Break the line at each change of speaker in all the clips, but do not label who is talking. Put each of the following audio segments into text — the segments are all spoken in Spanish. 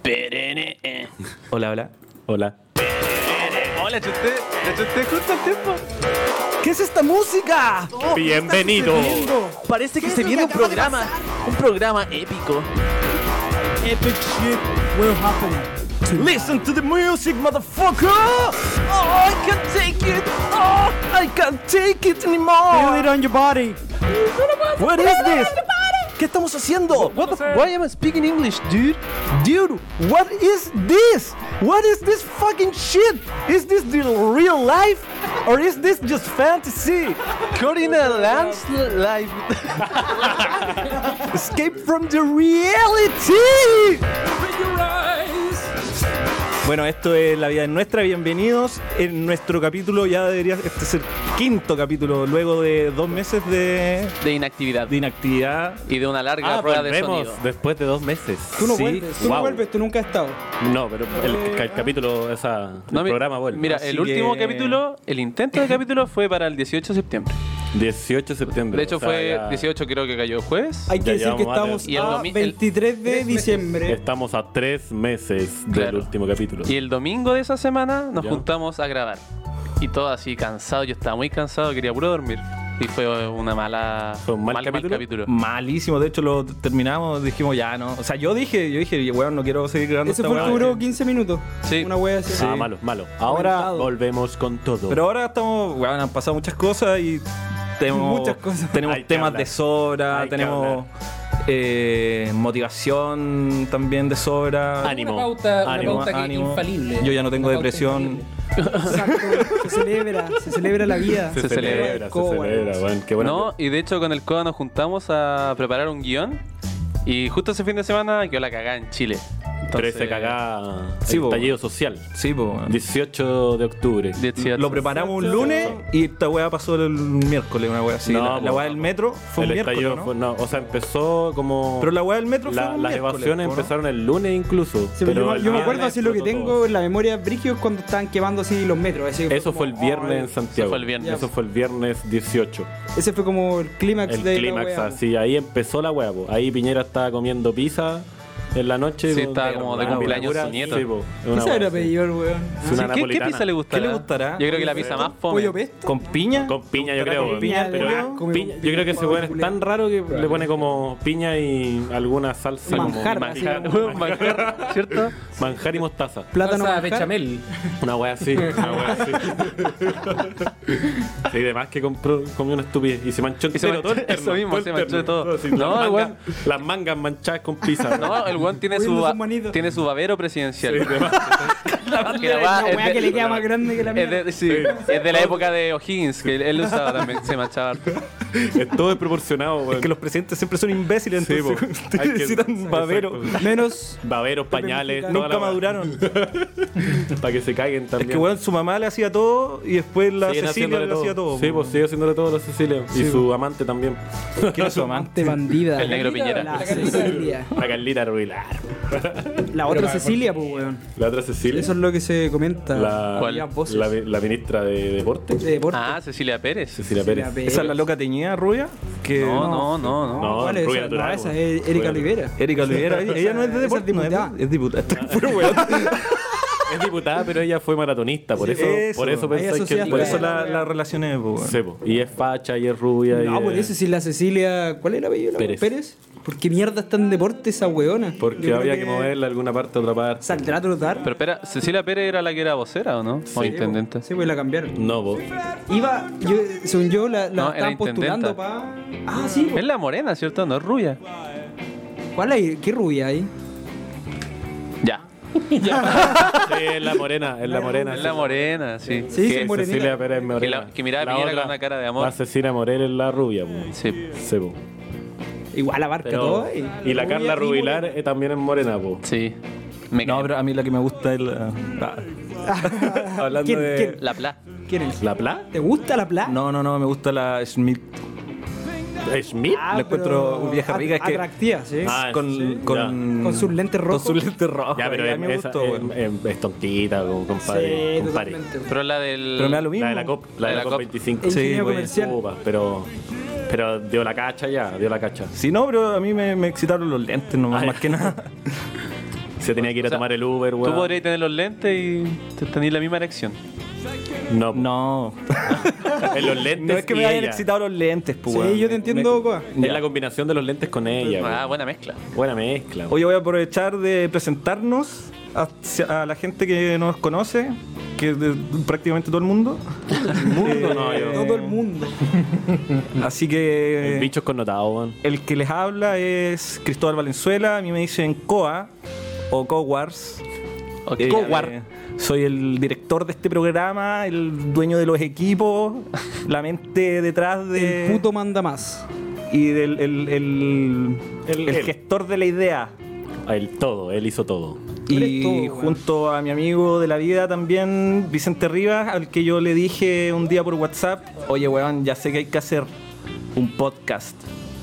Perene. eh. Hola, hola.
Hola.
Hola, chuté. La chuté justo al tiempo.
¿Qué es esta música?
Bienvenido.
Parece
¿Qué
que
es
se
lo
viene un
que acaba de
programa. Un programa épico.
Epic shit will happen. Listen to the music, motherfucker!
Oh, I can't take it. Oh, I can't take it
Feel
anymore.
it on your body. What is this? ¿Qué estamos haciendo?
What the, why am I speaking English, dude?
Dude, what is this? What is this fucking shit? Is this the real life? Or is this just fantasy?
Corina Lance live.
Escape from the reality! Bueno, esto es La Vida es Nuestra. Bienvenidos en nuestro capítulo. Ya debería este ser quinto capítulo, luego de dos meses de,
De inactividad.
de inactividad.
Y de una larga
Ah,
rueda de
volvemos
sonido.
después de dos meses.
Tú no
Sí,
vuelves, tú no
guau.
vuelves, tú nunca has estado.
No, pero el, el capítulo, esa, el
No, mi-
programa vuelve.
Mira,
Así
el último
que-
capítulo, el intento de capítulo fue para el 18 de septiembre.
18 de septiembre.
De hecho,
o sea,
fue
ya
18, creo que cayó jueves.
Hay
Ya
que decir que
llevamos varios.
estamos
Y el
a
domi- el-
23 de diciembre.
Estamos a tres meses del
Claro.
último capítulo.
Y el domingo de esa semana nos
Ya.
juntamos a grabar. Y todo así cansado, yo estaba muy cansado, quería puro dormir. Y fue una mala.
¿Fue un mal capítulo? Mm,
Malísimo, de hecho lo terminamos, dijimos ya no. O sea, yo dije, yo dije, weón, no quiero seguir grabando
Ese
esta
fue el
weá
que duró
porque-
15 minutos.
Sí.
Una wea así.
Ah, malo, malo. Ahora
Aumentado.
volvemos con todo.
Pero ahora estamos, weón, han pasado muchas cosas y tenemos,
Muchas cosas.
tenemos
Hay que
temas
hablar.
de sobra,
Hay que
tenemos eh, motivación también de sobra.
ánimo.
Una pauta, una
ánimo.
pauta que
ánimo.
infalible.
Yo ya no tengo
Una pauta
depresión.
infalible.
Exacto. Se celebra, se celebra la vida.
Se,
Se
celebra,
celebra,
se celebra,
weón.
weón. Qué bueno.
no, y de hecho con el COA nos juntamos a preparar un guión. Y justo ese fin de semana quedó la cagada en Chile. Entonces,
13 cagada.
Sí, po.
Estallido social.
Sí, pues. weón.
18 de octubre.
18.
Lo preparamos un lunes y esta weá pasó el miércoles, una weá así.
No,
la, la
po,
weá
no,
del
po.
metro fue un
el
miércoles,
estallido
¿no?
fue- no, o sea, empezó como.
Pero la weá del metro
La-
fue un
las
miércoles,
evasiones
po, ¿no?
empezaron el lunes incluso.
Sí, pues,
pero
yo
el
yo me
viernes
acuerdo así lo que
explotó
tengo
todo.
en la memoria brígido es cuando estaban quemando así los metros. así que
Eso fue el
como,
viernes
ay,
en Santiago.
Eso fue el viernes.
Eso fue el viernes 18.
Ese fue como el clímax
El
de la
clímax
wea.
así. Ahí empezó la hueá. po. Ahí Piñera estaba comiendo pizza en la noche.
Sí,
con-
estaba como de
una
cumpleaños
locura.
su nieto.
Sí, po, es
¿Qué
una
se
hueá
habrá
así.
pedido el weón?
Es una
¿Qué, qué
napolitana.
pizza le gustará?
¿Qué le gustará?
Yo creo que la pizza más fome.
¿Pollo pesto?
¿Con piña?
Con piña, yo
Con
creo.
piña,
weón.
piña,
Pero
piña,
piña-
come con
yo creo que ese
piña,
weón es
culiao.
tan raro que le pone como piña y alguna salsa. como-
Manjar,
manjar,
así como-
Hueón, manjar, ¿Cierto?
manjar y mostaza.
Plátano
Salsa
manjar.
bechamel.
Una wea así, una wea así. sí, de más que compró, comió una estupidez y se manchó
se
entero,
manchó-
todo el terno,
eso mismo,
todo el
se manchó
terno.
de todo.
sí,
No,
las,
el
mangas,
weón-
las mangas manchadas con pizza.
No, el weón tiene su,
Comiendo
ba-
sus manitos.
tiene su babero presidencial.
Sí, de más.
Que la
La
weá es
wea
de-
que le queda más grande que la
Es
mía.
de, sí, es de la época de O'Higgins, que él- él lo usaba también, se manchaba. harto.
Es todo desproporcionado, weón.
Es que los presidentes siempre son imbéciles,
Sí,
entonces
po. Hay que-
necesitan babero.
Exacto.
Menos
Baberos, pañales,
Pepe
toda la
Nunca
wea.
maduraron.
Para que se caguen
Es
también.
que weón, su mamá le hacía todo y después la
Siguen
Cecilia
haciéndole
le hacía todo.
Sí,
po.
pues sigue haciéndole todo la Cecilia. y su amante también.
¿Quién es su amante?
de bandida.
El negro Piñera.
La Cecilia.
La Carlita Ruilar.
La otra Cecilia, pues, weón.
La otra Cecilia.
Eso es lo que se comenta.
la,
¿Cuál?
Había voces
la, la ministra de deporte.
de deporte.
Ah, Cecilia Pérez.
Cecilia
Cecilia
Pérez.
Pérez.
Esa es la loca teñida rubia que
No, no, no, no.
No,
¿Cuál es
rubia
esa?
natural,
No, esa
güey.
es Erika
Rubia
Olivera.
Erika Olivera, ella, ella no es de
Esa
deporte,
es
no, es,
diputada.
de- es diputada. Puro weón.
Es diputada, pero ella fue maratonista, por
Sí,
eso,
eso.
por eso
Ahí
pensáis que
asociaste.
Por eso
la...
la, la relacioné, po, weón.
Ah. Sí, po. Y es facha, y es rubia. y
No,
es-
por eso sí, la Cecilia. ¿Cuál era apellido?
Pérez.
Pérez. Pérez. ¿Por qué mierda está en deporte esa weona?
Porque
Yo
había que
creo
moverla a alguna parte a otra parte.
¿Saldrá a trotar?
Pero espera, ¿Cecilia Pérez era la que era vocera o no? o
Sí,
intendente.
Sí, pues la cambiaron.
No, po.
Iba, yo, según yo, la, la
No, era
estaban postulando
intendenta.
para. Ah, sí. po.
Es la morena, ¿cierto? No es rubia.
¿Cuál hay? ¿Qué rubia hay?
Ya.
Sí, es la morena, es la morena.
Es la morena, sí. Que-
Sí, sí, morena. morenita.
Cecilia Pérez Morena.
Que la- que miraba a Piñera con una cara de amor.
La Cecilia Morel es la rubia, po.
Sí.
Sí, po.
Igual abarca
Pero-
todo. eh.
y la Carla Rubilar
Rubilar
eh, también es morena, po.
Sí. Me
No,
cae.
pero a mí la que me gusta es la. ah. Hablando
¿Quién-
de.
quién?
La pla.
¿Quién es?
¿La Pla?
¿Te gusta la plata?
No, no, no, me gusta la Schmidt.
¿Schmidt?
Ah,
la encuentro
pero
vieja rica, es que-
Atractiva, sí.
Ah,
con,
sí,
con,
Con sus lentes rojos.
Con sus lentes rojos.
Ya, pero
y a
es,
mí me
esa-
gustó,
es-
weón.
es- es tontita, co- compadre.
sí,
compadre.
totalmente.
Pero la del.
Pero me da lo mismo.
La de la COP, la de la COP 25.
Sí,
Sí,
Ingenio
güey,
comercial.
upa, pero, pero dio la cacha ya, dio la cacha.
Sí, no, pero a mí me, me excitaron los lentes nomás,
Ah,
más que nada.
Se tenía que ir a
O sea,
tomar el Uber,
Tú
weón.
podrías tener los lentes y te- tener la misma reacción.
No,
No.
en los lentes.
No es que
y
me hayan
ella.
excitado los lentes, pues.
Sí,
weón.
yo te entiendo,
Me-
Coa.
Es la combinación de los lentes con ella,
Ah,
weón.
buena mezcla.
Buena mezcla. weón.
Hoy voy a aprovechar de presentarnos hacia- a la gente que nos conoce, que es de prácticamente todo el mundo. Eh,
Mundo, no, yo-
Todo el mundo.
Así que
El bicho es connotado, weón.
el que les habla es Cristóbal Valenzuela, a mí me dicen Coa o Cowars.
Ok.
Eh,
Cowar.
soy el director de este programa, el dueño de los equipos, la mente detrás de...
El puto manda más.
Y del, el, el-
El-
el
el.
gestor de la idea.
El todo, él hizo todo.
Tú eres
Y
todo, weón.
junto a mi amigo de la vida también, Vicente Rivas, al que yo le dije un día por WhatsApp, oye weón, ya sé que hay que hacer un podcast.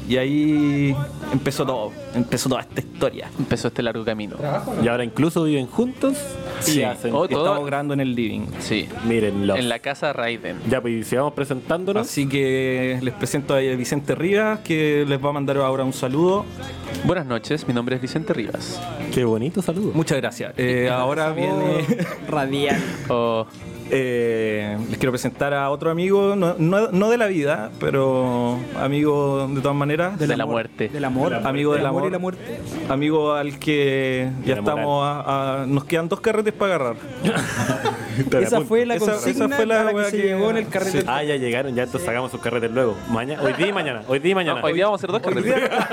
Y ahí empezó todo, empezó toda esta historia.
Empezó este largo camino.
Y ahora incluso viven juntos y
Sí.
hacen.
Oh,
Y
todo-
Estamos grabando en el living.
Sí.
Mírenlo.
En la casa Raiden.
Ya, pues y sigamos presentándonos.
Así que les presento a Vicente Rivas, que les va a mandar ahora un saludo.
Buenas noches, mi nombre es Vicente Rivas.
Qué bonito saludo.
Muchas gracias. Eh, ahora viene...
Radial.
Oh,
Eh, les quiero presentar a otro amigo, no, no- no de la vida, pero amigo de todas maneras.
de, la
amor.
muerte.
Del amor.
Amigo del
El amor
amor.
y la muerte.
Amigo al que ya
Enamorar.
estamos a- a- Nos quedan dos carretes para agarrar.
Esa fue la
Esa-
consigna
esa fue la
a la
weá
que se
que-
llegó en el carrete.
Ah, ya llegaron, ya entonces hagamos sus carretes luego. Mañana, hoy día y mañana. Hoy día y mañana.
No, Ah, hoy día vamos a hacer dos carreras.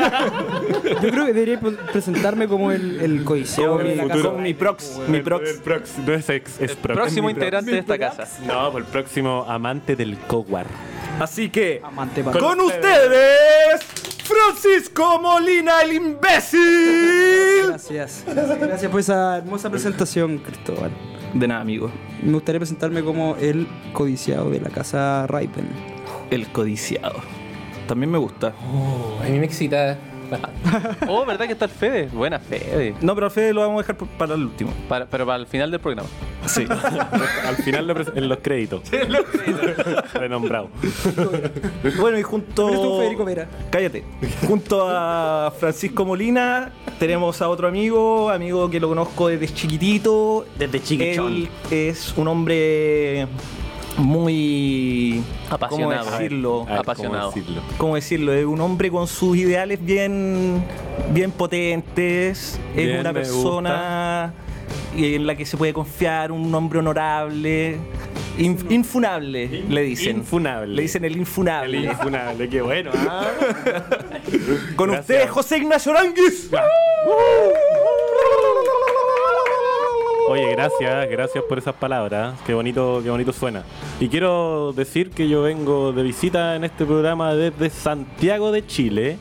Yo creo que debería pre- presentarme como el, el codiciado
Como
de
mi
la
futuro.
casa.
mi prox.
El-
Mi prox.
el prox. No es ex, es prox.
Próximo
Mi prox.
integrante de esta casa.
No, por el próximo amante del Cowar.
Así que,
Amante para
con ustedes, Francisco Molina el imbécil.
Gracias. Gracias por esa hermosa presentación, Cristóbal.
De nada, amigo.
Me gustaría presentarme como el codiciado de la casa Raipen.
El codiciado. También me gusta.
A mí me excita.
Ah,
Oh, ¿verdad que está el Fede? Buena Fede.
No, pero a Fede lo vamos a dejar por- para el último.
Para- pero para el final del programa.
Sí.
Al final lo pres- en los créditos. en los créditos. Renombrado.
Bueno, y junto.
Pero tú, Federico Vera.
Cállate. Junto a Francisco Molina tenemos a otro amigo, amigo que lo conozco desde chiquitito.
Desde
Él es un hombre muy.
Apasionado.
¿Cómo decirlo?
A ver,
Apasionado.
¿cómo decirlo?
¿Cómo decirlo? Es un hombre con sus ideales bien, bien potentes. Es
Bien,
una
me
persona en la que se puede confiar, un hombre honorable. In- infunable, le dicen.
Infunable.
Le dicen el
El
infunable.
infunable, qué bueno. ah.
Con
Gracias.
ustedes, José Ignacio Aranguis.
Oye, gracias, gracias por esas palabras. Qué bonito, qué bonito suena. Y quiero decir que yo vengo de visita en este programa desde Santiago de Chile.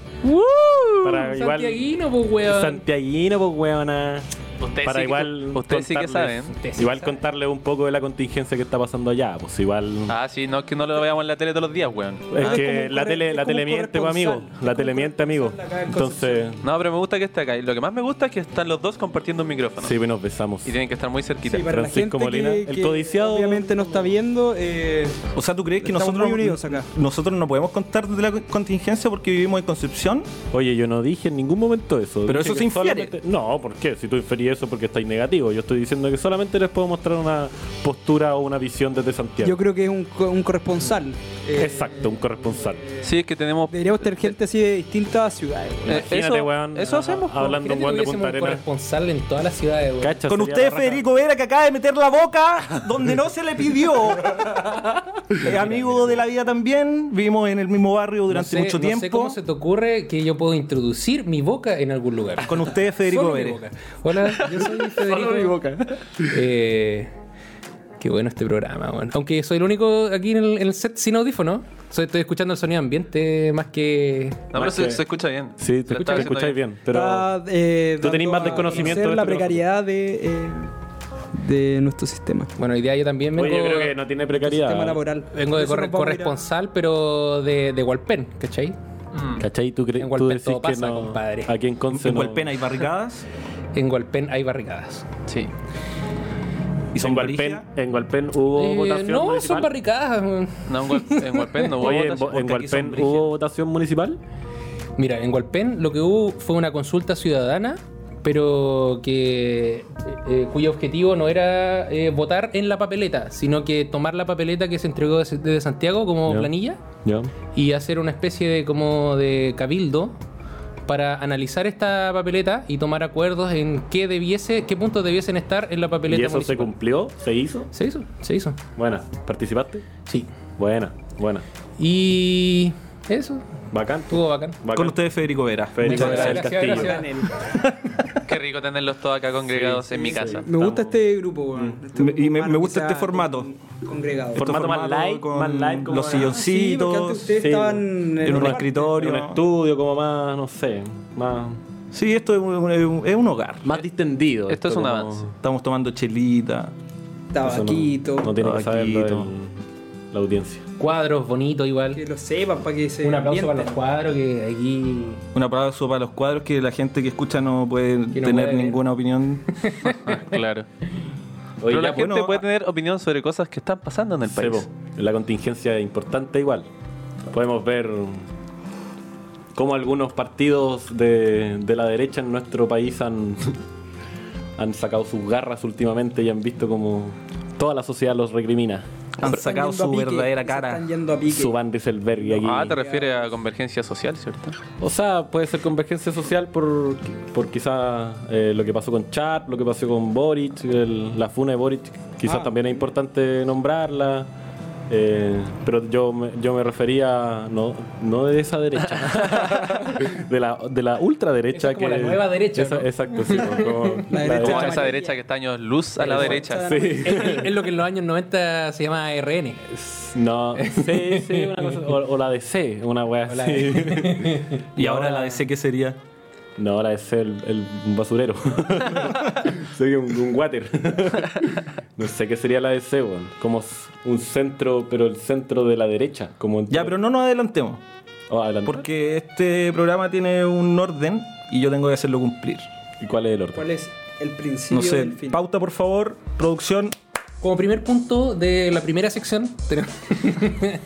Para igual-
Santiaguino, pues, weón.
Santiaguino, pues weona.
Ustedes
Para
sí que-
igual.
ustedes sí que
contarles-
saben.
Ustedes sí
igual
saben.
contarles un poco de la contingencia que está pasando allá. Pues igual.
Ah, sí, no es que no lo veamos en la tele todos los días, weón.
Es
Ah, es como
que
un
la
corre-
tele,
es
la
como un
tele miente, pues, amigo.
corresponsal.
La tele miente, amigo.
acá en
Entonces,
No, pero me gusta que esté acá. Y lo que más me gusta es que están los dos compartiendo un micrófono.
sí, pues, nos besamos.
Y tienen que estar muy cerquita.
Sí, para
Francisco
la gente
Molina,
que,
el
que
codiciado.
obviamente no está viendo. eh,
O sea, ¿tú crees que
Estamos
nosotros,
muy unidos acá.
nosotros no podemos contar de la contingencia porque vivimos en Concepción?
Oye, yo no dije en ningún momento eso.
Pero
Dije
eso se
que
infiere.
solamente- No, ¿por qué? Si tú inferís eso porque estáis negativo. Yo estoy diciendo que solamente les puedo mostrar una postura o una visión desde Santiago.
yo creo que es un, co- un corresponsal. eh,
Exacto, un corresponsal.
Sí, es que tenemos.
Deberíamos tener gente así de distintas ciudades.
Eh,
Imagínate,
eso,
weón,
eso
a-
hacemos. po.
hablando un weón
Imagínate que
de
hubiésemos
Punta
un
Arenas.
corresponsal en todas las ciudades, weón.
Cacha,
Con
sería
usted,
la raja.
Federico Vera, que acaba de meter la boca donde no se le pidió. Eh, amigo de la vida también, vivimos en el mismo barrio
No
durante
sé-
mucho
No sé
tiempo.
cómo se te ocurre que yo puedo introducir mi boca en algún lugar.
Con usted, Federico
Solo mi
Vera.
boca. Hola, yo soy Federico. mi boca. Eh, qué bueno este programa, weón. Aunque soy el único aquí en el, en el set sin audífono, soy, estoy escuchando el sonido ambiente más que...
No, pero se, se escucha bien.
Ah, Sí, te,
Lo
escucha-
estaba
te
haciendo
escucháis bien. Pero
Está, eh,
tú tenés
dando
más
a
desconocimiento
conocer
de
la
este
precariedad de, eh, de nuestro sistema.
Bueno, hoy día yo también vengo...
Oye, yo creo que no tiene
Sistema
precariedad.
laboral.
Vengo de
Eso
corre-
nos vamos a ir a-
corresponsal, pero de, de Walpen, ¿cachai?
¿Cachai? ¿Tú, cre- tú
En Walpen
decís
todo
que
pasa,
no?
compadre.
Aquí en Conce
En
no-
Hualpena hay barricadas
En Walpen hay barricadas.
Sí.
y son
en Walpen,
brígidas.
en Walpen hubo
Eh,
votación
no,
municipal.
son barricadas. weón.
No, en Gual- en Gualpén no hubo
Oye, en,
votación.
Bo- eh. en
Porque aquí son
Walpen
brígidas.
hubo votación municipal.
Mira, en Walpen lo que hubo fue una consulta ciudadana pero que eh, cuyo objetivo no era eh, votar en la papeleta, sino que tomar la papeleta que se entregó desde desde Santiago como
Ya.
planilla
Ya.
y hacer una especie de como de cabildo para analizar esta papeleta y tomar acuerdos en qué debiese, qué puntos debiesen estar en la papeleta.
¿Y eso se
municipal.
cumplió? ¿Se hizo?
se hizo, se hizo.
Buena. ¿Participaste?
Sí.
Buena, buena.
Y eso,
Bacán.
estuvo bacán.
Bacán.
Con ustedes, Federico Vera.
Feliz
Muchas
Navidad del
gracias,
Castillo.
gracias.
Qué rico tenerlos todos acá congregados en mi casa.
Me gusta este grupo, weón. Este
Me-
grupo
Mm. y me-
humano
me
que
gusta
sea
este formato.
con- Congregado. Ah,
Formato más light, más light, como
los
la-
Sí, porque
silloncitos.
antes ustedes
sí.
estaban
En un
otra
escritorio.
Un estudio como más, no sé, más,
Sí, esto es un, es un- es un hogar.
más distendido.
Esto es un
como-
avance.
Estamos tomando chelita.
parte.
eso no-
Tabaquito.
No, tiene que saberlo
Tabaquito.
el- la audiencia.
Cuadros bonitos
Que
igual.
lo sepan para que se.
Un aplauso para
ambienten.
los cuadros que aquí
Una aplauso para los cuadros que la gente que escucha no puede
Que no
tener
puede ver.
ninguna opinión.
Claro.
Oye,
Pero la
ya,
gente
bueno,
puede
ah-
tener opinión sobre cosas que están pasando en el
Sebo,
país.
la contingencia es importante igual. Podemos ver cómo algunos partidos de, de la derecha en nuestro país han, han sacado sus garras últimamente y han visto como toda la sociedad los recrimina.
Han
Se están
sacado
yendo a
su
pique,
verdadera
se
cara.
Están yendo a pique.
Su Van Rieselberg aquí.
Ah, te refieres a convergencia social, ¿cierto?
O sea, puede ser convergencia social por, por quizá eh, lo que pasó con Chat, lo que pasó con Boric, el- la funa de Boric, quizás
Ah.
también es importante nombrarla. eh, pero yo me, yo me refería no, no de esa derecha, de la de la ultraderecha
Esa es como
que
la nueva derecha,
esa-
¿no?
Exacto, sí, como
La derecha
Como
Claro.
esa derecha que está años luz a la derecha.
Sí.
es, es lo que en los años 90 se llama RN.
No, sí, sí, una cosa- o, o la DC, una wea
O la
así.
Y ahora la DC que sería.
No, la es el, el basurero. Sería un, un water. no sé qué sería la DC, weón. Como s- un centro, pero el centro de la derecha. Como
Ya, pero no nos adelantemos.
Oh, adelantar.
Porque este programa tiene un orden y yo tengo que hacerlo cumplir.
¿Y cuál es el orden?
¿Cuál es el principio
No sé,
del fin?
pauta por favor, producción.
Como primer punto de la primera sección, tenemos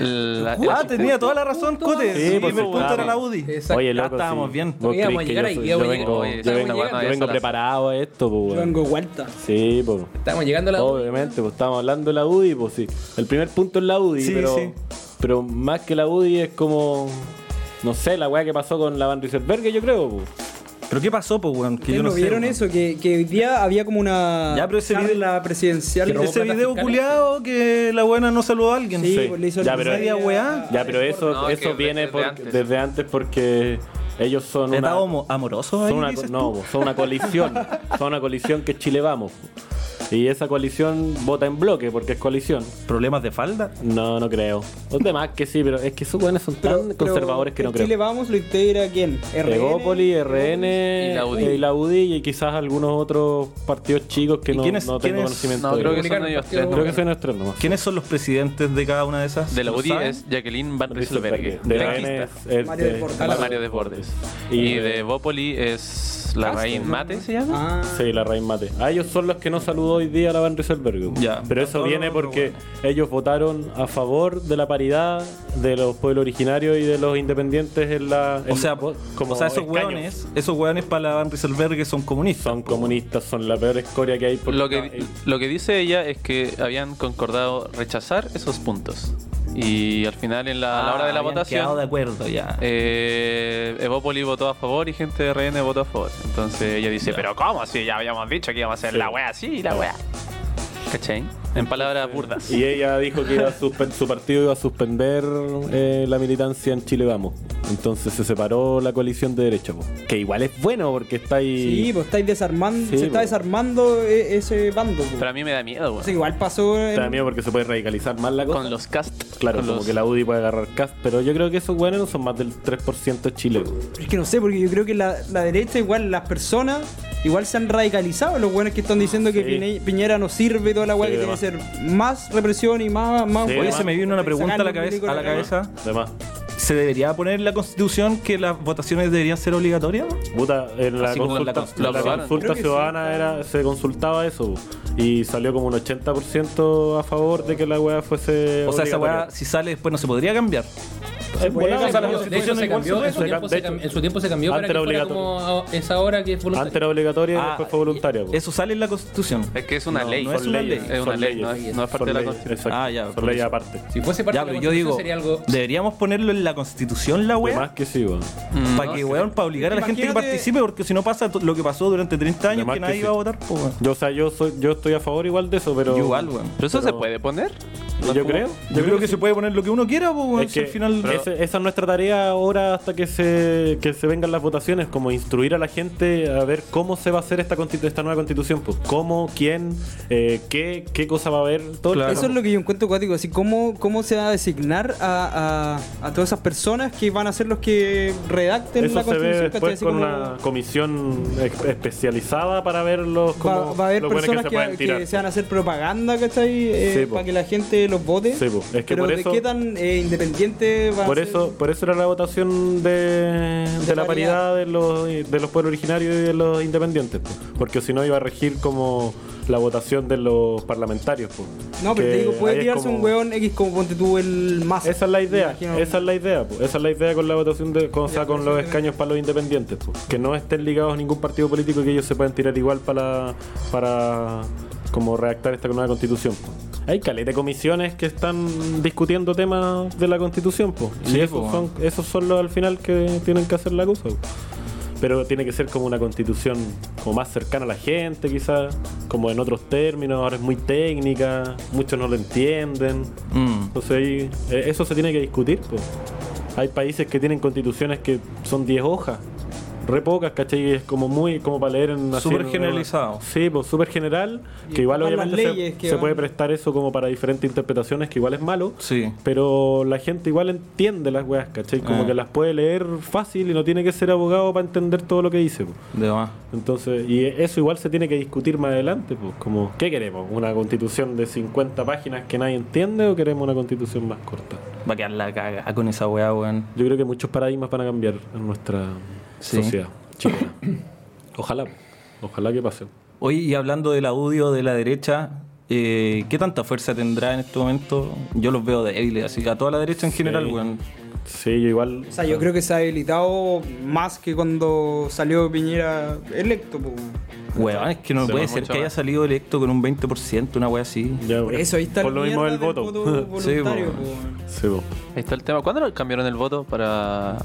La-
Ah, tenía toda la razón, Cote.
Sí,
Sí,
pues,
el punto
claro.
era la UDI.
Exacto.
Oye, loco,
Ya estábamos
sí.
bien.
¿Vos
Íbamos
creís
a
que
llegar
yo,
ahí,
soy- yo
íbamos a
vengo,
llegar.
yo
Oye,
vengo-
estamos
yo
llegando
vengo
a esa
preparado a esto, po,
Yo
weón.
vengo vuelta.
Sí, po.
estamos llegando a la
Obviamente, pues estábamos hablando de la UDI, pues sí. El primer punto es la UDI,
Sí,
pero,
sí.
pero más que la UDI es como, no sé, la weá que pasó con la Van Rieselberg, yo creo, pues.
Pero ¿qué pasó, pues, weón? Que
¿Ustedes
yo no
no
sé,
vieron
weón.
eso? Que, que hoy día había como una
Ya, pero ese video-
charla presidencial.
robó
Ese
plata
video
fiscal.
culiado que la buena no saludó a alguien.
Sí,
Sí.
pues le hizo
Ya,
la
pero-
media
weá.
Ya, pero eso,
No, que
eso viene
desde
por-
antes.
desde antes porque ellos son
¿Está
una,
homo- amoroso ahí,
son una,
dices
no,
tú?
son una coalición, son una coalición que es Chile vamos. Y esa coalición vota en bloque porque es coalición.
¿Problemas de falda?
No, no creo. Los demás que sí, pero es que esos buenos son
Pero-
tan
pero
conservadores que no
en
creo.
Chile vamos, lo integra quién? RN.
Egópoli, RN
Y la UDI.
y la UDI y quizás algunos otros partidos chicos que
¿Y
no,
quiénes-
no tengo
quiénes-
conocimiento.
No,
de-
creo que
Comunicar
son ellos
partido
tres.
creo que
nomás.
son los tres nomás.
¿Quiénes son los presidentes de cada una de esas?
De la
¿Lo
UDI
saben?
es Jacqueline Van Rieselberg.
De la RN
Blanquista.
es- este, es
Mario
de-
del Portal.
A la-
Mario Desbordes.
Y-
Y de Bópoli es la Raín Mate, ¿se llama?
Ah,
Sí, la raíz mate. A ellos son los que no saludó hoy día la Van Rieselberg.
Ya.
Pero eso viene porque ellos votaron a favor de la paridad de los pueblos originarios y de los independientes en la.
O
en-
sea, o sea, esos
escaños.
hueones, esos hueones para la Van Rieselberg que son comunistas.
Son comunistas, son la peor escoria que hay. porque-
Lo que, lo que dice ella es que habían concordado rechazar esos puntos. Y al final, en la, a la hora de la
Ah, Habían quedado de
votación,
Oh,
acuerdo ya.
eh, Evópoli votó a favor y gente de RN votó a favor. Entonces ella dice, pero ¿cómo? Si ya habíamos dicho que íbamos a hacer
Sí.
la wea así y la wea. ¿Cachai? En palabras burdas.
Y ella dijo que iba a suspe- su partido iba a suspender eh, la militancia en Chile Vamos. Entonces se separó la coalición de derecha, po. que igual es bueno porque está ahí.
sí, pues estáis desarmando,
Sí,
se está
pues.
desarmando e- ese bando. pues.
Pero a mí me da miedo,
O
weón.
sea, igual pasó en-
Está bien, porque se puede radicalizar más la cosa.
Con los cast.
Claro,
con
como
los-
que la UDI puede agarrar cast, pero yo creo que esos weones no son más del 3% de Chile. weón.
Es que no sé, porque yo creo que la, la derecha, igual las personas, igual se han radicalizado. Los buenos que están diciendo que
Sí.
Pine- Piñera no sirve y toda la weá,
Sí,
que tiene que
además.
ser más represión y más. más
Sí,
weá.
Oye, se me vino una pregunta a la
Sacarle un
cabeza. A la
milico
cabeza.
Además,
¿Se debería poner en la constitución que las votaciones deberían ser obligatorias?
puta, en la
Así como la
consulta,
cons-
lo
la
aprobaron.
consulta
Creo que
ciudadana era, se consultaba eso weón, y salió como un 80% a favor de que la weá fuese.
O sea, esa
obligatoria.
weá, si sale después, no se podría cambiar.
En volada
De
se la
hecho,
constitución
de hecho, se
igual
cambió, en su
puede.
tiempo
De
se
hecho,
cambió- en su tiempo se cambió para
antes
que
era
fuera
obligatorio.
como a- esa hora que es
Antes
voluntaria.
era obligatoria y
Ah,
después fue voluntaria. po.
Eso sale en la constitución.
Es que es una
No,
ley.
no es
Son
una
leyes,
ley. Es una
son
ley, no
leyes,
es- no es parte
son
de la
leyes,
Constitución.
exacto,
Ah, ya,
Son
por
leyes
eso.
aparte.
Si fuese parte
Ya,
de
pero
la
yo digo,
Constitución sería algo...
deberíamos ponerlo en la constitución la
Más
weá.
que sí, weón.
Para que, weón, para obligar a la gente que
Imagínate-
participe, porque si no pasa to- lo que pasó durante 30 años,
más que
que nadie
sí.
iba a votar, po, weón.
Yo, o sea, yo, soy, yo estoy a favor igual de eso, pero.
Yo igual, weón.
¿Pero eso se puede poner?
Yo creo.
Yo creo que se puede poner lo que uno quiera, po,
Pues,
weón.
Es
si
que
al final.
pero ese- esa es nuestra tarea ahora hasta que se, que se vengan las votaciones, como instruir a la gente a ver cómo se va a hacer esta, constitu- esta nueva constitución, pues cómo, quién, eh, qué, qué cosa va a haber, todo pues.
Claro.
Eso es lo que yo encuentro cuático, así cómo, cómo se va a designar a, a- a todas esas personas que van a ser los que redacten
Eso
la
se ve
constitución. ¿cachai?
después
Así
con
como
una comisión ex- especializada para ver los
va,
cómo-
va a haber
los buenos
personas
se
que,
pueden
que
tirar.
se van a hacer propaganda, ¿cachai? Eh,
Sí, po.
para que la gente los vote.
Sí, po. Es que
pero
por
de
eso-
qué tan eh, independiente va
Por
a ser.
eso, por eso era la votación de, de la paridad de los, de los pueblos originarios y de los independientes, pues. porque si no iba a regir como la votación de los parlamentarios. pues.
No, pero
Que
te digo, puede
ahí es
tirarse
como-
un weón X como ponte tú el más.
Esa es la idea,
imagino.
esa es la idea, pues. esa es la idea con la votación de, con, o sea, con los escaños para los independientes, pues. que no estén ligados a ningún partido político y que ellos se puedan tirar igual para, para como redactar esta nueva constitución. pues. Hay caleta de comisiones que están discutiendo temas de la constitución, pues.
Sí,
y esos
pues,
son, esos son los al final que tienen que hacer la cosa. pues. Pero tiene que ser como una constitución como más cercana a la gente, quizás, como en otros términos, ahora es muy técnica, muchos no lo entienden.
Mm.
Entonces ahí, eh, eso se tiene que discutir. po. Hay países que tienen constituciones que son 10 hojas, re pocas, ¿cachai? Y Es como muy, como para leer en... así
Súper
en-
generalizado.
Sí, pues súper general,
Y
que igual
ocupan las
obviamente se,
leyes que
se
van-
puede prestar eso como para diferentes interpretaciones, que igual es malo.
Sí.
Pero la gente igual entiende las weas, ¿cachai? Como
Ah.
que las puede leer fácil y no tiene que ser abogado para entender todo lo que dice. po.
De más.
Entonces, y eso igual se tiene que discutir más adelante, pues, como, ¿qué queremos? ¿Una constitución de 50 páginas que nadie entiende o queremos una constitución más corta?
Va a quedar la caga con esa weá, weón.
Yo creo que muchos paradigmas van a cambiar en nuestra
Sí.
sociedad chilena. Ojalá, ojalá que pase.
Oye, y hablando del audio de la derecha, eh, ¿qué tanta fuerza tendrá en este momento? Yo los veo débiles, así que a toda la derecha en general, weón.
Sí, yo igual.
O sea, yo creo que se ha habilitado más que cuando salió Piñera electo. po.
Weón, es que no
Se
puede
ve
ser
mucho
que haya
más.
salido electo con un 20%, una weá así.
ya,
Por eso ahí está
Por
la
lo mismo
mierda
el
del
voto.
Sí,
voluntario.
po.
po, weón.
Sí, po.
Ahí está el tema. ¿Cuándo lo cambiaron el voto para,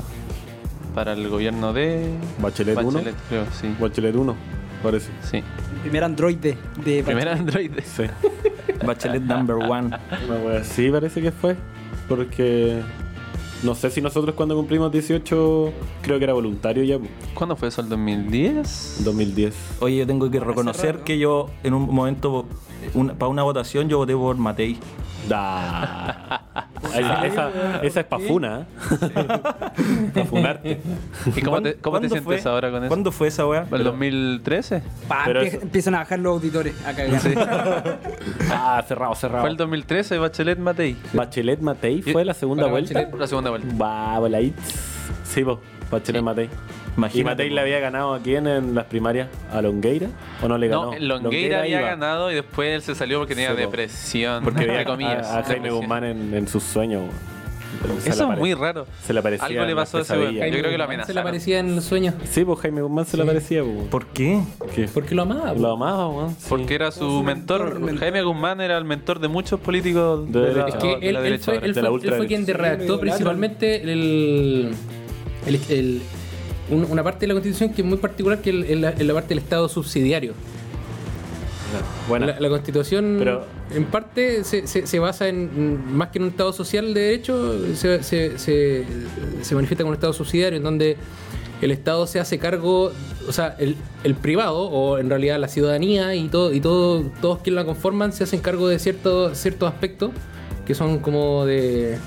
para el gobierno de
Bachelet uno?
Bachelet, creo, sí.
Bachelet 1, parece.
Sí.
Primer androide de
Primer Android.
Sí.
Bachelet number one.
Una wea así parece que fue. Porque no sé si nosotros cuando cumplimos 18, creo que era voluntario ya, po,
¿Cuándo fue eso? ¿El 2010?
2010.
Oye, yo tengo que reconocer que yo en un momento, para una votación, yo voté por Matei.
Da. Esa, esa, esa es pafuna. para funarte.
¿Y cómo te, cómo
¿Cuándo
te sientes
fue?
ahora con eso?
¿Cuándo fue esa weá?
¿El 2013?
Pa,
Pero
empie-
eso-
empiezan a bajar los auditores a cagar.
Ah, cerrado, cerrado.
Fue el 2013, Bachelet Matei.
Bachelet Matei fue la segunda
Para
vuelta.
Bachelet.
La segunda vuelta.
Va, voladit. Sí, po, Bachelet Matei.
Imagínate,
¿Y Matei
po.
le había ganado a quién en las primarias? ¿A Longueira? ¿O no le ganó?
No, Longueira había
iba.
ganado y después él se salió porque tenía
Sí, po.
depresión.
Porque
entre
veía
comillas.
a, a Jaime
depresión.
Guzmán en, en sus sueños. Se le
Eso es
apare-
muy raro.
Se le aparecía.
Algo le
en las
pasó a ese weón.
pesadillas.
Yo creo que lo
Se le
amenazaron.
aparecía en los sueños.
Sí, pues Jaime Guzmán se le aparecía, po.
¿Por qué?
Porque
Porque lo amaba. po.
Lo amaba, weón. sí.
Porque era su mentor. Jaime Guzmán era el mentor de muchos políticos
De
de, la,
derecha.
Es que
de
él,
la
él
derecha.
fue,
ahora.
de
él fue-
la
él
ultraderecha.
fue quien
Sí, lo
redactó
idolatraron.
principalmente el, el- el- un- una parte de la constitución que es muy particular, que es la, es la parte del Estado subsidiario.
Buena.
La, la constitución,
Pero-
en parte, se, se- se basa en, más que en un Estado social de derecho, se, se- se- se manifiesta como un Estado subsidiario, en donde el Estado se hace cargo, o sea, el, el privado, o en realidad la ciudadanía y, todo, y todo, todos quienes la conforman, se hacen cargo de cierto- ciertos aspectos que son como de.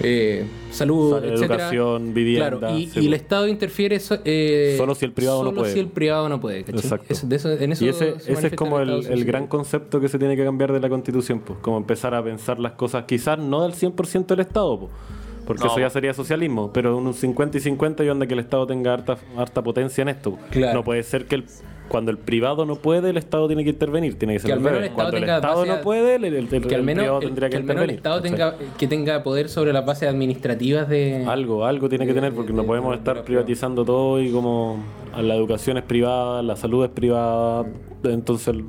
eh, salud,
Salud,
etcétera.
educación, vivienda,
Claro, y,
sí,
y el
po.
Estado interfiere so- eh,
Solo si el privado no
solo
puede.
si el privado no puede, ¿cachai?
Exacto.
Eso- de eso- en eso
y ese,
se
ese es
manifiesta
como el,
Estado
el
subsidiario.
gran concepto que se tiene que cambiar de la constitución, pues, como empezar a pensar las cosas quizás no al 100% del Estado, pues, Porque
No,
eso ya
po.
sería socialismo. Pero un 50 y 50 y onda que el Estado tenga harta, harta potencia en esto.
Claro.
No puede ser que el- cuando el privado no puede, el Estado tiene que intervenir. Tiene que ser
Que al
al
menos
revés.
el Estado
Cuando el
tenga
Estado
base a-
no puede, el, el- el- el
que al
privado
menos el,
tendría que,
que al menos el
intervenir.
Estado
¿cachai?
tenga, que tenga poder sobre las bases administrativas de...
Algo, algo tiene que
de-
tener, porque
de-
no
de-
podemos
de-
estar
de-
privatizando todo y como a la educación es privada, la salud es privada, entonces al,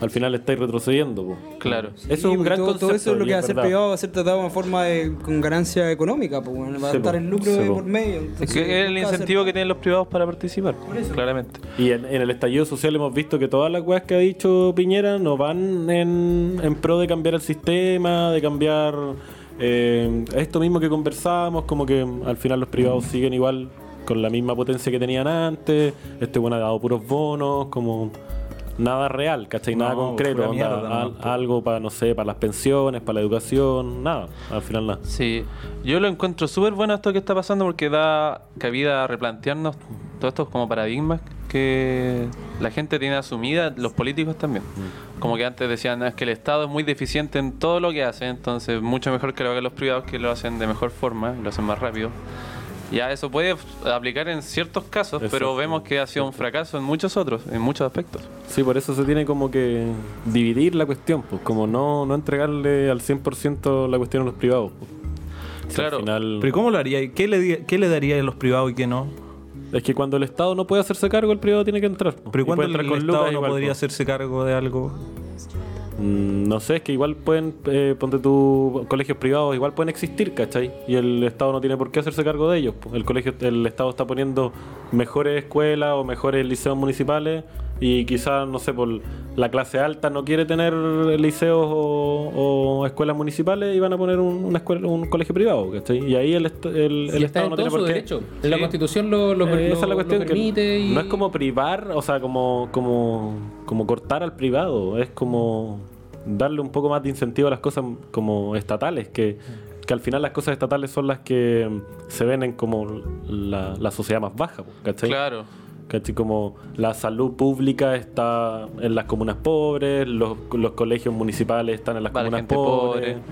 al final estáis retrocediendo. po.
Claro.
Eso es un
porque
gran
todo,
concepto.
Todo eso es lo
y
que va a ser
verdad.
privado, va a ser tratado de una forma de, con ganancia económica, pues, bueno, va a
Sí,
estar
po.
el lucro
Sí,
de
po.
por medio.
Es
entonces
que es el
nunca va a ser-
incentivo que tienen los privados para participar, claramente.
Y en, en el estallido social hemos visto que todas las weas que ha dicho Piñera no van en, en pro de cambiar el sistema, de cambiar eh, esto mismo que conversábamos, como que al final los
Mm.
privados siguen igual con la misma potencia que tenían antes, este bueno ha dado puros bonos, como nada real, ¿cachai? Nada
No,
concreto,
pura
onda,
mierda,
al-
no.
algo para, no sé, para las pensiones, para la educación, nada, al final nada.
Sí, yo lo encuentro súper bueno esto que está pasando porque da cabida a replantearnos todos estos como paradigmas que la gente tiene asumida, los políticos también. Como que antes decían, "No, es que el Estado es muy deficiente en todo lo que hace, entonces mucho mejor que lo hagan los privados que lo hacen de mejor forma, lo hacen más rápido. Ya eso puede f- aplicar en ciertos casos,
Exacto.
pero vemos que ha sido un fracaso en muchos otros, en muchos aspectos.
Sí, por eso se tiene como que dividir la cuestión, pues como no, no entregarle al 100% la cuestión a los privados. pues. Si al
Claro.
final-
Pero ¿y ¿cómo lo haría? ¿Y ¿Qué le, di- qué le daría a los privados y qué no?
es que cuando el Estado no puede hacerse cargo, el privado tiene que entrar. pues. Y
¿Pero ¿y cuándo
puede
el,
entrar con
Estado
lucas
no
igual,
podría
pues.
hacerse cargo de algo?
Mm, No sé, es que igual pueden, eh, ponte tú, colegios privados igual pueden existir, ¿cachai? Y el Estado no tiene por qué hacerse cargo de ellos. pues. El colegio, el Estado está poniendo mejores escuelas o mejores liceos municipales y quizás, no sé, por la clase alta no quiere tener liceos o, o escuelas municipales y van a poner un, una escuela, un colegio privado, ¿cachai? Y ahí el, est- el, el
Y está
Estado
en
no
todo
tiene por
su
qué...
derecho. La
Sí.
Constitución lo, lo,
Eh, esa
lo-
es la
lo
cuestión
permite
que
y...
no es como privar, o sea, como como como cortar al privado, es como darle un poco más de incentivo a las cosas como estatales que que al final las cosas estatales son las que mm, se ven en como la, la sociedad más baja, po, ¿cachai?
Claro.
¿Cachai? Como la salud pública está en las comunas pobres, los, los colegios municipales están en las
Para la
comunas
gente
pobres,
pobre.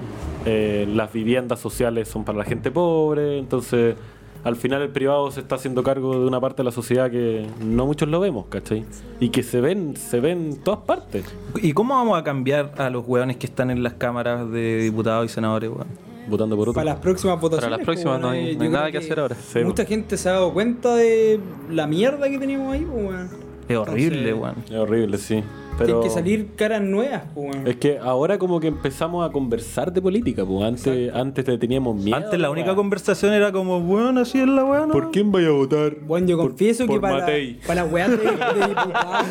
eh, las viviendas sociales son para la gente pobre, entonces al final el privado se está haciendo cargo de una parte de la sociedad que no muchos lo vemos, ¿cachai? Y que se ven, se ven en todas partes.
¿Y cómo vamos a cambiar a los hueones que están en las cámaras de diputados y senadores, weón?
Votando por otro.
Para las próximas votaciones.
Para las próximas
pues,
no
bueno,
hay,
yo
no hay
creo
nada que hacer ahora.
Sí,
Mucha gente se ha dado cuenta de la mierda que teníamos ahí, pues, bueno.
Es horrible,
Entonces,
weón.
Es horrible, sí. Pero
Tienen que salir caras nuevas, pues, bueno.
Es que ahora como que empezamos a conversar de política, pues antes, antes le teníamos miedo.
Antes la única
weón.
conversación era como, weón, así es la weón.
¿Por quién vaya a votar?
Bueno, yo confieso
por
que para,
Matei.
para las weas de, de diputado,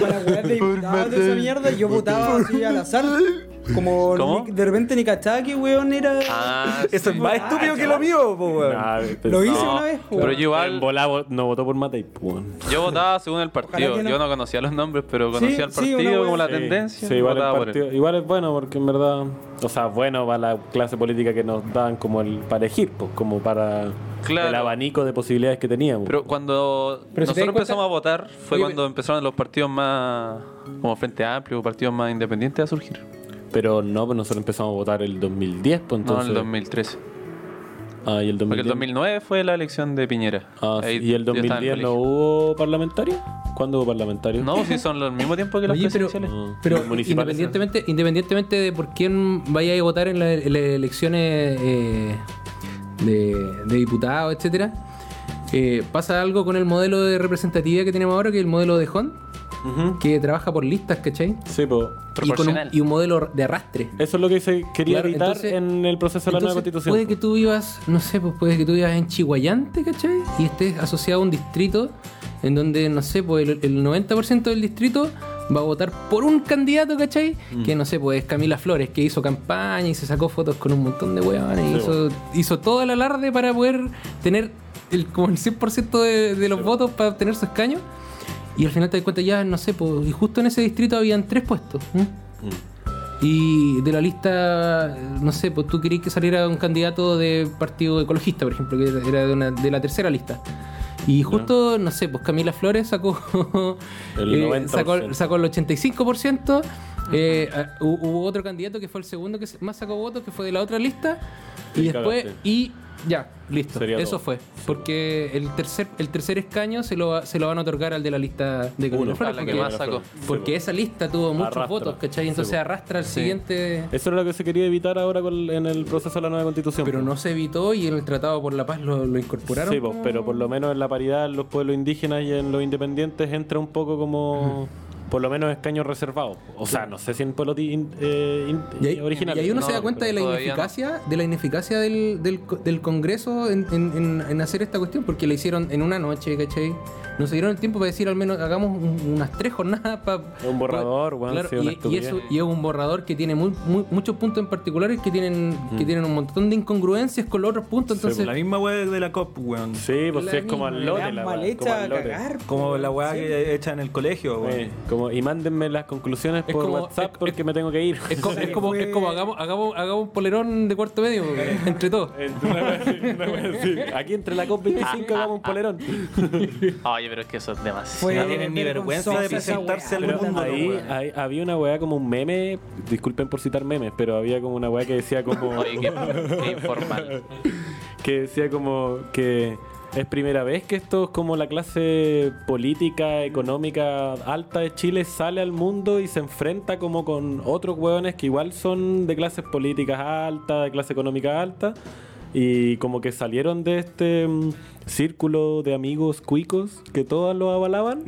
para las weas de diputado de esa mierda, yo votaba así al azar. Como
¿Cómo?
ni- de repente ni cachaba que weón era.
Ah,
Eso es
sí.
más estúpido que lo mío, po, weón.
Nah,
Lo hice
No,
una vez, weón.
pero yo
En
igual...
bola vo- no votó por Matei. pues, weón.
Yo votaba según el partido.
que no.
Yo no conocía los nombres, pero conocía el
sí, una
partido
wea
como la
Sí,
tendencia.
sí, igual, el
votaba por él.
partido- igual es bueno porque en verdad, o sea, bueno para la clase política que nos dan como el para elegir, pues, como para
Claro.
el abanico de posibilidades que teníamos.
Pero cuando
Pero si te das
nosotros empezamos
cuenta-
a votar, fue
Oye,
cuando empezaron los partidos más como Frente Amplio, partidos más independientes a surgir.
Pero no, pues nosotros empezamos a votar el 2010, pues
no
entonces.
en el 2013.
Ah, y el
Porque
2010.
el 2009 fue la elección de Piñera.
Ah, sí,
Ahí
¿Y el
yo estaba en
2010 no
colegio.
hubo parlamentario? ¿Cuándo hubo parlamentario?
No, si son los mismos tiempos que las
Oye, pero,
presidenciales.
No.
pero
Los municipales,
independientemente, independientemente de por quién vaya a votar en la- en las elecciones eh, de, de diputados, etcétera, eh, pasa algo con el modelo de representatividad que tenemos ahora, que es el modelo de Hon,
Ujú.
que trabaja por listas, ¿cachai?
Sí, pues.
Y, con un,
Proporcional.
y un modelo de arrastre.
Eso es lo que se quería
Claro,
evitar
entonces-
en el proceso de la nueva
Entonces,
constitución. pues.
Puede que tú vivas, no sé, pues puede que tú vivas en Chihuayante, ¿cachai? Y estés asociado a un distrito en donde, no sé, pues el, el 90% del distrito va a votar por un candidato, ¿cachai?
Mm.
Que no sé, pues es Camila Flores, que hizo campaña y se sacó fotos con un montón de huevones.
Sí,
hizo, hizo todo el alarde para poder tener el, como el 100% de, de los votos para obtener su escaño. Y al final te das cuenta, ya, no sé, pues, y justo en ese distrito habían tres puestos. ¿m? Y de la lista, no sé, pues tú querías que saliera un candidato de partido ecologista, por ejemplo, que era de, una- de la tercera lista. Y justo, no sé, pues Camila Flores sacó eh,
El 90%.
sacó, sacó el 85%. eh, ah, hu- hubo otro candidato que fue el segundo que se- más sacó votos, que fue de la otra lista. Y
Sí,
después,
cagaste.
y ya, listo.
Sería
Eso
todo.
fue. Porque el tercer, el tercer escaño se lo, va- se lo van a otorgar al de la lista de
Uno.
Camilo Flores,
A la que
porque-
más sacó.
Porque esa lista tuvo muchos
Arrastra.
votos, ¿cachai? Entonces
Sí, po.
arrastra al siguiente.
Eso era lo que se quería evitar ahora con- en el proceso de la nueva constitución.
Pero
po.
no se evitó y en el Tratado por la Paz lo, lo incorporaron.
Sí, po,
como-
pero por lo menos en la paridad en los pueblos indígenas y en los independientes entra un poco como.
Mm.
Por lo menos escaños reservados. O sea, no sé si en pueblos di- in- eh, in-
Y ahí,
originales.
y ahí uno se
No,
da cuenta de la
todavía no.
ineficacia, de la ineficacia del, del, co- del Congreso en, en- en- en hacer esta cuestión, porque la hicieron en una noche, ¿cachai? No se dieron el tiempo para decir al menos hagamos un- unas tres jornadas para.
Es un borrador, weón, sí, una
y, y
estupidez.
eso- y es un borrador que tiene muy- muy- muchos puntos en particulares que tienen, que tienen un montón de incongruencias con los otros puntos.
Sí, pues,
Entonces,
La misma weá de la COP, weón.
Sí, pues
La
sí, es como al
misma,
lote.
La
la
mal
weá, como
hecha a
al lote.
cagar.
Como la weá
Sí.
que hecha en el colegio, weón.
Eh, como, y mándenme las conclusiones
Es
por
como-
WhatsApp
es-
porque me tengo que ir.
es como, es como, es como hagamos, hagamos, hagamos un polerón de cuarto medio, entre todos.
Una wea así, una wea así. Aquí entre la COP25 hagamos un polerón.
Oye, pero es que eso es demasiado.
Fue
No tienen ni vergüenza de
vergonzosa esa
presentarse
weá,
al
puta
Pero
mundo,
madre.
ahí,
weón.
ahí había una weá como un meme, disculpen por citar memes, pero había como una weá que decía como
Oye, qué, qué informal.
que decía como que es primera vez que esto es como la clase política, económica alta de Chile sale al mundo y se enfrenta como con otros hueones que igual son de clases políticas altas, de clase económica alta. Y como que salieron de este mm, círculo de amigos cuicos que todos los avalaban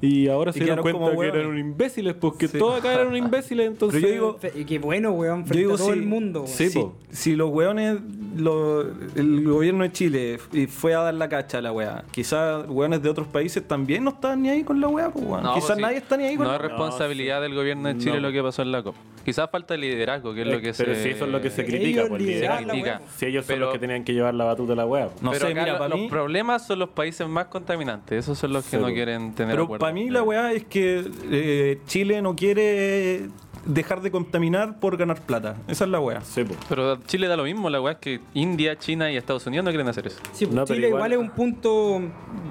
y ahora se dieron
quedaron como
cuenta que
hueones.
eran unos imbéciles, porque
Sí.
todos acá eran unos imbéciles, entonces...
Pero yo digo-
Fe- Y qué bueno, weón, frente
digo
a todo
sí.
el mundo. weón.
Sí,
si,
po.
si los weones, lo- el gobierno de Chile f- y fue a dar la cacha a la weá, quizás weones de otros países también no están ni ahí con la weá, pues, weón.
No,
quizás
pues sí.
nadie está ni ahí con
No
la
es responsabilidad del gobierno de Chile lo que pasó en la COP. Quizás falta de liderazgo, que es lo que
Eh, pero
se.
si eso es lo que se
Ellos
critica, por
lideraban
se critica.
Si ellos son
Pero-
los que tenían que llevar la batuta a la pues. web.
No
pero
sé,
acá
mira,
lo-
para
los
mí-
problemas son los países más contaminantes. Esos son los que
Sí,
no
po.
quieren tener
Pero
acuerdo.
para mí la weá es que eh, Chile no quiere dejar de contaminar por ganar plata. Esa es la weá.
Sí, pues. po.
Pero a Chile da lo mismo, la weá es que India, China y Estados Unidos no quieren hacer eso.
Sí, pues,
No, pero
Chile
igual-
igual, es un punto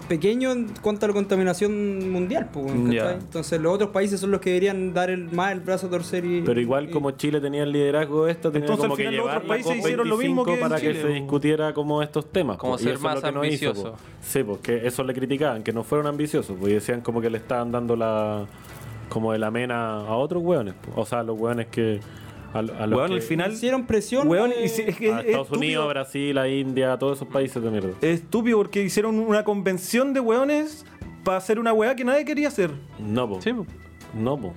pequeño en cuanto a la contaminación mundial, pues, weón,
Ya.
¿cachai? Entonces los otros países son los que deberían dar el, más el brazo a torcer y...
Pero igual
y-
como Chile tenía el liderazgo de esto, tenía
Entonces,
como
al
que
final los
llevar
otros
la
países
COP25
hicieron lo mismo que
para
en
que
Chile,
se
po.
discutiera como estos temas.
Como
po, y
ser
eso es
más
lo que no hizo, po.
ambicioso.
Sí, porque eso le criticaban, que no fueron ambiciosos, po, y decían como que le estaban dando la como de la mena a otros hueones, po. o sea, a los hueones que a, a los
Weón,
que-
al final,
Hicieron presión.
weón,
eh,
y si- es que
a
es
Estados
estúpido.
Unidos, Brasil, a India, a todos esos países de mierda.
Es estúpido porque hicieron una convención de weones para hacer una weá que nadie quería hacer.
No, po.
Sí, po.
No, po.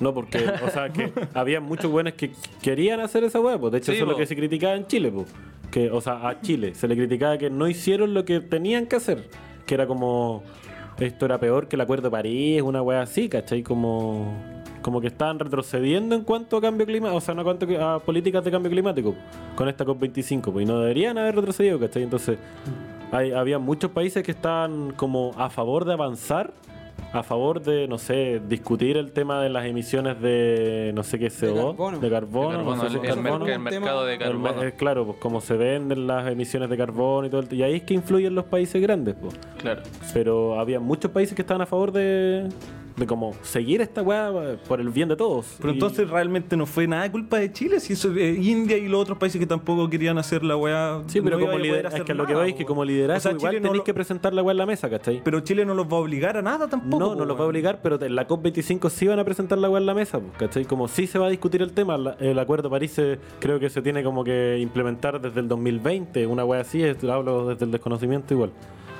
No, porque, o sea, que había muchos buenos que querían hacer esa hueá, po. De hecho,
Sí,
eso es
po.
lo que se criticaba en Chile, po. Que, o sea, a Chile se le criticaba que no hicieron lo que tenían que hacer. Que era como, esto era peor que el Acuerdo de París, una hueá así, ¿cachai? Como, como que estaban retrocediendo en cuanto a cambio climático, o sea, no cuanto a políticas de cambio climático con esta COP25, pues, y no deberían haber retrocedido, ¿cachai? Entonces, hay- había muchos países que estaban como a favor de avanzar, a favor de, no sé, discutir el tema de las emisiones de, no sé qué, CO2, de carbono,
El
carbono.
no
carbono,
sé
el,
si
el
es
merc-
carbono.
el mercado de
El
El me-
carbono.
eh, claro, pues como se venden las emisiones de carbono y todo el t- Y ahí es que influyen los países grandes, pues.
Claro.
Pero había muchos países que estaban a favor de, de como seguir esta weá eh, por el bien de todos.
Pero
Y-
entonces realmente no fue nada culpa de Chile, si eso eh, India y los otros países que tampoco querían hacer la weá.
Sí, pero como
no iba a poder
lider- es
hacer
que lo que
nada,
veis es que
po.
como liderazgo
O sea,
igual
Chile no
tenéis
lo-
que presentar la weá en la mesa, ¿cachai?
Pero Chile no los va a obligar a nada tampoco.
No, no
po,
los va a
weón.
obligar, pero en la COP25 sí van a presentar la weá en la mesa, pues, ¿cachai? Como sí se va a discutir el tema, la- el Acuerdo de París se- creo que se tiene como que implementar desde el 2020, una weá así, es- hablo desde el desconocimiento igual.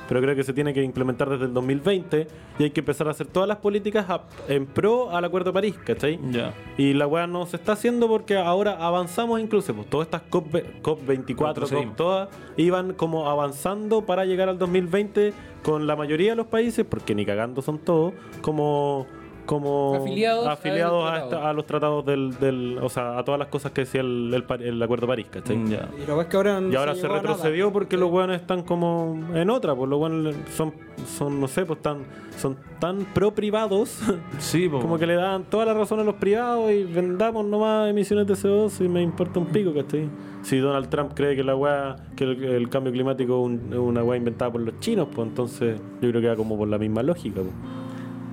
Pero creo que se tiene que implementar desde el 2020 y hay que empezar a hacer todas las políticas a- en pro al Acuerdo de París, ¿cachai?
Ya.
Y la weá no se está haciendo porque ahora avanzamos incluso, pues todas estas COP, ve- COP24, COP
Retrocedimos.
todas, iban como avanzando para llegar al 2020 con la mayoría de los países, porque ni cagando son todos, como... Como
Afiliados a
afiliados
los
a,
tratados.
esta- a los tratados del, del- O sea, a todas las cosas que decía el, el, par- el Acuerdo de París, ¿cachai?
Mm, Ya.
Y la weá es que ahora no
Y ahora se,
llegó a nada. pues.
retrocedió porque los hueones están como en otra, pues los hueones son, son no sé, pues tan, son tan pro privados
Sí, po.
Como que le dan toda la razón a los privados y vendamos nomás emisiones de CO2 y me importa un pico, ¿cachai? Si Donald Trump cree que la weá, que el, el cambio climático es un- es una weá inventada por los chinos, pues entonces yo creo que va como por la misma lógica. pues.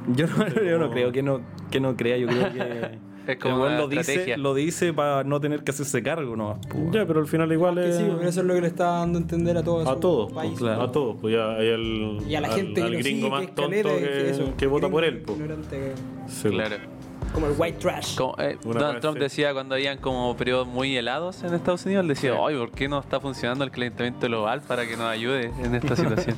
Eh.
Yo no, yo no creo que no, que no crea, yo creo que.
Es como
el weón
una
lo dice,
estrategia.
lo dice para no tener que hacerse cargo, ¿no?
Ya, pero al final igual
Que
es.
sí, porque eso es lo que le está dando a entender a todos.
A
esos
todos, pues,
países.
claro, a todos. Pues ya, hay al,
Y a la
al-
gente
al
que lo
gringo
sigue,
más
que es
tonto
caleta,
que,
eso,
que vota por él.
gringo
pues.
ignorante que-
Sí, pues.
Claro.
Como el white trash.
Como, eh,
Una
Donald Trump
parece.
decía cuando habían como periodos muy helados en Estados Unidos, él decía, ay, ¿por qué no está funcionando el calentamiento global para que nos ayude en esta situación?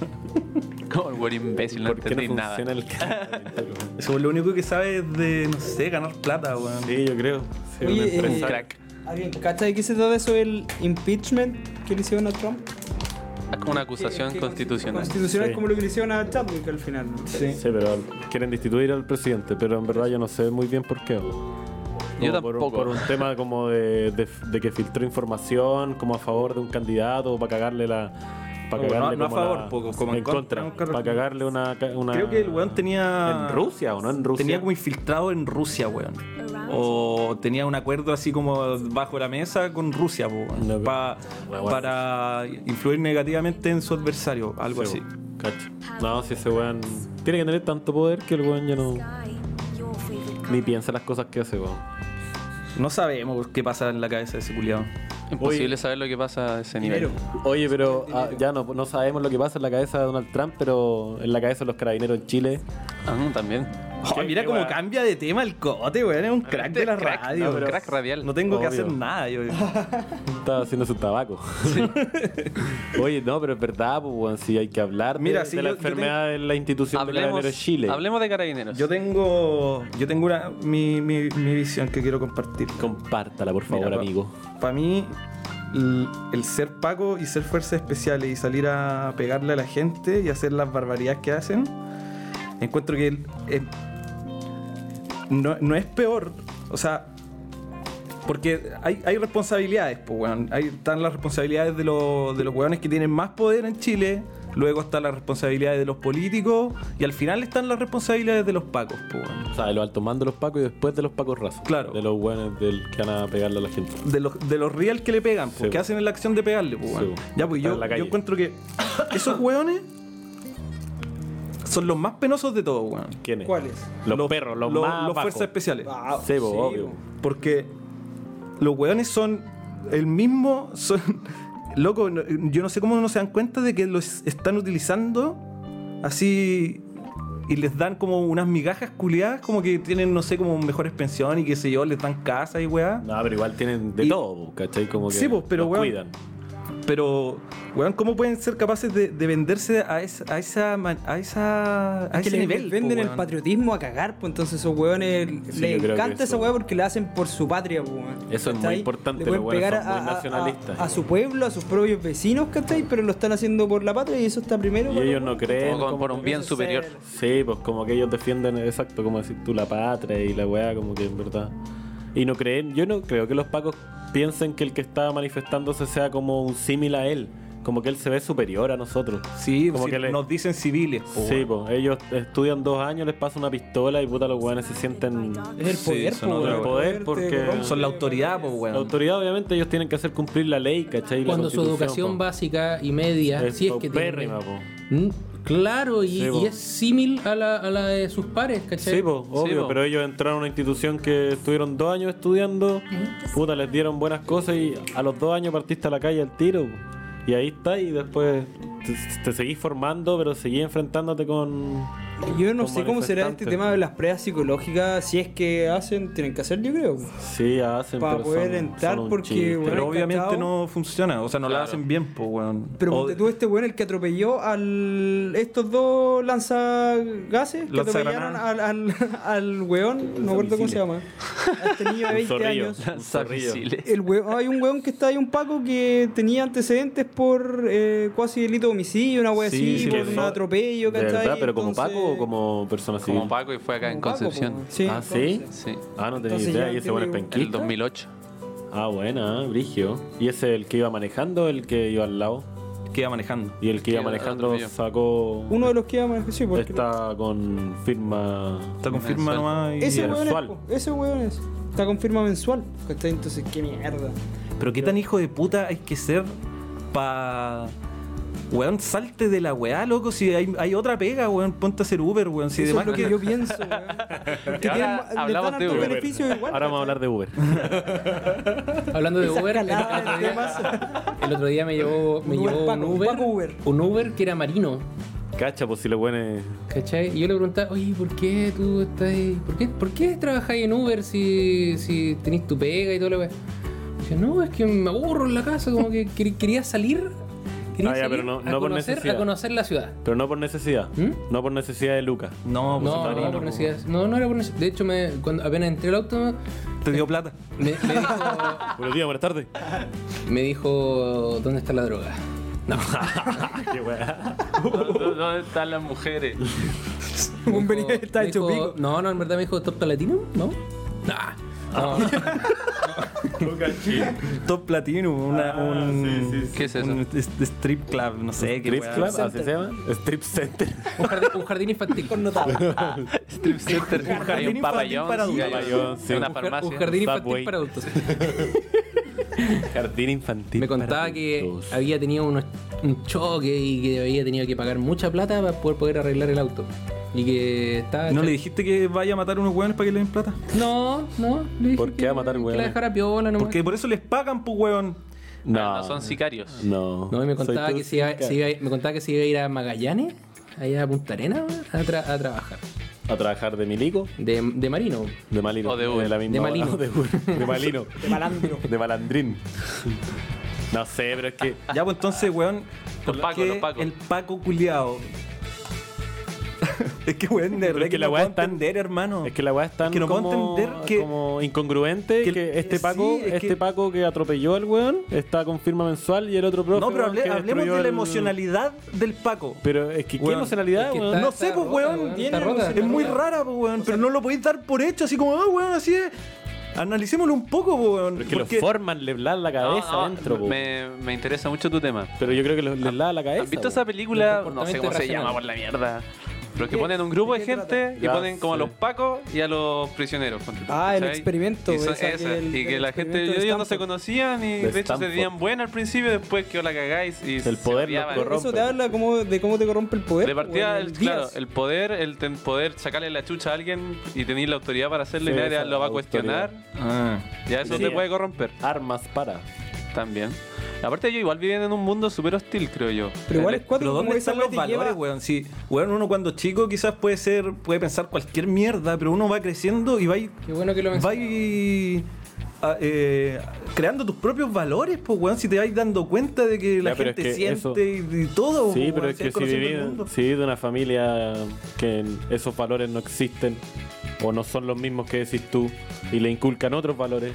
como el buen imbécil, no
¿Por qué
entendí
no
nada.
funciona el calentamiento?
Eso es lo único que sabe es de, no sé, ganar plata, weón.
Sí, yo creo. Sí,
Oye,
una
eh,
Un
empresa.
crack.
¿Alguien cacha de qué se trata eso el impeachment que le hicieron a Trump?
Es como una acusación
Que- que
constitucional.
Constitucional
Sí.
como lo que le hicieron a Chadwick al final.
Sí. pero al- quieren destituir al presidente, pero en verdad yo no sé muy bien por qué.
Yo
Como por un-
tampoco.
Por un, tema como de, de- de que filtró información como a favor de un candidato para cagarle la. Para
No,
cagarle
no a
como
favor,
la-
poco, como en
en contra.
contra.
Para cagarle una, ca- una-
Creo que el weón tenía.
¿En Rusia o no en Rusia?
Tenía como infiltrado en Rusia, weón. O tenía un acuerdo así como bajo la mesa con Rusia, po, weón.
No,
pa-
weón.
para influir negativamente en su adversario, algo
Sí,
así.
weón, cacho. No, si ese weón. Tiene que tener tanto poder que el weón ya no. Ni piensa las cosas que hace, weón.
No sabemos qué pasa en la cabeza de ese culiado.
Imposible
Oye.
saber lo que pasa a ese nivel.
Oye, pero ah, ya no, no sabemos lo que pasa en la cabeza de Donald Trump, pero en la cabeza de los carabineros en Chile.
Ah, también.
Oh, mira cómo cambia de tema el cote, weón. Es un crack de la
Este crack,
radio.
no, pero crack radial.
No tengo
Obvio.
que hacer nada, yo.
Estaba haciendo su tabaco. Oye, no, pero es verdad, pues, weón, sí hay que hablar de-
Mira,
de,
sí,
la
yo- yo
enfermedad de la institución de
Hablemos,
carabineros de Chile.
hablemos de carabineros.
Yo tengo, yo tengo una, mi, mi, mi visión que quiero compartir.
Compártala, por favor, amigo.
Para mí, l- el ser Paco y ser fuerzas especiales y salir a pegarle a la gente y hacer las barbaridades que hacen, encuentro que eh, no, no es peor. O sea, porque hay, hay responsabilidades, pues, weón. Ahí están las responsabilidades de, los- de los weones que tienen más poder en Chile. Luego están las responsabilidades de los políticos. Y al final están las responsabilidades de los pacos, pues, weón.
O sea, de los altos mandos de los pacos y después de los pacos rasos.
Claro.
De los buenos del que van a pegarle a la gente.
de los, de los real que le pegan,
Sí,
porque
po.
hacen en la acción de pegarle, po,
Sí,
weón.
po.
Ya, pues
Están
yo,
en la calle.
yo encuentro que esos weones son los más penosos de todos, weón.
¿Quiénes?
¿Cuáles?
Los, perros, los,
lo-
más
los
bajos.
fuerzas especiales.
Ah,
Sí, pues,
sí,
obvio.
pues.
Porque los weones son el mismo. Son, loco, no- yo no sé cómo no se dan cuenta de que los están utilizando así. Y les dan como unas migajas culiadas, como que tienen, no sé, como mejores pensiones y qué sé yo, les dan casa y weá.
No, pero igual tienen de
Y-
todo, po, ¿cachai? Como que
Sí, pues, pero,
los
weón,
cuidan.
Pero, weón, ¿cómo pueden ser capaces de, de venderse a esa, a esa, man- a esa, a
que
ese
le
nivel?
venden
po,
el
weón?
patriotismo a cagar, pues entonces esos hueones
Sí, yo
les
creo que
encanta esa
eso-
hueá porque la hacen por su patria, pues, weón.
Eso es muy
¿Cachai?
importante,
Le pueden
los hueones
pegar
son muy
a- a- a-
nacionalistas.
A, su pueblo, a sus propios vecinos, ¿cachai? Pero lo están haciendo por la patria y eso está primero.
Y
para los
ellos no
hueones.
creen.
Como con- por un bien
Eso es
superior.
ser-
Sí, pues como que ellos defienden, exacto, como decir tú, la patria y la weá, como que en verdad. Y no creen, yo no creo que los pacos piensen que el que está manifestándose sea como un símil a él, como que él se ve superior a nosotros.
Sí,
como
sí,
que le-
nos dicen civiles. po,
Sí,
weón.
pues ellos estudian dos años, les pasa una pistola y puta, los weones se sienten.
Es el
Sí,
poder,
son
pues,
otro
weón.
el poder
te
porque-
corrompe.
Son la autoridad, pues,
La
weón.
autoridad, obviamente, ellos tienen que hacer cumplir la ley, ¿cachai? La
Cuando su
constitución,
educación
po.
básica y media,
Es
si es que tiene.
paupérrima, po.
Mm, Claro, y,
Sí, po.
y es símil a la, a la de sus pares, ¿cachai?
Sí, po, obvio,
po.
pero ellos entraron a una institución que estuvieron dos años estudiando, puta, les dieron buenas cosas y a los dos años partiste a la calle al tiro. po. Y ahí está, y después te, te seguís formando, pero seguís enfrentándote con.
Yo no
con
sé cómo será este
manifestantes.
tema de las pruebas psicológicas, si es que hacen, tienen que hacer, yo creo.
Sí, hacen
Pa'
pero
poder
son-
entrar
son un
porque,
chiste.
weón,
Pero
Bueno,
obviamente
cachao.
no funciona, o sea, no la hacen bien, pues, weón.
Pero
O-
ponte tú este weón el que atropelló al estos dos lanzagases que atropellaron
Lanzagranadas.
al, al, al weón, no me acuerdo cómo se llama. A este niño de
Un
20
zorrillo.
años.
un zorrillo.
Misiles.
El weón- hay un weón que está, hay un Paco que tenía antecedentes por eh, cuasi delito de homicidio, una wea
Sí,
así,
sí,
por
lo
un
so-
atropello,
¿De
¿cachai?
verdad? ¿Pero como
Entonces-
Paco o como persona civil?
Como Paco y fue acá en
Paco,
Concepción.
po. Sí,
ah, ¿sí?
entonces.
Sí.
Ah, no tenía
Entonces
idea,
ya
y ese bueno es
tiene-
El
penquista.
2008.
Ah, buena, Brigio. ¿Y ese el que iba manejando, el que iba al lado?
queda manejando.
Y el que iba
Que
manejando
atropelló.
sacó.
Uno de los que iba a manejar, sí, porque
Está con firma.
Está confirma
Mensual.
nomás. y-
ese
el
weón, es,
mensual.
po, ese weón es. Está con firma mensual. ¿cachai? Entonces, qué mierda.
Pero qué tan hijo de puta hay que ser para Weón, salte de la weá, loco. Si hay, hay otra pega, weón, ponte a hacer Uber, weón. Si
Eso
demás
es lo que yo pienso, weón. Que
Ahora
tienen- les dan
hablamos de
hartos
Uber.
beneficios igual,
Ahora vamos a
¿cachai?
hablar de Uber.
Hablando de Uber, el,
escalada
el otro
de
día, el otro día me llevó, me
Un Uber
llevó
Paco, un
un, Uber,
Paco Uber.
un Uber que era marino,
Cacha, pues si lo bueno
¿cachai? Y yo le preguntaba, oye, ¿por qué tú estás ahí? ¿Por qué, por qué trabajáis en Uber si, si tenés tu pega y todo lo que... Dice, no, es que me aburro en la casa, como que quer- quería salir, quería
Ah, ya,
salir
pero no-
a,
no por
conocer,
necesidad.
a conocer la ciudad.
Pero no por necesidad.
¿Mm?
No por necesidad de Lucas.
No, pues,
No,
marino,
no, por
po.
necesidad. No, no era por necesidad. De hecho, me, cuando apenas entré al auto,
Te dio plata.
me, me dijo...
Buenos días, buenas tardes.
Me dijo, ¿dónde está la droga? No.
Qué weá.
¿Dó- ¿Dónde están las mujeres?
Un
Me dijo-
beneficio está
me
hecho
dijo-
pico.
No, no, en verdad me dijo, ¿top latino? No. Nah. No,
Ah.
no.
Top Platino, una,
Ah,
un.
¿Qué es eso?
un est- strip club, no sé, qué
¿Strip
weá. Ah,
Club? ¿Así se llama? Strip Center.
Un, jardín, un jardín infantil.
Strip center. Hay un
jardín infantil
papayón.
para
sí, hay
adultos. Papayón, sí.
Una
Un jar-
farmacia.
Un jardín infantil
Subway.
para adultos.
Jardín infantil.
Me contaba
para
que
adultos.
había tenido unos- un choque y que había tenido que pagar mucha plata para poder, poder arreglar el auto. Y que estaba.
¿No le dijiste que vaya a matar unos weones para que le den plata?
No, no. Le dije
¿Por qué
que-
a matar
que
hueones?
la dejara piola nomás.
Porque por eso les pagan, pues weón.
No, no son sicarios.
No.
No, y me
Soy
contaba,
tú,
que se iba,
Silca.
se iba- me contaba que se iba a ir a Magallanes, allá a Punta Arena, a, tra- a trabajar.
A trabajar de milico.
De, de marino.
De Malino. Eh,
O de Uber.
la misma
De
hora.
Malino.
De, Uber. de Malino.
De malandro.
De Malandrín. No sé, pero es que.
Ya, pues entonces, weón.
Los
¿por
pacos,
qué
los pacos.
El Paco culiao. es que, weón, de verdad
es que
que
la
no
weá
puedo
es tan-
entender, hermano.
Es que la weá es tan
Que no puedo
como,
entender que-
como incongruente que,
que-
este
eh,
Paco,
sí, es
este
que-
Paco que atropelló al weón, está con firma mensual y el otro profe.
no, pero
weón,
hable-
que
hablemos
destruyó
de la
el-
emocionalidad del Paco.
Pero es que qué
Weón,
emocionalidad,
es que
weón?
está-
no sé, pues,
rota,
weón.
weón, está
tiene-
rota,
es
está
muy
rota.
rara, pues, weón. pero no lo podéis dar por hecho, así como, ah, weón, así es. Analicémoslo un poco, pues, weón.
Pero es que
porque-
lo forman, le blan la
No,
cabeza
no,
adentro, pues. po.
me, me interesa mucho tu tema.
Pero yo creo que lo- les lava la cabeza.
¿Has visto
po.
esa película?
El
No sé
comportamiento
cómo se
irracional.
llama por la mierda. Pero que ponen un grupo de gente y
Ya
ponen como a
sé.
los pacos y a los prisioneros. ponte tú,
Ah, el
¿cachai?
experimento,
Y, son-
esa que
esa,
el-
y que
el
la gente,
experimento de
ellos no se
Stanford.
conocían y
De
de, hecho se
Stanford.
tenían buena al principio, después que la cagáis y se
poder los
odiaban.
corrompe.
Eso te habla como de cómo te corrompe el poder.
De partida,
weón,
el,
días.
claro, el poder, el ten- poder sacarle la chucha a alguien y tener la autoridad para hacerlo
Sí,
y nadie
esa
lo va a
autoridad.
cuestionar, ya eso
Sí.
te puede corromper
Armas para.
también. Aparte, ellos igual viven en un mundo súper hostil, creo yo.
Pero igual es
El-
cuático
Pero
como
¿dónde
esa
están
weá
los
te
valores,
lleva-
weón? Si, weón, uno cuando chico quizás puede ser, puede pensar cualquier mierda, pero uno va creciendo y va, y-
Qué bueno que lo
va
mencionaste.
y- a- eh, creando tus propios valores, pues weón, si te vais dando cuenta de que la
Ya, pero es
gente
que
siente
eso-
y, y todo.
Sí,
pues,
pero
weón,
es
vais
que si
conociendo el
vivís
mundo.
si vivís de una familia que en- esos valores no existen o no son los mismos que decís tú y le inculcan otros valores,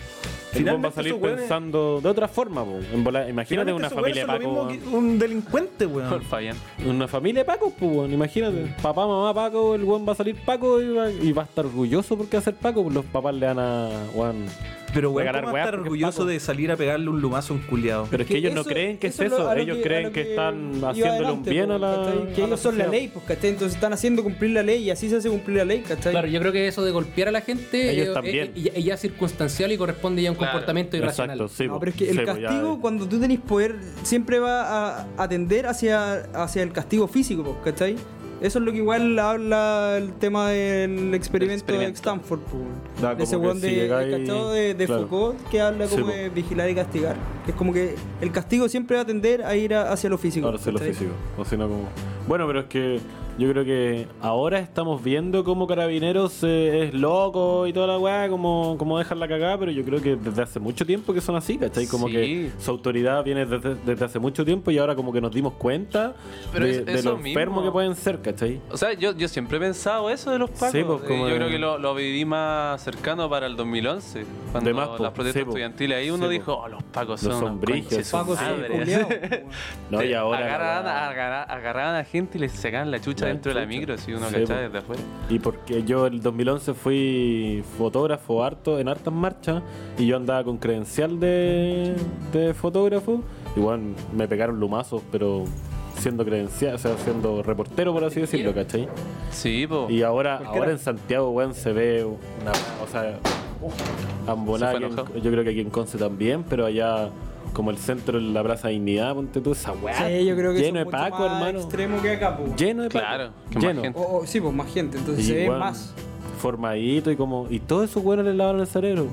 el
Finalmente
weón va a salir
esos weones-
pensando de otra forma. po. En vola- Imagínate
Finalmente
una
esos
familia de
weones
Paco.
son lo
weón.
mismo que un delincuente,
Por
weón.
Fabián.
Una familia de Paco, pues, weón, imagínate. Papá, mamá, Paco, el weón va a salir Paco y va, y va a estar orgulloso porque va a ser Paco. pues, Los papás le van a. weón.
Pero weón,
Regalar
¿cómo va a
weas
estar
porque
orgulloso
Paco-
de salir a pegarle un lumazo a un culiado?
Pero es que, ellos no
eso-
creen que es
es lo-
eso.
a lo
Ellos
que- a
creen
lo
que, están
iba
haciéndole un
adelante,
bien a
po,
la.
¿cachai? Que
a la
ellos son la
sociedad.
ley, pues, ¿cachai? Entonces están haciendo cumplir la ley y así se hace cumplir la ley, ¿cachai?
Claro, yo creo que eso de golpear a la gente
Ellos
eh,
también.
eh, ya- ya es circunstastancial y corresponde ya a un
Claro.
comportamiento irracional.
Exacto, sí.
No,
po.
pero es que el
Sí, po, ya,
castigo,
eh.
cuando tú tenés poder, siempre va a, a tender hacia, hacia el castigo físico, po, ¿cachai? Eso es lo que igual habla el tema del experimento, de
experimento.
Stanford, po.
Da,
de ese
como que
weón
si
de,
llegáis-
¿cachado? de, de
claro.
Foucault, que habla
Sí, pues.
como
po.
de vigilar y castigar. Es como que el castigo siempre va a tender a ir a- hacia lo físico.
Ahora sí lo
¿cachai?
físico. O si no, como. Bueno, pero es que yo creo que ahora estamos viendo cómo Carabineros eh, es loco y toda la weá, como, como dejan la cagada, pero yo creo que desde hace mucho tiempo que son así, ¿cachai? Como
Sí.
que su autoridad viene desde, desde hace mucho tiempo y ahora como que nos dimos cuenta
Pero
de,
es-
de
eso
lo enfermo
mismo.
que pueden ser, ¿cachai?
O sea, yo, yo siempre he pensado eso de los pacos.
Sí, pues,
Eh,
como-
yo creo que lo, lo viví más cercano para el 2011, cuando
De más, pues,
las protestas
sí, pues.
estudiantiles. Ahí uno
Sí, pues.
dijo, oh, los pacos
Los
son,
son
unos
brígidos,
conches,
son
Pacos
su
sí,
madre.
culiao, po, weón.
No,
Te-
y ahora. la
agarraban,
weá-
agarra- agarraban a gente y les sacaban la chucha
La
dentro de la
chucha.
micro, si uno
Sí,
cachaba
pues.
desde afuera.
Y porque yo el 2011 fui fotógrafo harto en hartas marchas y yo andaba con credencial de, de fotógrafo. Igual me pegaron lumazos, pero siendo credencial, o sea, siendo reportero, por así decirlo, ¿cachai?
Sí, po.
Y ahora, ahora en Santiago, weón, se ve una. O sea,
Se
ambulada.
fue enojado.
Yo creo que aquí en Conce también, pero allá como el centro en la Plaza Dignidad, ponte tú esa weá.
Sí, yo creo que
lleno de
eso es mucho
Paco,
más
hermano.
extremo que acá, po.
Lleno de Paco.
Claro, que más
lleno.
gente.
O- o- sí, pues más gente, entonces se ve
weón,
más.
Formadito y como. Y todos esos weones le lavaron el cerebro.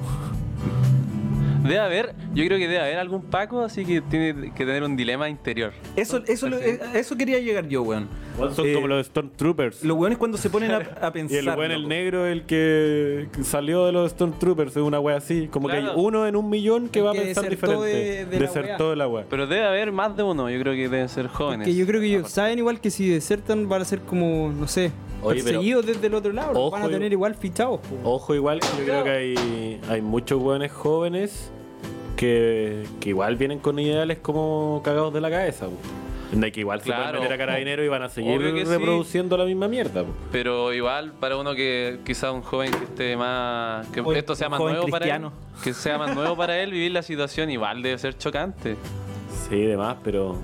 Debe haber, yo creo que debe haber algún Paco, así que tiene que tener un dilema interior.
Eso, eso, lo- eh, a eso quería llegar yo, weón.
Weón, Son
Eh,
como los Stormtroopers.
Los weones cuando se ponen a, a
y
pensar.
el weón, el
loco.
negro, el que que salió de los Stormtroopers, es una wea así. Como que hay
Claro.
uno en un millón que
El
va a
que
pensar
desertó
diferente.
de- de la
desertó
wea.
de la wea.
Pero debe haber más de uno, yo creo que deben ser jóvenes.
Que yo creo que ellos saben igual que si desertan van a ser como, no sé,
Oye, pero-
perseguidos desde el otro lado. los
Ojo,
van a tener
yo-
igual fichados. po.
Oh,
Ojo, igual, yo creo que hay, hay muchos hueones jóvenes que, que igual vienen con ideales como cagados de la cabeza. po. De que igual se
Claro.
pueden meter a carabinero y van a seguir
Obvio que sí.
reproduciendo la misma mierda. po.
Pero igual, para uno que quizá un joven que esté más. que
Joven-
esto sea
un
más
joven
nuevo
cristiano.
para él. Que sea más nuevo para él, vivir la situación igual debe ser chocante.
Sí, demás, pero.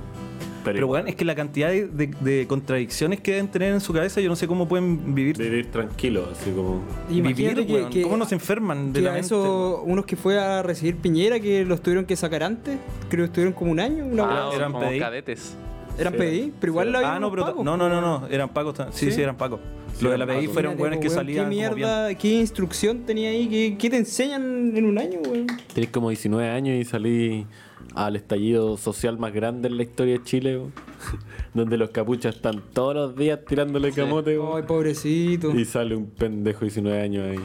Pero
igual,
weón, es que la cantidad de, de- de contradicciones que deben tener en su cabeza, yo no sé cómo pueden vivir.
Vivir tranquilo, así como.
Imagínate
vivir,
que-
weón.
que-
¿Cómo nos enferman de
Que
la
a
mente? weón?
esos, unos que fue a recibir Piñera, que los tuvieron que sacar antes, creo que estuvieron como un año, una
Ah,
hora.
eran
como
PDI.
cadetes.
eran
sí,
PDI, pero igual
sí.
la habían
Ah, no,
unos
pero
pagos,
no,
po,
no, no,
weón.
no, eran pagos. ta- Sí,
¿Sí?
sí, eran pagos.
Sí,
Los de
eran
la PDI
pagos.
fueron
Imagínate,
weones
po,
que
weón,
salían.
¿Qué
como bien.
mierda, qué instrucción tenía ahí? ¿Qué, qué te enseñan en un año, weón?
Tenés como 19 años y salí al estallido social más grande en la historia de Chile, po. donde los capuchas están todos los días tirándole camote. po.
Ay, pobrecito.
Y sale un pendejo de 19 años ahí.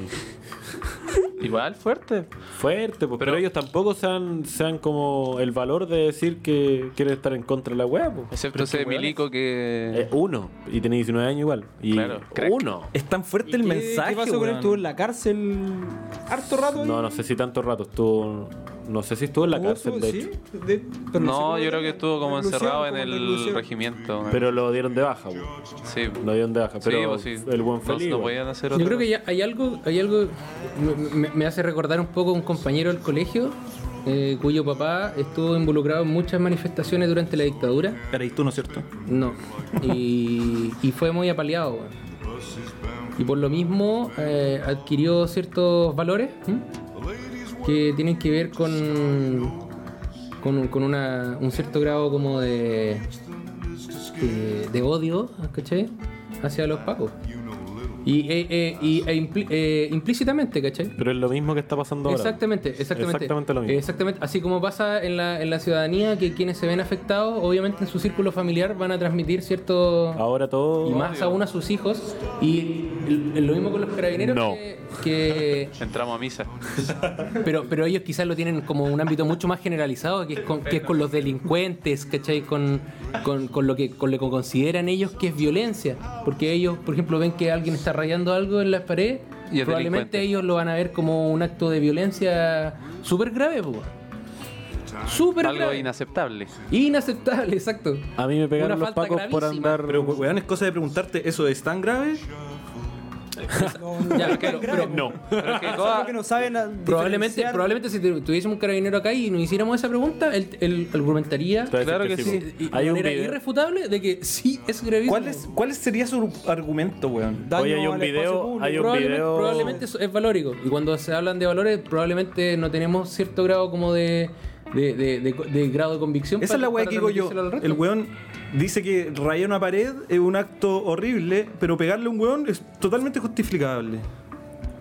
Igual fuerte.
Fuerte, pues, pero, ellos tampoco sean, sean como el valor de decir que quieren estar en contra de la web.
Excepto ese milico que.
uno, y tenía 19 años igual. Y
Claro, crack.
uno.
Es tan fuerte el
¿Qué-
mensaje.
¿Qué pasó con él?
weón.
Estuvo en la cárcel harto rato. ahí?
No, no sé si tanto rato estuvo. No sé si estuvo en la
Estuvo-
cárcel, de
sí,
hecho.
de- pero sé
No,
cómo
yo
era
creo que
la
estuvo como
reclusión,
encerrado en
como
el
reclusión.
regimiento. ¿no?
Pero lo dieron de baja, pues. po.
sí.
Lo dieron de baja.
sí,
Pero
pues sí.
el buen
No-
feliz.
no,
po.
podían hacer
Yo
otra
creo que
cosa.
ya hay algo, hay algo me, me- me hace recordar un poco a un compañero del colegio eh, cuyo papá estuvo involucrado en muchas manifestaciones durante la dictadura.
Pero ahí tú, ¿no es cierto?
No. Y, y fue muy apaleado, weón. Y por lo mismo eh, adquirió ciertos valores ¿m? que tienen que ver con, con, con una- un cierto grado como de, de, de odio, ¿cachai? Hacia los pacos. Y, eh, eh, y- e impli- eh, implícitamente, ¿cachai?
Pero es lo mismo que está pasando ahora.
Exactamente, exactamente.
Exactamente lo mismo.
Exactamente, así como pasa en la, en la ciudadanía, que quienes se ven afectados, obviamente en su círculo familiar van a transmitir ciertos...
Ahora
y
todo.
más aún a sus hijos. Y l- lo mismo con los carabineros
No.
que... que-
Entramos a misa.
pero, pero ellos quizás lo tienen como un ámbito mucho más generalizado, que es con, que es con los delincuentes, ¿cachai? Con, con, con lo que, con lo que consideran ellos que es violencia. Porque ellos, por ejemplo, ven que alguien está rayando algo en la pared,
Y es
probablemente
delincuente.
ellos lo van a ver como un acto de violencia súper grave, po. Súper
Algo
grave.
inaceptable.
Inaceptable, exacto.
A mí me pegaron
Una
los
falta
pacos por
gravísima.
andar.
Pero, weón, es cosa de preguntarte, ¿eso es tan grave?
Ya, pero- pero-
No.
Pero que
Eso es
Goa-
lo que no saben a
Probablemente,
diferenciar.
probablemente si tu- tuviésemos un carabinero acá y nos hiciéramos esa pregunta, él, él argumentaría
Te voy a decir
Claro que sí.
po.
y- y de
Hay un
manera
video-
irrefutable de que sí es gravísimo.
¿Cuál, es, ¿Cuál sería su argumento, weón?
Daño
Oye, hay un
al espacio
video-
público.
hay un-
probablemente,
video-
probablemente eso es valórico. Y cuando se hablan de valores, probablemente no tenemos cierto grado como de, de, de- de- de grado de convicción.
Esa
para-
es la weá
para
que digo yo.
transmitírselo al resto.
El weón dice que rayar una pared es un acto horrible, pero pegarle a un weón es totalmente justificable.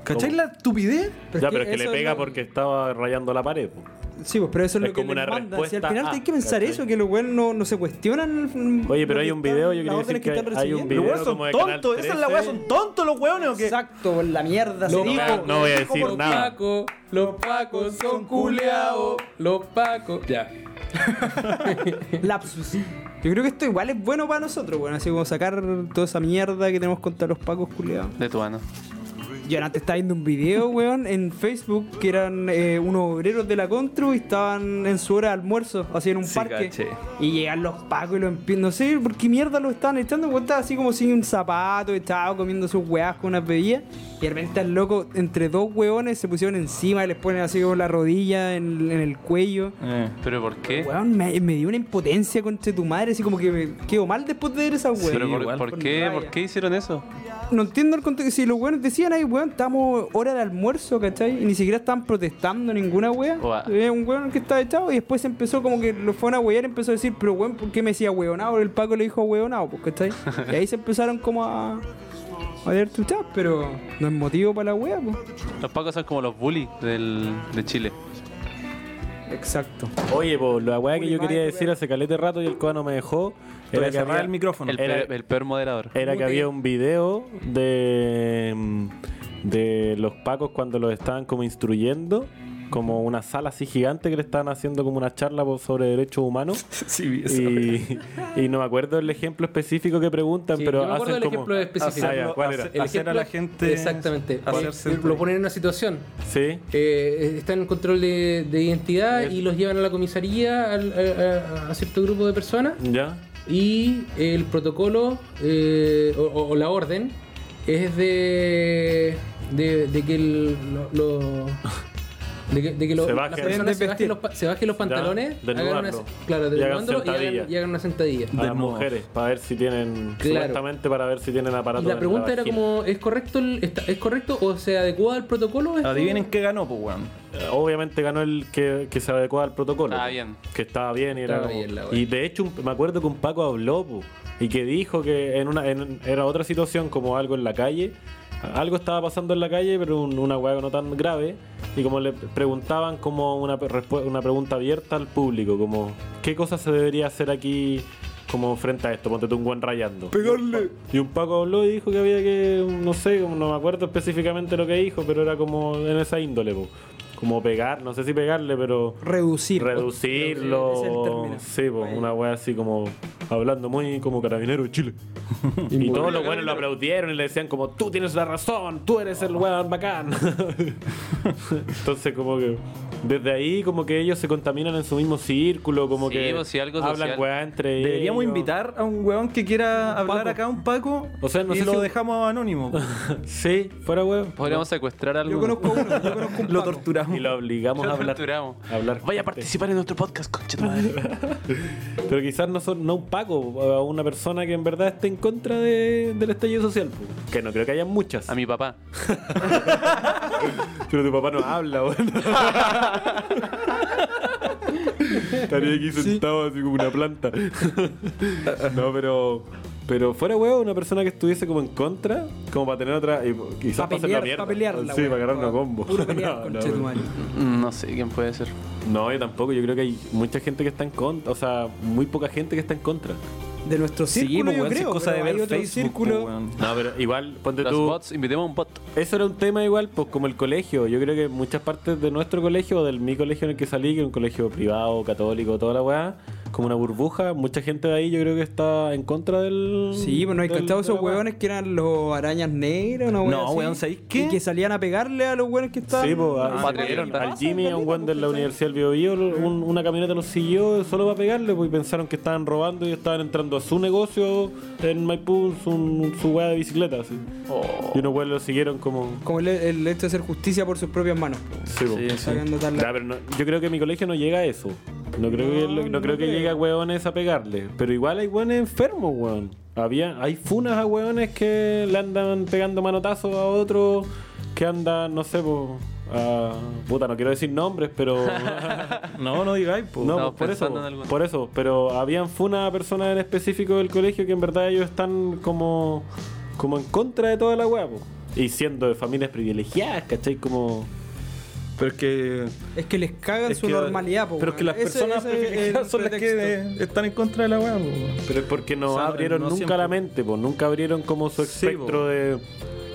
¿Cachai
¿Cómo?
la estupidez?
Pero
ya,
es que
pero es que le
eso es
pega
lo-
porque estaba rayando la pared. po.
Sí, pues, pero eso es,
Es
lo que
como una
les manda. Si al
respuesta
final
a,
hay que pensar
¿cachai?
eso, que los weones no, no se cuestionan.
Oye, pero
lo
hay
que
un video, yo quiero
están- las
decir
órdenes
que
están
hay un
recibiendo.
Los
Video
weones son
como de Canal
tontos. Esa es la
13.
weá, son tontos los weones o qué?
Exacto, por la mierda. se
Lo-
dijo.
No, no voy a decir
Los
nada.
pacos, los pacos son culeados. Los pacos. Ya.
Lapsus. Yo creo que esto igual es bueno para nosotros, bueno, así como sacar toda esa mierda que tenemos contra los pacos culiados.
De tu mano.
Yo antes estaba viendo un video, weón, en Facebook que eran eh, unos obreros de la Contru y estaban en su hora de almuerzo, así en un parque.
caché.
Y llegan los pacos y los empie- No sé por qué mierda lo estaban echando, weón, estaba así como sin un zapato, estaba comiendo sus weas con unas bebidas. Y de repente al loco, entre dos weones, se pusieron encima y les ponen así como la rodilla en, en el cuello.
Eh,
¿Pero por qué?
Weón, me, me dio una impotencia contra tu madre, así como que me quedo mal después de ver esa weón.
¿Pero por,
igual,
por
por
qué,
rabia.
por qué hicieron eso?
no entiendo el contexto. Si los weones decían ahí, weón, estamos hora de almuerzo, ¿cachai? Y ni siquiera estaban protestando ninguna wea.
Ua.
Eh, un weón que estaba echado y después empezó como que lo fueron a wear empezó a decir, pero weón, ¿por qué me decía weonado? El Paco le dijo weonado, pues, ¿cachai? y ahí se empezaron como a. A ver tu chat, pero no es motivo para la wea, pues.
Los pacos son como los bullies del, de Chile.
Exacto.
Oye, po, la weá que
Uy,
yo quería
madre,
decir
weá.
hace caleta de rato y el coa no me dejó era que,
cerrar
había,
el micrófono.
El,
Era- eh,
peor, el peor moderador.
era que
Mute.
había un video de, mm, de los pacos cuando los estaban como instruyendo, como una sala así gigante que le estaban haciendo como una charla po, sobre derechos humanos.
Sí, vi eso.
Y, y no me acuerdo el ejemplo específico que preguntan,
Sí,
pero
yo me acuerdo
hacen
del
como.
ejemplo específico.
Ah, ya, ¿Cuál era?
Hacer- hacer a la gente-
Exactamente.
hacerse
Eh,
entender.
lo ponen en una situación.
Sí.
Eh, están en control de, de identidad y los llevan a la comisaría al- a, a- a cierto grupo de personas.
¿Ya?
Y el protocolo eh, o, o- o la orden es de, de, de que el, lo- lo- de que, de que lo-
Se
las
bajen.
personas se bajen,
Desvestir.
los, pa- se bajen los pantalones,
desnudarlo.
una, claro,
Y hagan
desnudándolo y hagan-
sentadilla.
y hagan una sentadilla.
A las
Desnudos.
mujeres, para ver si tienen.
Claro.
Supuestamente para ver si tienen aparato.
Y la
en
pregunta era
vagina.
como, ¿es correcto, el- está- ¿es correcto o se adecua al protocolo? esto?
Adivinen qué ganó, pues, weón.
Eh, Obviamente ganó el que, que se adecuaba al protocolo.
Estaba
po.
bien.
Que estaba bien y era.
Estaba
como-
bien la wea.
y de hecho, un- me acuerdo que un Paco habló po, y que dijo que en una en- era otra situación, como algo en la calle. Algo estaba pasando en la calle, pero un- una hueá no tan grave. Y como le preguntaban como una, pe- respu- una pregunta abierta al público, como ¿qué cosa se debería hacer aquí como frente a esto? Ponte tú un buen rayando.
Pegarle.
Y un Paco habló y dijo que había que, no sé, como no me acuerdo específicamente lo que dijo, pero era como en esa índole, po. como pegar, no sé si pegarle, pero
Reducir.
reducirlo.
Ese es el término.
sí, po, una wea así como hablando muy como carabinero de Chile. y todos los buenos lo aplaudieron y le decían como, tú tienes la razón, tú eres el weón bacán. Entonces como que... Desde ahí como que ellos se contaminan en su mismo círculo, como
Sí,
que
pues, sí, algo
hablan
social.
weá entre
Deberíamos
ellos.
invitar a un weón que quiera hablar acá, un Paco.
O sea, no
y
sé
lo
si-
dejamos anónimo.
Sí, fuera weón.
Podríamos secuestrar algo.
Yo conozco uno, yo conozco un
lo
Paco.
torturamos.
Y lo obligamos a hablar. a hablar.
Vaya a participar en nuestro podcast, concha tu madre.
Pero quizás no, son, no un Paco, a una persona que en verdad esté en contra de- del estallido social. pues. Que no creo que haya muchas.
A mi papá.
Pero tu papá no habla, bueno. Estaría aquí sentado así como una planta. no, pero. Pero fuera huevo, una persona que estuviese como en contra, como para tener otra. Y quizás para
Pa'
hacer la
pelear,
mierda.
pa' pelear la
sí,
wea.
para agarrar una
Pa-
combo.
puro pelear,
No, no,
conchetumare.
No sé quién puede ser.
No, yo tampoco. Yo creo que hay mucha gente que está en contra. O sea, muy poca gente que está en contra.
De nuestro
Sí,
círculo,
pues,
yo
weón, si es
creo.
cosa de
pero
ver
hay otro
Facebook,
círculo.
pues, weón.
No, pero igual, ponte
Los
tú.
bots, invitemos a un bot.
Eso era un tema igual, pues como el colegio. Yo creo que muchas partes de nuestro colegio, o del mi colegio en el que salí, que es un colegio privado, católico, toda la weá, como una burbuja, mucha gente de ahí yo creo que está en contra del.
Sí, pues no hay
del-
cachado
de la
esos
weá.
hueones que eran los arañas negras, una wea
No,
así,
weón, ¿sabéis qué?
Y que salían a pegarle a los hueones que estaban.
Sí, pues a-
Ah,
se metieron
¿qué
al
pasa,
Jimmy, a un weón de la Universidad del Bio una camioneta los siguió solo para pegarle, pues y pensaron que estaban robando y estaban entrando a su negocio en Maipú, su, su weá de bicicleta, así.
Oh.
Y unos weones los siguieron como.
Como el, el hecho de hacer justicia por sus propias manos. pues.
Sí, pues.
Sacando tal
Ya, pero no- yo creo que mi colegio no llega a eso. No creo que, no,
no
creo que
creo.
llegue a hueones a pegarle. Pero igual hay hueones enfermos, hueón. Había, hay funas a hueones que le andan pegando manotazos a otros que andan, no sé, po, a- puta, no quiero decir nombres, pero.
No, no digáis, pues.
No,
Estamos
pues, por eso,
pensando en alguno.
por eso, pero habían funas a personas en específico del colegio que en verdad ellos están como como en contra de toda la hueá, po. y siendo de familias privilegiadas, ¿cachai? Como
Pero es que.
Es que les cagan
es
su
que-
normalidad, pues.
Pero es que las
weón. Ese-
personas
ese es el
privilegiadas son las
pretexto.
que están en contra de la weá, pues, weón.
Pero es porque no
O sea,
abrieron
no
nunca
siempre.
la mente, pues nunca abrieron como su
Sí,
espectro
po.
de,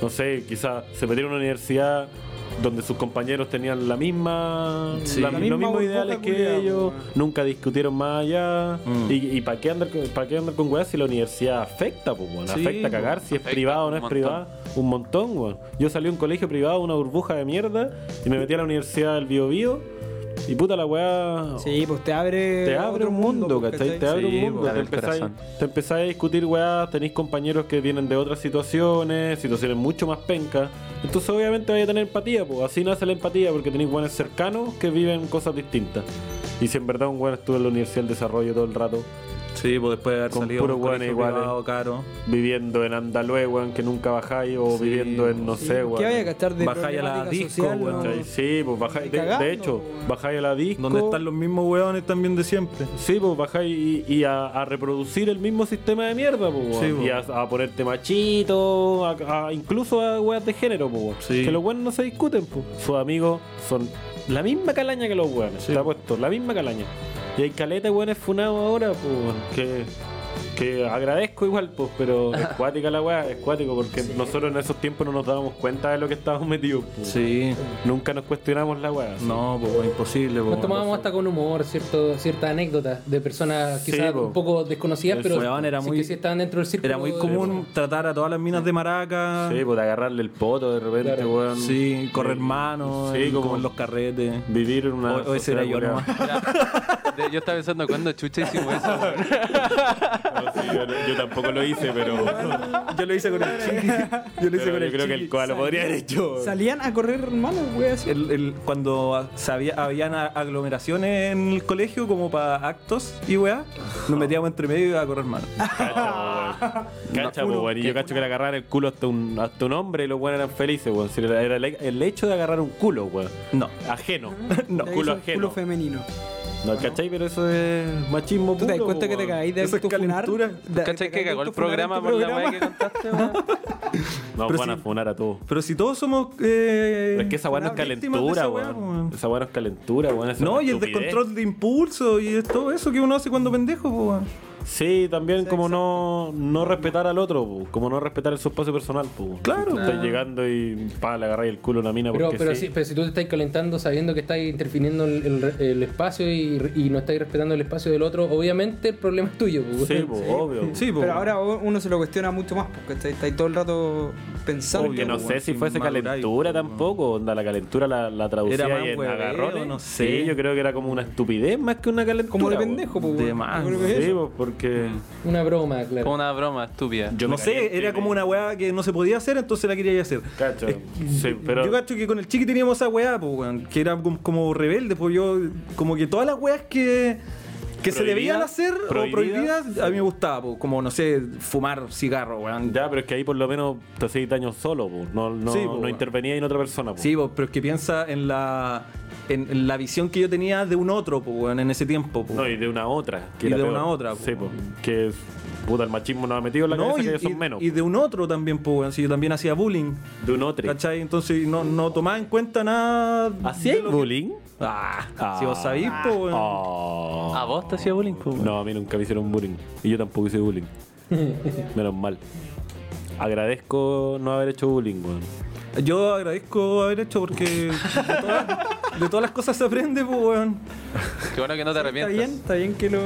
no sé, quizás se metieron a una universidad donde sus compañeros tenían la misma,
Sí.
la-
La
los
misma
mismos ideales
burbuja
que
culiao,
ellos,
weón.
nunca discutieron más allá.
Mm.
¿Y, para qué andar, para qué andar con weas si la universidad afecta, pues, weón?
Sí,
afecta a
po.
cagar, si es
Afecta
privada o
un
no es
montón.
privada, un montón, weón. Yo salí de un colegio privado, una burbuja de mierda, y me metí a la universidad del Bio Bio, y puta la wea
Sí, pues te abre.
te abre
otro
un mundo,
pues,
¿cachai? Te abre
Sí,
un mundo.
po,
Te
abre el
empezáis,
corazón.
te empezáis a discutir, weá, tenéis compañeros que vienen de otras situaciones, situaciones mucho más pencas. Entonces obviamente vais a tener empatía, pues así nace la empatía, porque tenéis buenos cercanos que viven cosas distintas. Y si en verdad un weón estuvo en la Universidad del Desarrollo todo el rato,
Sí, pues después de haber
Con
salido
puros
de un colegio
hueones iguales.
privado caro.
Viviendo en Andalue, weón, que nunca bajáis, o
Sí,
viviendo en no
Sí, pues,
sé, weón.
¿Qué vaya a cachar de
Bajáis a la
problemática
disco,
social,
weón,
no?
¿Cachai? Sí, pues bajáis. De,
Cagando,
de hecho,
weón.
bajáis a la disco.
Donde están los mismos hueones también de siempre.
Sí, pues bajáis y, y a, a reproducir el mismo sistema de mierda, pues, weón.
Sí, pues.
Y a, a ponerte machito, a, a- incluso a weas de género, pues, weón.
Sí.
Que los weones no se discuten, pues. Sus amigos son la misma calaña que los weones,
Sí,
te
pues.
apuesto, la misma calaña. Y hay caleta de weones funados ahora, pues, weón, que, que agradezco igual, pues, pero es cuática la wea, es cuático, porque nosotros en esos tiempos no nos dábamos cuenta de lo que estábamos metidos, pues.
Sí.
Nunca nos cuestionamos la wea.
No, pues imposible.
Nos
Pues,
tomábamos hasta con humor cierto, ciertas anécdotas de personas
Sí,
quizás
po.
un poco desconocidas,
Eso,
pero
weón, era
sí
muy-
que sí estaban dentro del círculo.
Era muy
de-
común tratar a todas las minas de maraca.
Sí, pues de agarrarle el poto de repente,
Claro.
weón.
Sí, correr manos,
Sí,
y
como-
como en los carretes.
Vivir en una.
O, o ese era yo
sociedad
nomás.
De- Yo estaba pensando, ¿cuándo chucha hicimos eso? weón?
culiada. No, sí, yo, yo tampoco lo hice, pero.
Yo lo hice con el chiqui. Yo lo hice
pero
con
yo
el
creo que el
chiqui.
coa lo podría haber hecho.
Salían a correr malos, weón. así.
El- el- cuando a- se había- habían a- aglomeraciones en el colegio, como para actos y weá, nos metíamos entre medio y iba a correr manos.
Cacha, po, pues, weón. Cacha, po, weón. Y yo cacho que le agarraran el culo hasta un, hasta un hombre y los buenos eran felices, weón. Si era, era el, el hecho de agarrar un culo, weón.
No.
Ajeno.
No.
Ahí
culo
son
ajeno.
culo femenino.
No, ¿cachai? Pero eso es machismo
¿Tú te das
puro,
cuenta
po,
que te
weón.
caí de
Eso es
autofunar?
calentura.
De-
¿Cachai
te caí
que
de
cagó el
autofunar en
programa
tu
por la weá
programa?
que contaste, weón?
Nos
Pero
van a
si-
funar a todos.
Pero si todos somos. eh,
Pero es que esa weá no es
víctimas de esa
calentura,
weá,
weón.
po.
Esa weá no es calentura, weón. Esa
No,
weá es
y el
estupidez.
descontrol de impulso y es todo eso que uno hace cuando pendejo, po, weón.
Sí, también como no, no respetar al otro, po, como no respetar su espacio personal. po.
Claro,
Estás
po.
llegando y pa, le agarráis el culo a una mina
Pero,
porque
pero,
sí.
sí, pero si tú te estás calentando sabiendo que estás interfiriendo el, el- el espacio y, y no estás respetando el espacio del otro, obviamente el problema es tuyo. pues,
Sí,
weón.
po, obvio.
Sí, po,
Pero
weón.
ahora uno se lo cuestiona mucho más, porque está, está ahí todo el rato pensando.
Porque
obvio,
no
po,
sé si
sin
fuese
madurar,
calentura
po,
tampoco, onda, la calentura la, la traducía
Era más
y en
hueveo,
agarrones.
no sé.
Sí, yo creo que era como una estupidez más que una calentura.
Como de
po.
pendejo, pues.
de
weón.
más,
Yo creo que es
Sí,
eso.
po, porque
Una broma, claro.
Fue una broma estúpida.
yo me
no sé,
caliento y
era
me-
como una weá que no se podía hacer, entonces la quería hacer.
Cacho. Sí, pero
Yo cacho que con el chiqui teníamos esa weá, po, weón, que era como, como rebelde, pues yo, como que todas las weas que, que se
Prohibidas,
debían hacer o
prohibidas,
prohibidas, a mí me gustaba, po, como, no sé, fumar cigarro, weón.
ya, pero es que ahí por lo menos te hacéis daño solo, po. no, no,
Sí, po,
no
weón.
intervenía en otra persona. po.
Sí, po, pero es que piensa en la, en, en la visión que yo tenía de un otro, po, weón, en ese tiempo. po.
No, y de una a otra. que
Y
era
de
peor.
una a otra,
Sí,
po.
po. Que es- puta, el machismo nos ha metido en la
No,
cabeza
y,
que ellos son
y-
menos.
y de un otro también, pues, weón, si yo también hacía bullying.
de un otro.
¿Cachai? Entonces no, no tomaba en cuenta nada.
¿Así
de
hay
lo que-
bullying?
Ah,
Ah.
si vos sabís, po, weón.
Oh.
¿A vos te hacía bullying, po, weón?
No, a mí nunca me hicieron bullying. Y yo tampoco hice bullying. Menos mal. Agradezco no haber hecho bullying, weón.
Yo agradezco haber hecho porque de todas, de todas las cosas se aprende, pues, weón.
Qué bueno que no te
Está
arrepientas.
bien, está bien que lo.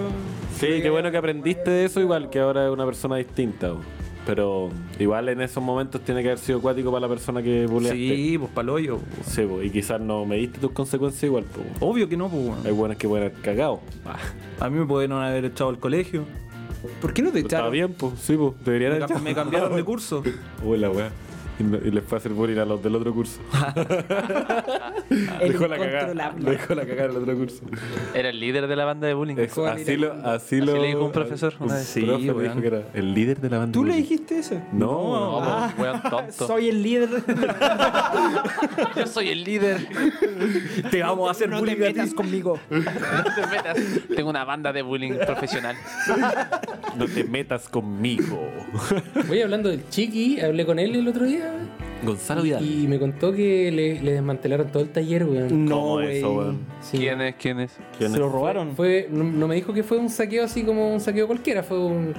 Sí, qué bueno que aprendiste de eso, igual que ahora es una persona distinta, weón. Pero igual en esos momentos tiene que haber sido acuático para la persona que bulleaste.
Sí, pues, paloyo. pues.
Sí, po, y quizás no mediste tus consecuencias igual, po, weón.
Obvio que no, pues, weón.
Hay buenas que pueden haber cagado. Ah,
A mí me pudieron haber echado al colegio.
¿Por qué no te
Está
echaron?
bien, pues, sí, pues. Deberían
Me,
haber
cam- me cambiaron de curso.
Uy, la weá. Y, no- y les fue a hacer bullying a los del otro curso.
El
Dejó la cagada.
incontrolable.
Dejó la cagada el otro curso.
Era el líder de la banda de bullying.
Es- así, lo, así, lo,
le dijo un profesor una vez.
Sí, profe me
weón.
dijo que era el líder de la banda.
¿Tú le
bullying.
dijiste eso?
No,
No,
po, weón tonto.
Soy el líder.
Yo soy el líder.
Te vamos a hacer
no te
bullying. a ti.
metas conmigo.
No te metas. Tengo una banda de bullying profesional.
no te metas conmigo.
Oye, hablando del chiqui, hablé con él el otro día
Gonzalo
y me contó que le, le desmantelaron todo el taller, weón.
No, eso, weón.
Sí.
¿Quién es? ¿Quién es?
¿Quién
Se
es?
lo robaron.
Fue, no, no me dijo que fue un saqueo así como un saqueo cualquiera, fue un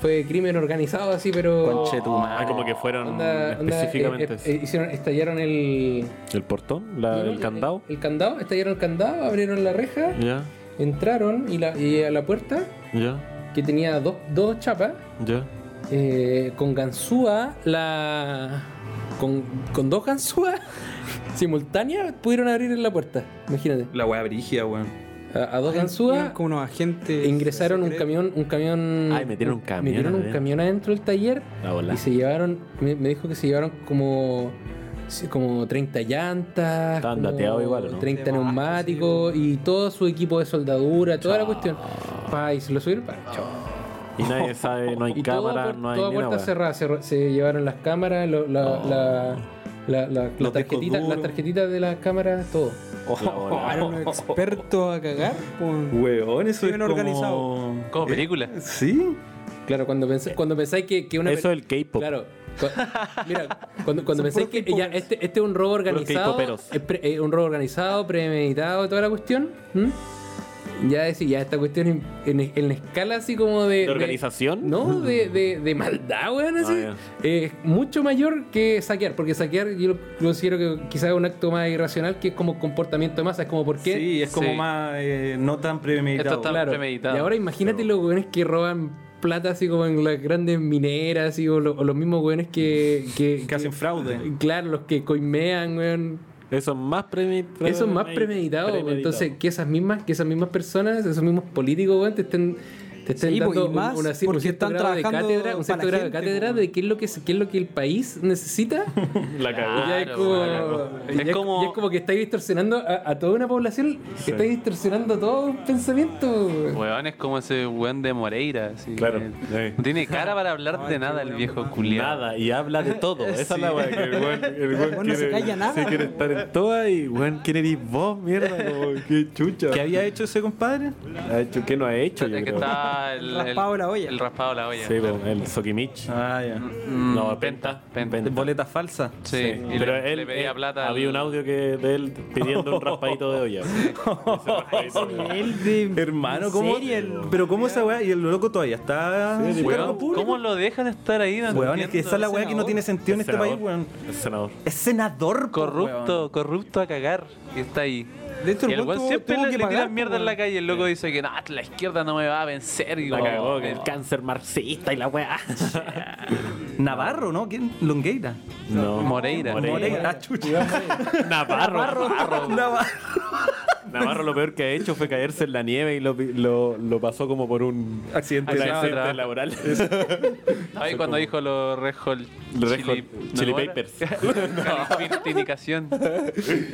fue crimen organizado así, pero
Conchetumare.
Ah, como que fueron
Onda- onda,
específicamente.
eh, eh, hicieron, estallaron el,
¿El portón? La- ¿El candado?
el candado, estallaron el candado, abrieron la reja,
Ya,
entraron y, la, y a la puerta,
ya,
que tenía dos, dos chapas,
ya.
eh, con ganzúa, la. Con, con dos ganzúas simultáneas pudieron abrir la puerta, imagínate.
La weá brigia, weón.
A, a dos
Eran
ganzúas
como unos agentes.
Eh, ingresaron un
secretos.
camión, un camión.
Ay, metieron un camión
metieron un
adentro.
camión adentro del taller
La bola.
y se llevaron, me, me dijo que se llevaron como sí, como 30 llantas,
Estaban
como
dateados igual, ¿o no?
30
De más,
pues,
neumáticos y todo su equipo de soldadura, toda la cuestión. Pa, y se lo subieron pa, chao.
Y nadie sabe, no hay
Y toda,
cámara,
puer-
no hay
toda
ni una Oh.
puerta
wea.
cerrada. Se, ro- se llevaron las cámaras, lo- la, la- la- la- las
Los
tarjetitas,
discos duros.
las tarjetitas de las cámaras, todo.
La wea.
Para un experto a cagar. po.
Weón, eso
Crimen
es
organizado.
como...
Como película.
Sí.
Claro, cuando, pens- cuando pensáis que, que una.
Eso es el K-pop.
Claro. Cu- Mira, cuando, cuando pensáis que ya, este, este es un robo organizado,
K-poperos.
es pre- eh, un robo organizado, premeditado, toda la cuestión, ¿m? ya decir, ya esta cuestión en, en- en la escala así como de.
¿De organización?
no, de, de, de maldad, weón, así.
Ah,
eh, mucho mayor que saquear, porque saquear yo lo considero que quizás es un acto más irracional que es como comportamiento de masa, es como por qué.
Sí, es como
Sí.
más eh, no tan premeditado.
Esto está- premeditado.
Y ahora imagínate los weones que roban plata así como en las grandes mineras así, o, lo- o los mismos weones que, que,
Que hacen fraude.
Claro, los que coimean, weón.
Eso es más premeditado.
Eso es más premeditado. weón. Entonces, que esas mismas, que esas mismas personas, esos mismos políticos, weón, te estén, te estén
Sí, po,
dando
y más
una,
porque
un cierto
están
grado de
trabajando
cátedra, un
para
cierto
la
grado de
gente, pues.
cátedra
po.
de qué es lo que se- qué es lo que el país necesita.
la cagó.
Ya es
Claro,
como-
bueno.
ya
Es
es-
como-
ya es como que estáis distorsionando a, a toda una población,
Sí.
estáis distorsionando todo un pensamiento. weón.
Weón es como ese weón de Moreira. así
Claro,
que
sí.
No tiene cara para hablar
Ay,
de
qué
nada el
weón
viejo
más.
culiado.
Nada, y habla de todo. Esa es la weá que el weón, el weón
Bueno, no se calla nada,
sí, quiere
weón.
estar en todas y weón, ¿quién eres vos, mierda? Como, qué chucha.
¿Qué había hecho ese compadre?
ha hecho? ¿Qué no ha hecho? yo
Es que
creo?
está el,
El raspado de la olla.
El raspado de la olla.
Sí, po, el Sokimich.
Ah, ya.
Mm,
No,
penta. Penta.
Penta.
Boleta falsa.
Sí,
Sí,
y
pero
le,
él,
le pedía
él-
plata. al-
había un audio que de él pidiendo un raspadito de olla.
Nivel de-
Hermano,
en
¿cómo?
serio, el-
Pero ¿cómo esa weá? Y el loco todavía está...
Sí,
en su
weón,
cargo
Weón,
público.
¿Cómo lo dejan estar ahí? No
Weón, es que esa es la
entiendo.
weá que no tiene sentido en
Es
este país,
senador.
weón.
Es senador.
Es senador, po,
Corrupto, corrupto a cagar. Y está ahí.
De hecho, el
Y el
weón
weón
tuvo-
siempre
tuvo
le,
que
le
pagar,
tiran mierda en
weón.
la calle. El loco dice que "No, la izquierda no me va a vencer. Y
La
como- "Oh".
cagó, que el cáncer marxista y la weá.
weón. Navarro, ¿no? ¿Quién? Longueira.
No.
Moreira.
Moreira, ah, chucha.
Navarro. Navarro.
Navarro.
Navarro lo peor que ha hecho fue caerse en la nieve y lo, lo, lo pasó como por un
Accidente
Accidente
de
de
trabajo.
trabajo.
accidente laboral.
Ahí cuando dijo los Red Hot
Los Red
Chili-
Hot Chili
¿no era?
Papers.
Califirtinicación.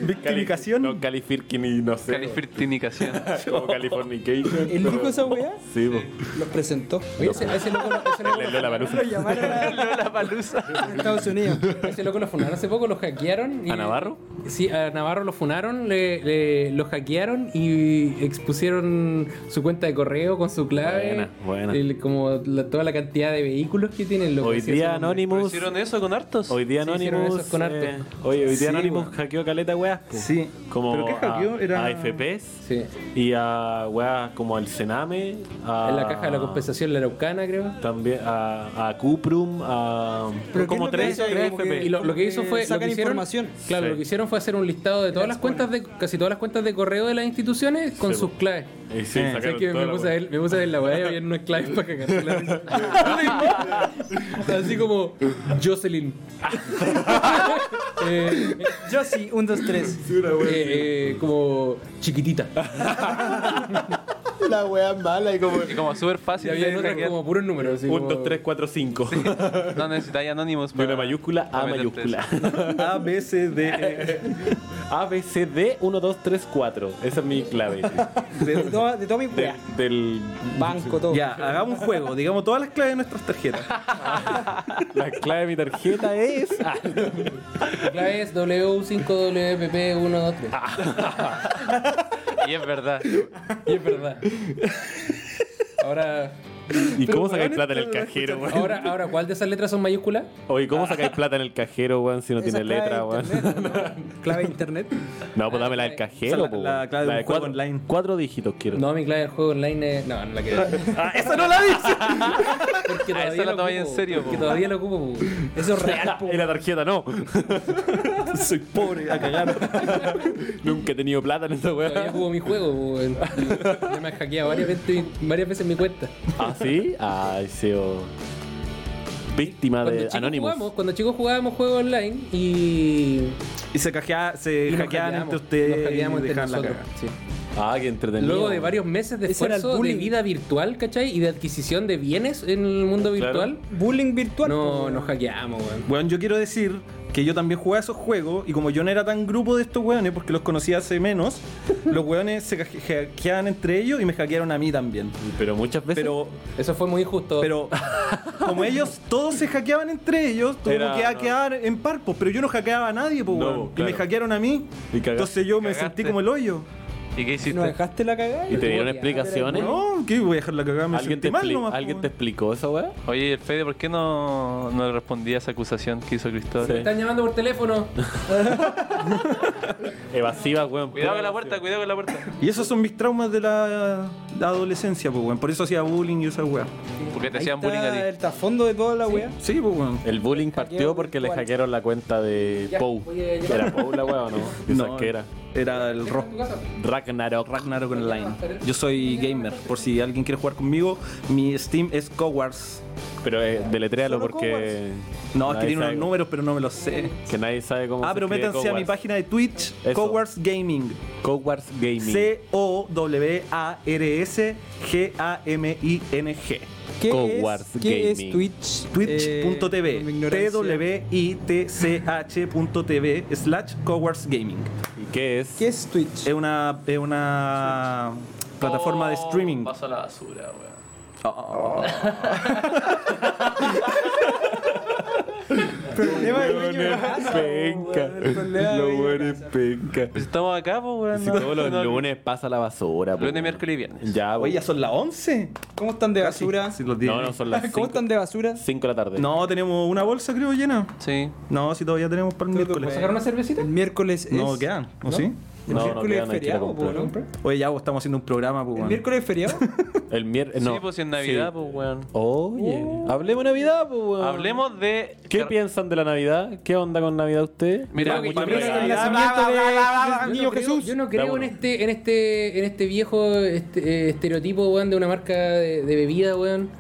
Victimización.
No, Califirkin y no sé.
Califirtinicación.
Como Californication.
¿Él dijo esa weá?
Sí, po.
Los presentó.
Oye, ese, a ese loco, lo- ese loco
El Lola Palusa.
Lo llamaron a
La palusa.
a Estados Unidos.
lo- ese Este loco lo funaron hace poco, lo hackearon. y-
¿A Navarro?
Sí, a Navarro lo funaron, le, le- lo hackearon y expusieron su cuenta de correo con su clave.
Buena, buena.
El- como la- toda la cantidad de vehículos que tienen loco.
Hoy
Sí,
día
eso es un-
Anonymous.
¿Hicieron eso con hartos?
Hoy día
Sí, hicieron
Anonymous.
eso con harto.
eh, oye, hoy día
Sí,
Anonymous
weón.
hackeó caleta weas. po.
Sí.
Como
¿Pero qué hackeó?
a,
Era-
a AFPs
Sí.
y a weas como al Sename. A,
En la caja de la compensación, la Araucana, creo.
También a, a Cuprum, a.
Pero
como
¿qué es
tres
lo que hace? Como
AFP.
que-
Y lo, lo que hizo fue.
Sacan
lo que hicieron-
información.
Claro,
Sí.
lo que hicieron fue hacer un listado de todas las cuentas de. casi todas las cuentas de correo de las instituciones con
Sí,
sus
po.
claves.
Y sí,
Eh,
O sea,
sacaron
que
toda
me
la
puse, a
wea.
ver, me puse a ver la weá y había unas claves para cagarse la risa. Así como Jocelyn. Eh,
Yo sí, un, dos, tres.
eh, eh, como chiquitita.
La wea mala y como.
Y como súper
Y
fácil.
había
de
otras
hackear.
como puros números. así
Un,
como-
dos, tres, cuatro, cinco.
No necesitáis anónimos.
De una
para-
mayúscula a
para meterte
mayúscula.
A, B, C, D. E.
A, B, C, D, 1, 2, 3, 4. Esa es mi clave.
De toda, de toda mi
Del,
weá.
del-
Banco, todo.
Ya, hagamos un juego. Digamos todas las claves de nuestras tarjetas.
la clave de mi tarjeta es. Ah,
La clave es W5WPP123.
eso. Y es verdad.
Y es verdad. Ahora,
¿Y cómo sacáis plata en el cajero, weón?
ahora, ahora, ¿cuál de esas letras son mayúsculas?
Oye,
Ah.
¿cómo sacáis plata en el cajero, weón, si no
Esa
tiene
clave
letra,
de
weón?
internet, ¿no? Clave de internet.
No, pues dámela del cajero,
O sea,
po,
la- la
weón.
clave de un juego
cuatro,
online.
Cuatro dígitos quiero.
No, mi clave del juego online es. No, no la quiero.
ah, esa no la dice.
Porque
Ah, esa
todavía
la
lo
tomáis en
ocupo,
serio,
Porque
po.
todavía lo ocupo. po.
Eso es real.
Y la tarjeta no.
Soy pobre, a cagar.
Nunca he tenido plata en esa
Todavía
weá.
juego mi juego, po, weón. Ya me han hackeado varias veces, varias veces mi cuenta.
¿Ah, sí? Ay, seo. Víctima Ah,
Cuando
de
chicos, jugábamos,
Anonymous.
cuando chicos jugábamos juegos online y.
Y se, cajea, se
y nos
hackeaban
hackeamos,
entre ustedes.
Nos hackeamos
y
entre
dejaban la
nosotros.
cagada.
sí.
Ah, qué entretenido.
Luego de varios meses de
Ese era el
esfuerzo de
bullying.
vida virtual, ¿cachai? Y de adquisición de bienes en el mundo
Claro.
virtual.
Bullying virtual.
No,
po.
nos hackeamos, weón.
Weón, yo quiero decir que yo también jugaba esos juegos y como yo no era tan grupo de estos weones porque los conocía hace menos, los weones se caje- hackeaban entre ellos y me hackearon a mí también.
Pero muchas veces.
Pero,
Eso fue muy injusto.
pero como ellos todos se hackeaban entre ellos,
Era-
tuvimos que hackear en par, pues, pero yo no hackeaba a nadie, pues,
No,
weón.
claro.
Y me hackearon a mí.
Y cagaste.
Entonces yo me
Cagaste.
sentí como el hoyo.
¿Y qué
¿No
hiciste?
dejaste la cagada?
¿Y te dieron
Podía,
explicaciones?
No, ¿qué? Voy a dejar la cagada, me
¿Alguien,
sentí
te,
mal
expli-
nomás,
¿alguien
pues,
te explicó esa weá?
Oye, ¿y el Fede, ¿por qué no, no le respondía a esa acusación que hizo Cristóbal?
Sí.
Están llamando por teléfono.
Evasiva, weón.
Cuidado con
pura
la puerta,
evasiva.
cuidado con la puerta.
Y esos son mis traumas de la, la adolescencia, pues, weón. Por eso hacía bullying y esa weá.
Porque te
Ahí
hacían bullying
está
a
el
ti.
trasfondo de toda la wea.
Sí, pues, weón.
El bullying partió porque le
virtual.
hackearon la cuenta de
Ya,
Pou.
voy a llevar-
¿Era Pou la weá o no? Esa que era.
Era el rock.
Ragnarok.
Ragnarok Online. Yo soy gamer. Por si alguien quiere jugar conmigo, mi Steam es Cowards.
Pero eh, deletréalo
Solo
porque.
No, es que
nadie
tiene unos
sabe-
números, pero no me los sé.
Que nadie sabe cómo.
Ah,
se
pero
escribe
métanse a mi
Cowards.
página de Twitch,
Eso.
Cowards Gaming.
Cowards Gaming.
C-O-W-A-R-S-G-A-M-I-N-G.
¿Qué,
Cowards
es, ¿qué es
Gaming.
Twitch? Eh, mi
Twitch.tv.
ignorancia.
T-W-I-T-C-H.tv slash Cowards Gaming.
¿Y qué es?
¿Qué es Twitch?
Es una, es una plataforma de streaming.
Paso Oh, a la basura, weón.
Ah,
problema de dueño de
Weones
casa, weón, el problema
penca.
de
Los
dueño de
weones penca.
Pues estamos acá, pues, weón.
Si
no-
todos los
no-
lunes pasa la basura. po.
Lunes, miércoles y viernes.
Ya, po.
Oye, ya son las 11.
¿Cómo están de basura?
Sí, los diez.
No, no, son las 5
¿Cómo están de basura?
de la tarde.
No, tenemos una bolsa, creo, llena.
Sí.
No, si todavía tenemos para el miércoles.
¿Sacar una cervecita?
El miércoles es.
No, quedan, ¿o sí?
El
No, no
miércoles
quedan,
es
hay que ir a
feriado,
comprar.
po, ¿no?
Oye, ya vos estamos haciendo un programa, pues,
¿El
weón.
miércoles es feriado?
El miércoles.
Sí, pues si en Navidad, pues, weón.
Oye, hablemos de Navidad, pues, weón.
Hablemos de.
¿Qué
car-
piensan de la Navidad? ¿Qué onda con Navidad usted?
Mira,
Creo que
mucha
yo creo que
pega.
el
nacimiento de- del niño
no creo-
Ah, Jesús.
Yo no creo en este, en este, en este viejo este, eh, estereotipo, weón, de una marca de, de bebida, weón.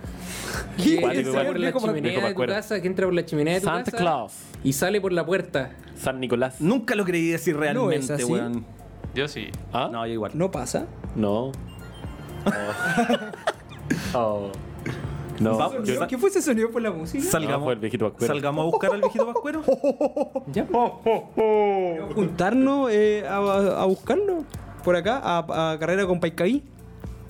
Que
Cuático,
entra por
igual.
la
Viejo
chimenea de tu
Pascuero.
casa, que entra por la chimenea de tu
Santa
casa
Claus.
y sale por la puerta.
San Nicolás.
Nunca lo creí decir
No es
realmente,
así.
weón.
Yo sí.
¿Ah?
No, yo igual.
¿No pasa?
No. Oh. Oh. No.
Vamos,
yo-
Ah, yo-
¿Qué fue ese sonido por la música?
No, Ah, fue el viejito Pascuero.
Salgamos a buscar al viejito pascuero.
Oh,
Ya.
¿Juntarnos eh, a, a buscarlo? Por acá, a, a carrera con Paicaí.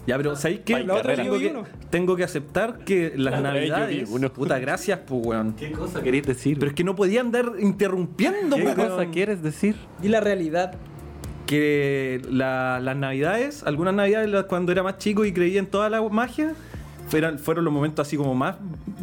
ya, pero ¿sabéis qué?
Ay, La otra
tengo,
yo vi
que,
uno.
tengo que aceptar que las
La otra vez yo vi
navidades.
uno.
Puta, gracias, pues, weón.
¿Qué cosa querés decir?
Pero es que no podía andar interrumpiendo, pues,
¿Qué
weón.
cosa quieres decir?
Y la realidad.
que la- las navidades, algunas navidades las- cuando era más chico y creía en toda la magia, fueron, fueron los momentos así como más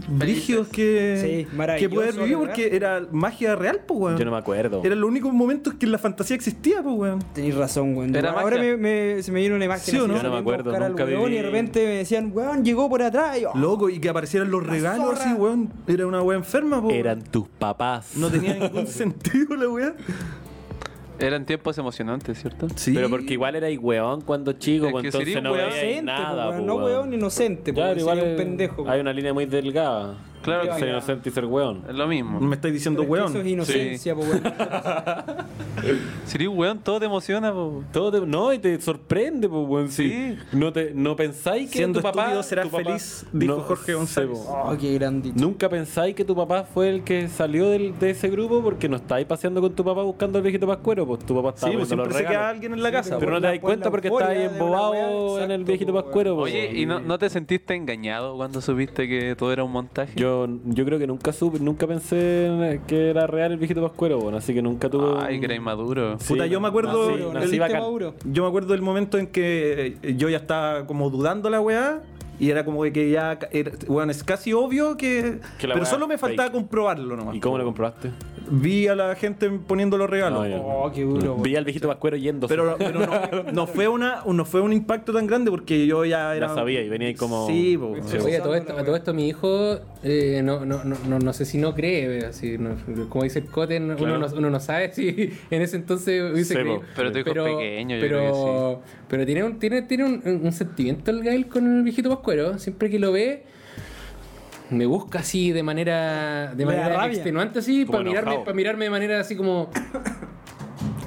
brígidos que,
Sí, maravilloso,
que poder vivir
¿verdad?
porque era magia real, pues, weón.
Yo no me acuerdo.
Era los únicos momentos que la fantasía existía, pues, weón.
Tenéis razón, weón.
Era
Ahora
magia.
me, me- se me vino una imagen.
¿Sí o
así,
no?
saliendo
Yo no me
a
acuerdo,
buscar al
nunca
weón,
viví-
Y de repente me decían, weón, llegó por atrás. Y yo,
Loco, y que aparecieran los regalos
zorra.
así, weón. Era una weá enferma, pues.
Eran tus papás.
No tenía ningún sentido la weá.
Eran tiempos emocionantes, ¿cierto?
Sí.
Pero porque igual era weón cuando chico, pues
Es que
entonces
sería
no
weón.
veía
inocente,
nada.
po, weón.
po,
No, weón, inocente. po,
Claro,
weón,
igual
sería un
es-
pendejo. pues.
Hay una línea muy delgada.
Claro que
Ser
sí.
inocente y ser weón.
Es lo mismo.
Me estáis diciendo
Pero es que Eso es
weón.
inocencia, po, weón.
Sería un weón, todo te emociona, po.
Todo te- no, y te sorprende, pues, weón. Sí.
Sí.
No, te, no pensáis que
Siendo
tu papá.
estúpido serás
tu papá-
feliz, dijo Jorge González.
sí, po.
Oh, qué grandito.
Nunca pensáis que tu papá fue el que salió del- de ese grupo porque no estáis paseando con tu papá buscando al viejito pascuero, pues tu papá
Sí,
estaba poniendo
pues siempre
los
se queda
regalos.
alguien en la
Pero
casa. po.
no te
Por la-
das
por
cuenta
la
porque
euforia
estáis
de una weá,
embobado en el
exacto,
viejito
po,
pues,
weón.
pascuero. po,
Oye,
weón.
¿y no, no te sentiste engañado cuando supiste que todo era un montaje?
Yo, yo creo que nunca supe, nunca pensé en- que era real el viejito pascuero, bueno, así que nunca tuve.
Ay,
un-
Grey Maduro.
Sí,
Puta, yo me acuerdo
nací-
Maduro,
nací
naciste
bacán.
maduro.
Yo me acuerdo del momento en que eh, yo ya estaba como dudando la weá. Y era como que ya. ca- era- bueno, es casi obvio que.
Que la weá
pero solo me
fake.
faltaba comprobarlo nomás.
¿Y cómo lo comprobaste?
Vi a la gente poniendo los regalos.
No, yo-
Oh, qué duro, weón.
Vi al viejito pascuero yéndose.
Pero, pero no, no fue una, no fue un impacto tan grande porque yo ya era.
Ya sabía y venía ahí como-
Sí, po.
Sí.
Oye, a todo esto, a todo esto mi hijo, eh, no, no, no, no, no sé si no cree, pero así, no- como dice el Cote, no-
Claro.
uno, no, uno no sabe si en ese entonces hubiese
Sí,
creído.
po.
Pero tu hijo es pequeño, yo
pero,
creo
pero tiene, un, tiene, tiene un, un sentimiento el Gael con el viejito Pascuero, siempre que lo ve... Me busca así de manera de
Me da
manera
rabia.
extenuante así
Como
para mirarme,
enojado.
para mirarme de manera así como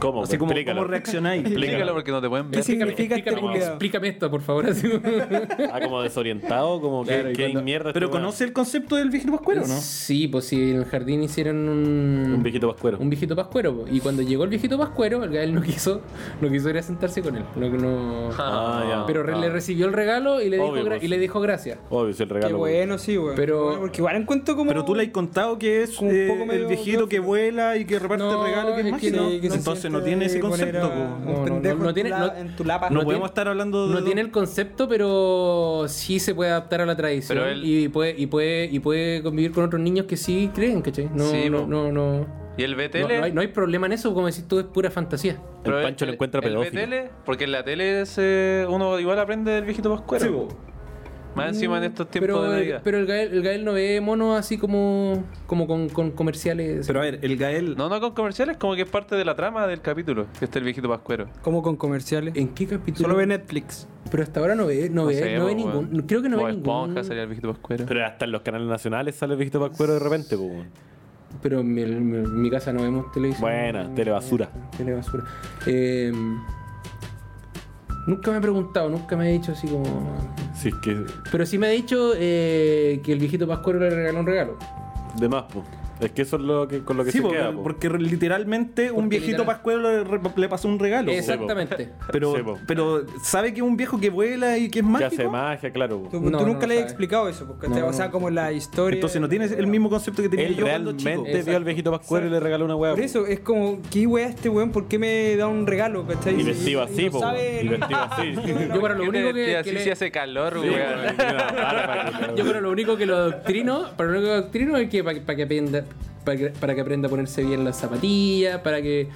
¿Cómo?
Así como,
Explícalo.
¿cómo reaccionáis?
Explícalo porque no te pueden ver.
¿Qué significa este
explícame,
culiado?
explícame esto, por favor. así.
Ah, como desorientado, como que-
Claro, y
que
cuando-
mierda.
Pero
este weón?
conoce el concepto del viejito pascuero, ¿no?
Sí, pues si en el jardín hicieron un.
un viejito pascuero.
Un viejito pascuero. po. Y cuando llegó el viejito pascuero, el Gael no quiso, no quiso ir a sentarse con él. No, no-
Ah, ya.
Pero re-
ah.
le recibió el regalo y le,
Obvio,
dijo, gra-
pues.
y le dijo gracias.
Obvio, si el
Qué
regalo. pues.
bueno, sí, weón.
Pero-
Bueno, porque igual encuentro como.
Pero tú le has contado que es
Como un
eh,
poco medio
el viejito que
pedófilo.
vuela y que reparte
No,
regalo que es
es que
mágico.
sí, que se
Entonces no tiene ese concepto. po.
No, no,
No,
no, no tiene-
tiene.
Ah, no-
En tu lapa.
No,
tiene-
podemos estar hablando de.
No tiene el concepto, pero sí se puede adaptar a la tradición.
Pero él-
Y, puede, y, puede, y puede convivir con otros niños que sí creen, ¿cachai? No,
Sí,
no,
po.
no, no,
Y el
no,
BTL.
no hay, no hay problema en eso, como decís tú, es pura fantasía.
El
pero
Pancho lo encuentra
El
pedófilo.
BTL, porque en la tele se- uno igual aprende del viejito pascuero. Más encima en estos tiempos
pero,
de
el-
Navidad.
Pero el Gael, el Gael no ve monos así como, como con, con comerciales.
Pero a ver, el Gael.
No, no con comerciales, como que es parte de la trama del capítulo, que está el viejito pascuero.
Como con comerciales.
¿En qué capítulo?
Solo ve Netflix.
Pero hasta ahora no ve, no, ve,
sé,
no ve
po,
ningún.
weón.
Creo que no
Bob
ve
Esponja
ningún.
sería el viejito pascuero.
Pero hasta en los canales nacionales sale el viejito pascuero de repente, pues. weón.
Pero en mi, en mi casa no vemos televisión.
Buena, telebasura.
Telebasura. Eh, nunca me he preguntado, nunca me he dicho así como.
Si es que.
Pero sí me ha dicho eh, que el viejito Pascuero le regaló un regalo.
De más, pues. Es que eso es lo que, con lo que
Sí,
se
porque,
queda, po.
porque literalmente un
Porque
viejito
literal-
pascuero le, re- le pasó un regalo. po.
Exactamente.
Pero,
Sí, po.
pero sabe que es un viejo que vuela y que
Que
es mágico.
hace magia, claro. po.
Tú,
No,
tú
no
nunca
lo
le has
sabe.
explicado eso, porque
No,
te
no.
basaba como en la historia.
Entonces no tienes el mismo concepto que tenía
Él
yo cuando chico.
realmente vio
Exacto.
al viejito pascuero y le regaló una hueá.
Por eso es como, ¿qué wea este weón? ¿Por qué me da un regalo? ¿Cachai?
Y vestido
no
así, po.
sabe-
Y vestido así.
Yo para lo
¿Qué te
único que.
vestía
que
así
le-
si hace calor,
Sí,
weón?
weón, una bala para que-
Yo creo lo único que lo adoctrino, para lo único que adoctrino es que para, que- para que aprenda para que, para que aprenda a ponerse bien las zapatillas, para que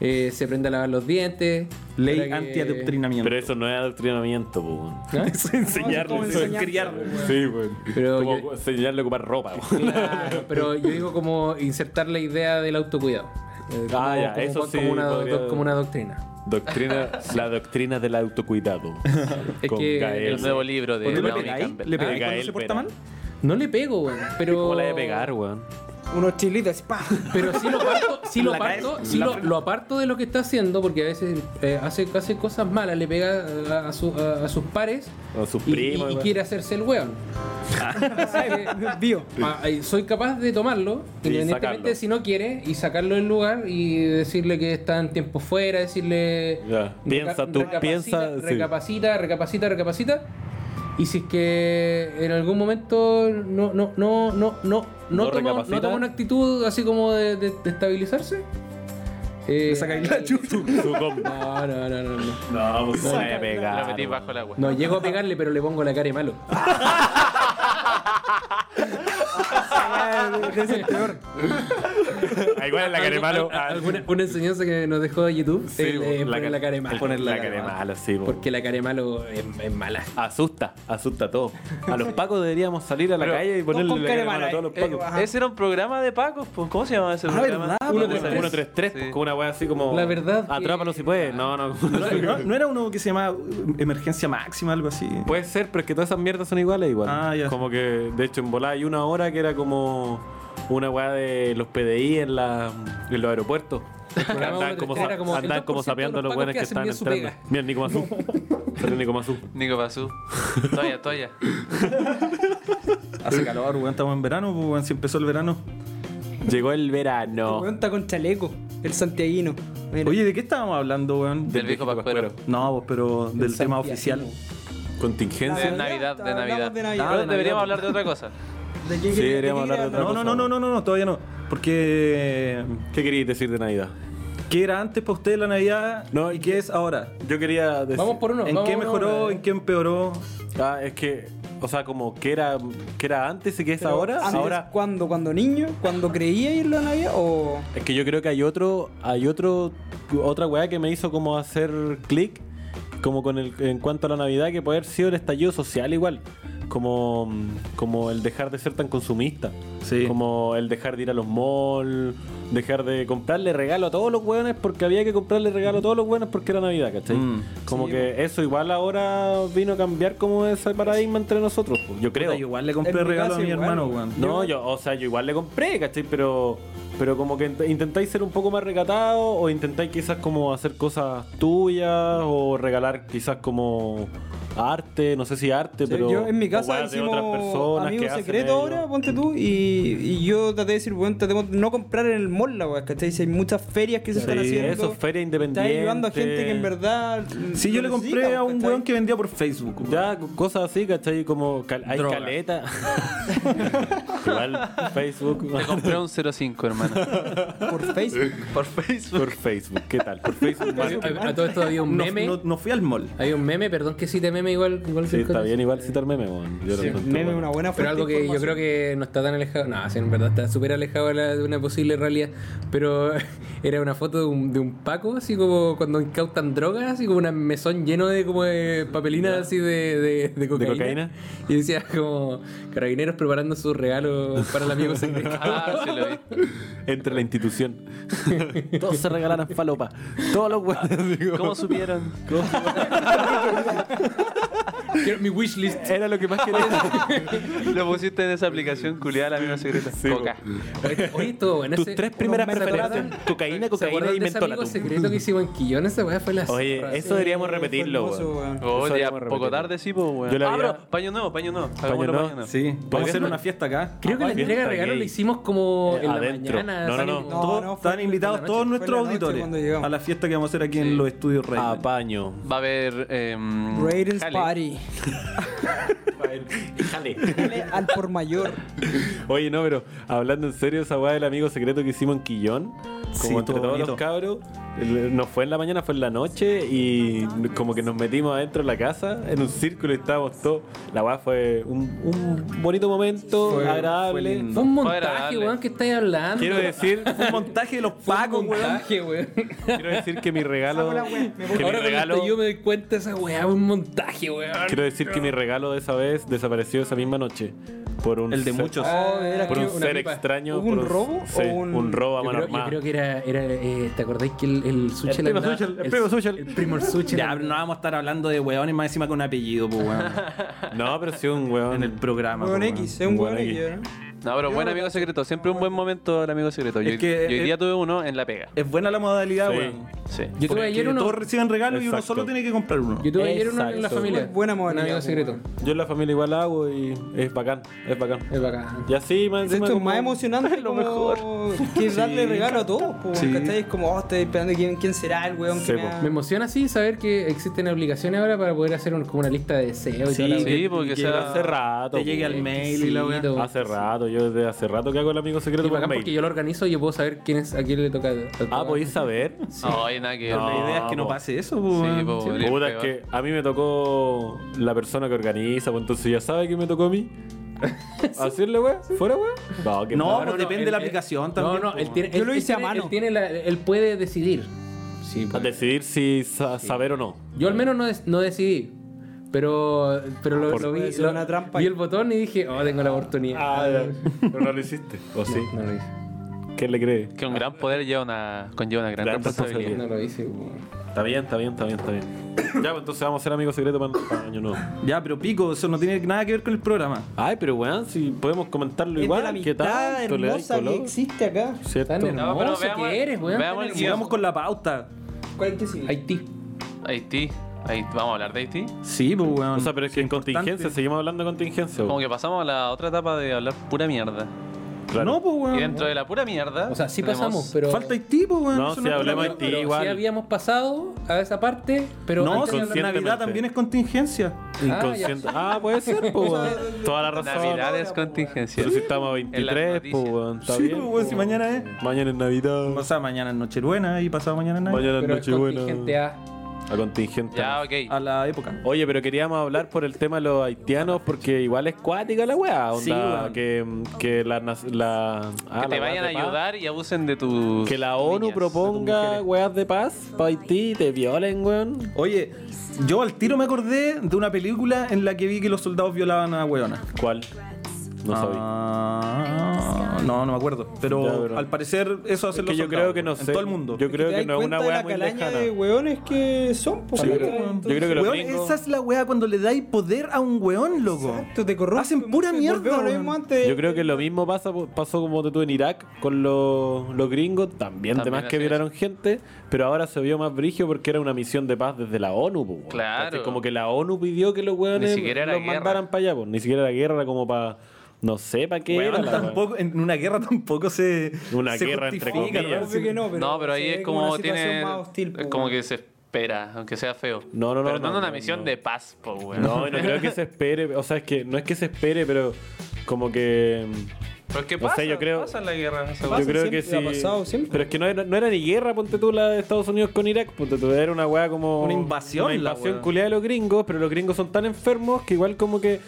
eh, se aprenda a lavar los dientes.
Ley
para que-
antiadoctrinamiento.
Pero eso no es adoctrinamiento, po. weón.
¿Ah?
Eso es enseñarle.
como
eso es
enseñar-
Sí, weón.
Pero
Como
yo-
enseñarle a ocupar ropa, weón.
Claro, pero yo digo como insertar la idea del autocuidado. Eh, como,
Ah, ya,
como-
eso sí
como una, do-
podría-
como una doctrina.
Doctrina, la doctrina del autocuidado.
Es
Con
que
Gael.
El nuevo libro de
¿Por qué le
Naomi
pegáis?
Campbell.
¿Le pegáis
Ah,
cuando
Gael
se porta
Pera.
mal?
No le pego, weón, pero.
¿Cómo la voy a pegar, weón?
Unos chilitos así, pa.
Pero sí lo aparto, sí lo
La cae-
aparto, sí
la-
lo, lo aparto de lo que está haciendo, porque a veces eh, hace, hace cosas malas, le pega eh, a, su- a- a sus pares
A sus
y,
primos,
y- y
weón.
quiere hacerse el weón.
Vio.
Ah, eh, soy capaz de tomarlo,
Y
independientemente
sacarlo.
si no quiere, y sacarlo del lugar y decirle que está en tiempo fuera, decirle.
Ya, piensa tú, piensa, sí.
Recapacita, recapacita, recapacita. Y si es que en algún momento no, no, no, no, no,
No
no, toma, no
recapacita.
toma una actitud así como de, de- de estabilizarse. eh,
Le sacáis la
ahí-
chucha.
Su com-
No, no, no, no, no.
No, pues la voy a
La
pegar.
metí
weón.
bajo el agua.
No, llego a pegarle, pero le pongo la cara de malo.
Es el peor.
Ah, Igual es la cara de malo.
Al- al-
ah,
alguna- una enseñanza que nos dejó YouTube
sí,
el, eh,
weón,
poner la cara de
el-
malo.
La cara de malo, sí, weón.
Porque la cara de malo es, es mala.
Asusta, asusta a todos. A los pacos deberíamos salir a la
Pero,
calle y ponerle
con
la
cara
cara de malo a
mala,
todos los
eh,
pacos.
eh,
Ese era un programa de Pacos, pues. ¿Cómo se llamaba ese programa?
¿verdad?
Eh, Uno
Uno,
de
tres,
tres.
133, pues
Sí.
con una wea así como.
La verdad que-
Atrápalo si puedes. No, no.
¿No, no era uno que se llamaba eh, Emergencia Máxima, algo así?
Puede ser, pero es que todas esas mierdas son iguales igual.
Ah, ya.
Como que, de hecho, en volada hay una hora que era como una weá de los PDI en, la, en los aeropuertos.
programa
Andaban
uno
como,
de tres
sa-
era como el
andaban como
2%
sapeando a
de los
los buenos que
pacos
estaban
que hacen bien
entrando.
su
Mira, Nico Mazú. Salió Nico Mazú.
Nico Pasú. Toya, Toya.
Hace calor, weón, estamos en verano, pues, weón, si empezó el verano.
Llegó el
El
verano.
weón está con chaleco. El santiaguino. Mira.
Oye, ¿de qué estábamos hablando, weón?
Del viejo pascuero.
No, pues, pero del tema oficial.
Contingencia.
De Navidad,
Navidad,
de
hablamos
Navidad.
de Navidad.
Pero
Ah, de Navidad.
Deberíamos hablar de otra cosa.
¿De qué quería-
Sí, deberíamos
qué
hablar de
quería
otra
No, no, no, no, no, no, no, todavía no. Porque.
¿Qué querías decir de Navidad?
¿Qué era antes para ustedes la Navidad?
No,
¿Y qué es ahora?
Yo quería decir.
Vamos por uno.
¿En
vamos
qué
por uno,
mejoró?
eh.
¿En qué empeoró?
Ah, es que. O sea, como que era, que era antes y que es
Pero
ahora.
antes,
Ahora.
¿Cuándo? ¿Cuando niño? ¿Cuando creía irlo a Navidad? ¿O.?
Es que yo creo que hay otro, hay otro, otra weá que me hizo como hacer clic, como con el, en cuanto a la Navidad, que puede haber sido el estallido social igual, como, mm, como el dejar de ser tan consumista,
Sí.
como el dejar de ir a los malls, dejar de comprarle regalo a todos los hueones porque había que comprarle regalo a todos los hueones porque era Navidad, ¿cachai?
Mm.
Como que eso igual ahora vino a cambiar como ese paradigma entre nosotros, pues, yo creo.
Puta, yo igual le compré
En mi
regalo a
casa
mi
igual,
hermano,
weón.
weón.
No, yo, o sea, yo igual le compré, ¿cachai? Pero, pero como que int- intentáis ser un poco más recatado o intentáis quizás como hacer cosas tuyas o regalar quizás como arte, no sé si arte,
Sí,
pero...
yo en mi
o
casa
weas de
hicimos
otras personas que
amigos
hacen
secretos
ellos.
ahora, pues, ponte tú, y, y yo traté de decir, bueno, tratemos de no comprar en el mall la weá, ¿cachai? Si hay muchas ferias que se
Sí,
están haciendo.
eso, feria
Está ayudando a gente
independiente.
que en verdad.
Sí, yo le compré a un weón que vendía por Facebook. weón.
Ya, c- cosas así, ¿cachai? Como cal- hay
Droga.
caleta. igual
Te
Facebook.
compré un 05, hermano.
Por Facebook.
Por Facebook.
Por Facebook, ¿qué tal? Por Facebook.
A,
Market.
a- a todo esto había un
No,
meme.
no- no fui al mall.
Había un meme, perdón que cite meme igual. igual
Sí,
que-
está bien, igual citar meme, weón. Yo lo
Sí,
encuentro
Meme,
bueno.
una buena
Pero
fuente
algo
de
que yo creo que no está tan alejado, no, sí, en verdad está súper alejado de, la- de una posible realidad, pero era una foto de un, de un Paco, así como cuando incautan drogas, así como un mesón lleno de como de papelinas así de, de, de cocaína.
cocaína?
Y decía como carabineros preparando sus regalos para el amigo secreto.
Ah, sí lo vi.
Entre la institución. Todos se regalaran falopa. Todos los weones. digo.
¿Cómo supieron?
Quiero mi wishlist.
Era lo que más quería.
Lo pusiste en esa aplicación culiada, la misma secreta. Coca.
Oye, oye, todo bueno.
Tus
ese-
tres primeras
¿se
preferencias.
acuerdan?
Cocaína,
¿Se
cocaína
acuerdan
y
de ese amigo
mentolatum.
secreto que hicimos en Quillón? Esa weá fue la zorra,
Oye,
sí.
eso deberíamos repetirlo,
Fue hermoso,
weón.
weón.
Oh,
Eso
ya
lo vamos a
poco
repetir.
tarde, sí, pues, weón.
Yo la
Ah,
vi-
pero paño nuevo, paño nuevo. Hagámoslo
nuevo,
paño nuevo.
Sí. Vamos a hacer
Podríamos-
una fiesta acá.
Creo que la entrega de
fiesta
regalo
gay.
la hicimos como
Eh,
en
adentro.
la
No,
mañana.
no,
así
no.
como-
No,
Todos
no, fue
están
en la
invitados
noche,
todos
fue en la
nuestros
noche cuando
auditores
llegamos.
a la fiesta que vamos a hacer aquí en los estudios Raven.
Apaño.
Va a haber. em,
Raiden's
jale.
Party. Dale al por mayor.
Oye, no, pero hablando en serio, esa weá del amigo secreto que hicimos en Quillón, como
Sí,
entre
todo
todos
bonito.
los cabros, el- no fue en la mañana, fue en la noche y como que nos metimos adentro de la casa en un círculo y estábamos todos. La weá fue un, un bonito momento,
Fue- fue
agradable.
lindo.
Fue un
Fue
montaje,
agradable.
weón, que estáis hablando.
quiero decir,
Ah,
Fue un montaje de los
Fue un
pacos, weón.
montaje, weón.
quiero decir que mi regalo.
Saco la weá, me voy.
que mi
Ahora
regalo-
cuando yo me doy cuenta esa weá, un montaje, weón.
Quiero decir que mi regalo de esa vez desapareció esa misma noche. Por un
El de
ser-
muchos.
Oh, era
Por
que
un
una
ser
pipa.
extraño.
¿Hubo
por
un robo
sí,
o un-
un robo a
Yo
mano
creo, yo
armada.
creo que era, era eh, ¿te acordáis que el, el Suchel
primo
andaba-
Suchel, el primo Suchel.
El primo el Suchel
Ya, pero no
andaba-
vamos a estar hablando de weones más encima con un apellido, pues weón.
No, pero sí un weón.
En el programa.
Weón
po, weón.
X, es un
Weón
weón X. ¿eh?
X.
¿no?
No, pero buen amigo secreto. Siempre un buen momento el amigo secreto. Yo,
Es que-
yo hoy
es-
día tuve uno en la pega.
Es buena la modalidad,
Sí.
weón.
Sí.
Yo tuve
Porque
ayer uno.
Todos reciben regalos y uno
Exacto.
solo tiene que comprar uno.
Yo tuve ayer uno en la
Exacto.
familia.
Muy buena
Un
modalidad,
amigo
weón.
secreto.
Yo en la familia igual hago y es bacán, es bacán.
Es bacán.
Y así más encima
Esto es
como-
más emocionante lo mejor. que darle regalo a todos, po,
Sí.
¿cachai? Es como, oh, estoy esperando quién, quién será el weón
Sí,
que me
po.
va-
Me emociona así saber que existen obligaciones ahora para poder hacer un- como una lista de deseos y toda la
sí,
weá.
porque
que
sea-
Hace rato. pues.
Te llegue
po.
al mail y la weá.
Exquisito.
Hace rato, yo desde hace rato que hago el amigo secreto
Y
por
bacán
mail.
porque yo lo organizo y yo puedo saber quién es, a quién le toca. al- al-
Ah, podéis saber.
No, hay nada que ver.
No. pues.
La idea es que no
po.
pase eso, po,
Sí,
weón.
po,
Sí,
es
Puta, es
peor.
que a mí me tocó la persona que organiza, pues entonces ya sabe que me tocó a mí. ¿Hacerle weá? ¿Fuera weá? No, que
No,
mal.
pues depende
él-
de la
él-
aplicación
Ah, No,
también,
no,
po,
él
weón.
tiene.
Yo
él-
lo
él
hice a
tiene-
mano.
Él, tiene la- él puede decidir. Sí,
A
pues.
decidir si sa- saber o no.
Yo al menos no, des- no decidí. Pero, pero lo,
Por-
lo vi.
Puede ser
lo-
una trampa.
vi el botón y dije, oh, tengo la oportunidad.
Ah. pero no lo hiciste. ¿O sí?
No lo hice.
¿Quién le cree?
Que un gran poder lleva una, conlleva una gran,
Gran
responsabilidad.
No lo hice. po.
Está bien, está bien, está bien, está bien. Ya, pues entonces vamos a ser amigos secretos para, para año nuevo.
Ya, pero pico, eso no tiene nada que ver con el programa.
Ay, pero weón, si podemos comentarlo
Es de
igual,
la
¿qué
amistad
tal?
hermosa que existe acá.
¿Cierto?
Tan
No, pero
hermoso
veamos-
que eres, weón.
veamos el
Tan
guión.
Sigamos con la pauta.
¿Cuál es que sigue?
Haití.
Haití. Ahí, ¿Vamos a hablar de Haití?
Sí, pues weón.
O sea, pero es que en contingencia, seguimos hablando de contingencia.
Como
weón.
que pasamos a la otra etapa de hablar pura mierda.
Claro.
No, pues
Y
weón.
dentro de la pura mierda.
O sea, sí
tenemos-
pasamos, pero.
Falta Haití, pues weón.
No,
Eso
si hablemos de
pero,
Haití
pero
igual.
sí habíamos pasado a esa parte, pero.
No,
antes
si
de
sí,
hablar-
Navidad
conscientemente.
también es contingencia.
Inconsciente. Ah, puede ser, pues weón. Toda la razón.
Navidad es contingencia.
Pero si estamos a
En las
23, pues
noticias.
weón. Está
sí,
bien.
pues weón, si mañana es.
Mañana es Navidad.
O sea, mañana es Nochebuena y pasado mañana es Navidad.
Mañana es
pero es contingente
Nochebuena.
a.
A contingente.
Ya, ok.
Ah,
A la época.
Oye, pero queríamos hablar por el tema de los haitianos porque igual es cuática la weá.
Sí,
Onda,
weón.
que, que la, nas- la- ah,
que te
la weá
vayan a
de paz.
ayudar y abusen de tus.
Que la ONU
niñas.
proponga weas de paz para Haití y te violen, weón.
Oye, yo al tiro me acordé de una película en la que vi que los soldados violaban a weonas.
¿Cuál? No sabía.
Ah, no, no me acuerdo. Pero,
Ya, pero-
al parecer eso
Es
hacen
que
los
yo creo
soldados,
que no sé.
En todo el mundo.
Yo creo
¿Te
que
das
no es una
cuenta de
weá
la
muy
calaña
lejana.
de weones que son, po,
Sí, yo creo-
¿cachai?
yo creo que los
Weón,
gringos-
esa es la weá cuando le dais poder a un weón, loco.
Exacto, te corrompen,
Hacen pura
volvemos
mierda,
a lo
weón.
mismo antes.
Yo creo que lo mismo pasa, pasó como tú en Irak con los, los gringos, también,
También
además que
hacen
violaron gente, pero ahora se vio más brigio porque era una misión de paz desde la ONU. po, weón.
Claro.
¿Cachai? Como que la ONU pidió que los
Ni
hueones
siquiera era
los
guerra.
mandaran para allá, po. ni siquiera la guerra, como para. No sé para qué
Weón,
era. la weá.
tampoco, en una guerra tampoco se.
Una
se
guerra entre
justifica,
comillas.
¿no?
Obvio que no, pero,
no, pero ahí
se
es
ve
como
una
tiene.
situación más hostil, po,
es como
weón.
que se espera, aunque sea feo.
No, no, no,
Pero no,
no,
en una
no,
misión
no.
de paz, po, weón.
No, y no creo que se espere. O sea, es que no es que se espere, pero como que.
Pero es que
No sé,
pasa,
yo creo-
pasa en la guerra. esa
Yo
weá.
Pasa
creo que sí.
siempre, ha pasado siempre.
Pero es que no era, no era ni guerra, ponte tú, la de Estados Unidos con Irak. Ponte tú, era una weá como.
Una invasión,
Una
la
invasión
weá.
culiada de los gringos, pero los gringos son tan enfermos que igual como que.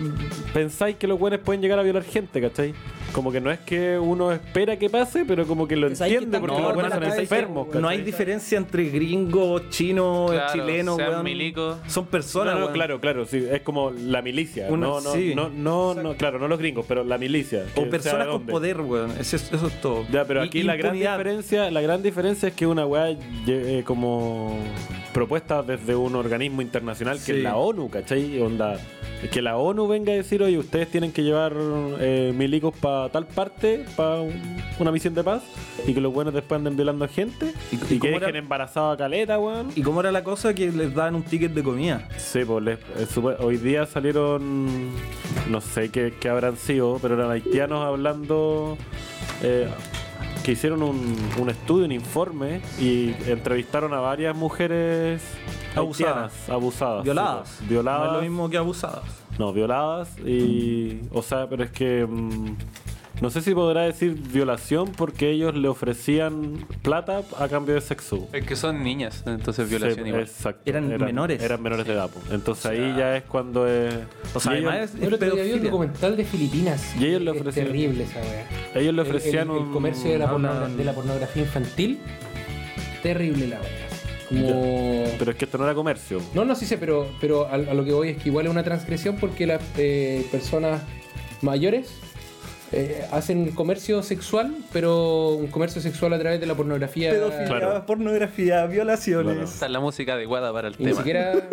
mm, Pensáis que los buenos pueden llegar a violar gente, ¿cachai? Como que no es que uno espera que pase, pero como que lo
Pensáis que
entiende
están
porque
todos
los buenos son
en la calle,
enfermos,
weón.
¿cachai?
No hay diferencia entre gringo, chino,
Claro,
chileno,
sean
weón.
milicos.
Son
No,
personas,
no,
weón.
claro, claro, sí, es como la milicia.
Una-
no, no,
sí.
no, no, no, claro, no los gringos, pero la milicia. que
O
sea
personas
de
con
dónde.
poder, weón. Ese es- Eso, es todo.
Ya, pero
Y-
aquí la gran
impunidad.
diferencia, la gran diferencia es que una weá lle- eh, como propuesta desde un organismo internacional que
Sí.
es la ONU, ¿cachai? Onda, que la ONU venga a decir, oye, ustedes tienen que llevar eh, milicos para tal parte, para una misión de paz, y que los buenos después anden violando a gente,
¿Y-
y,
y
que
cómo
dejen
era?
embarazada a caleta, weón.
¿Y cómo era la cosa que les daban un ticket de comida?
Sí, pues les- eh, supo- hoy día salieron, no sé qué, qué habrán sido, pero eran haitianos hablando, eh, que hicieron un, un estudio, un informe, y entrevistaron a varias mujeres
Abusadas.
haitianas, abusadas.
Violadas.
sí, pues, violadas.
No
No,
es lo mismo que abusadas.
violadas, y, o sea, pero es que... mm, no sé si podrá decir violación porque ellos le ofrecían plata a cambio de sexo.
Es que son niñas, entonces violación
Sí,
igual.
Exacto.
Eran menores.
Eran menores de edad. po. Entonces ahí ya es cuando es.
O sea,
y ellos,
además es,
Yo
es
el otro día vi un
pedofilia.
documental de Filipinas.
Y ellos le
Es
ofrecieron-
terrible esa weá.
ellos le
El- el-
ofrecían
el,
un.
comercio de la,
hablan-
porno- de la pornografía infantil. Terrible la weá. Como.
Ah, Pero es que esto no era comercio.
No, no, sí sé, pero, pero a, a lo que voy es que igual es una transgresión porque las eh, personas mayores eh, hacen comercio sexual, pero un comercio sexual a través de la pornografía.
Claro.
pornografía, violaciones.
Esta es la música adecuada para el
Y
tema.
ni siquiera.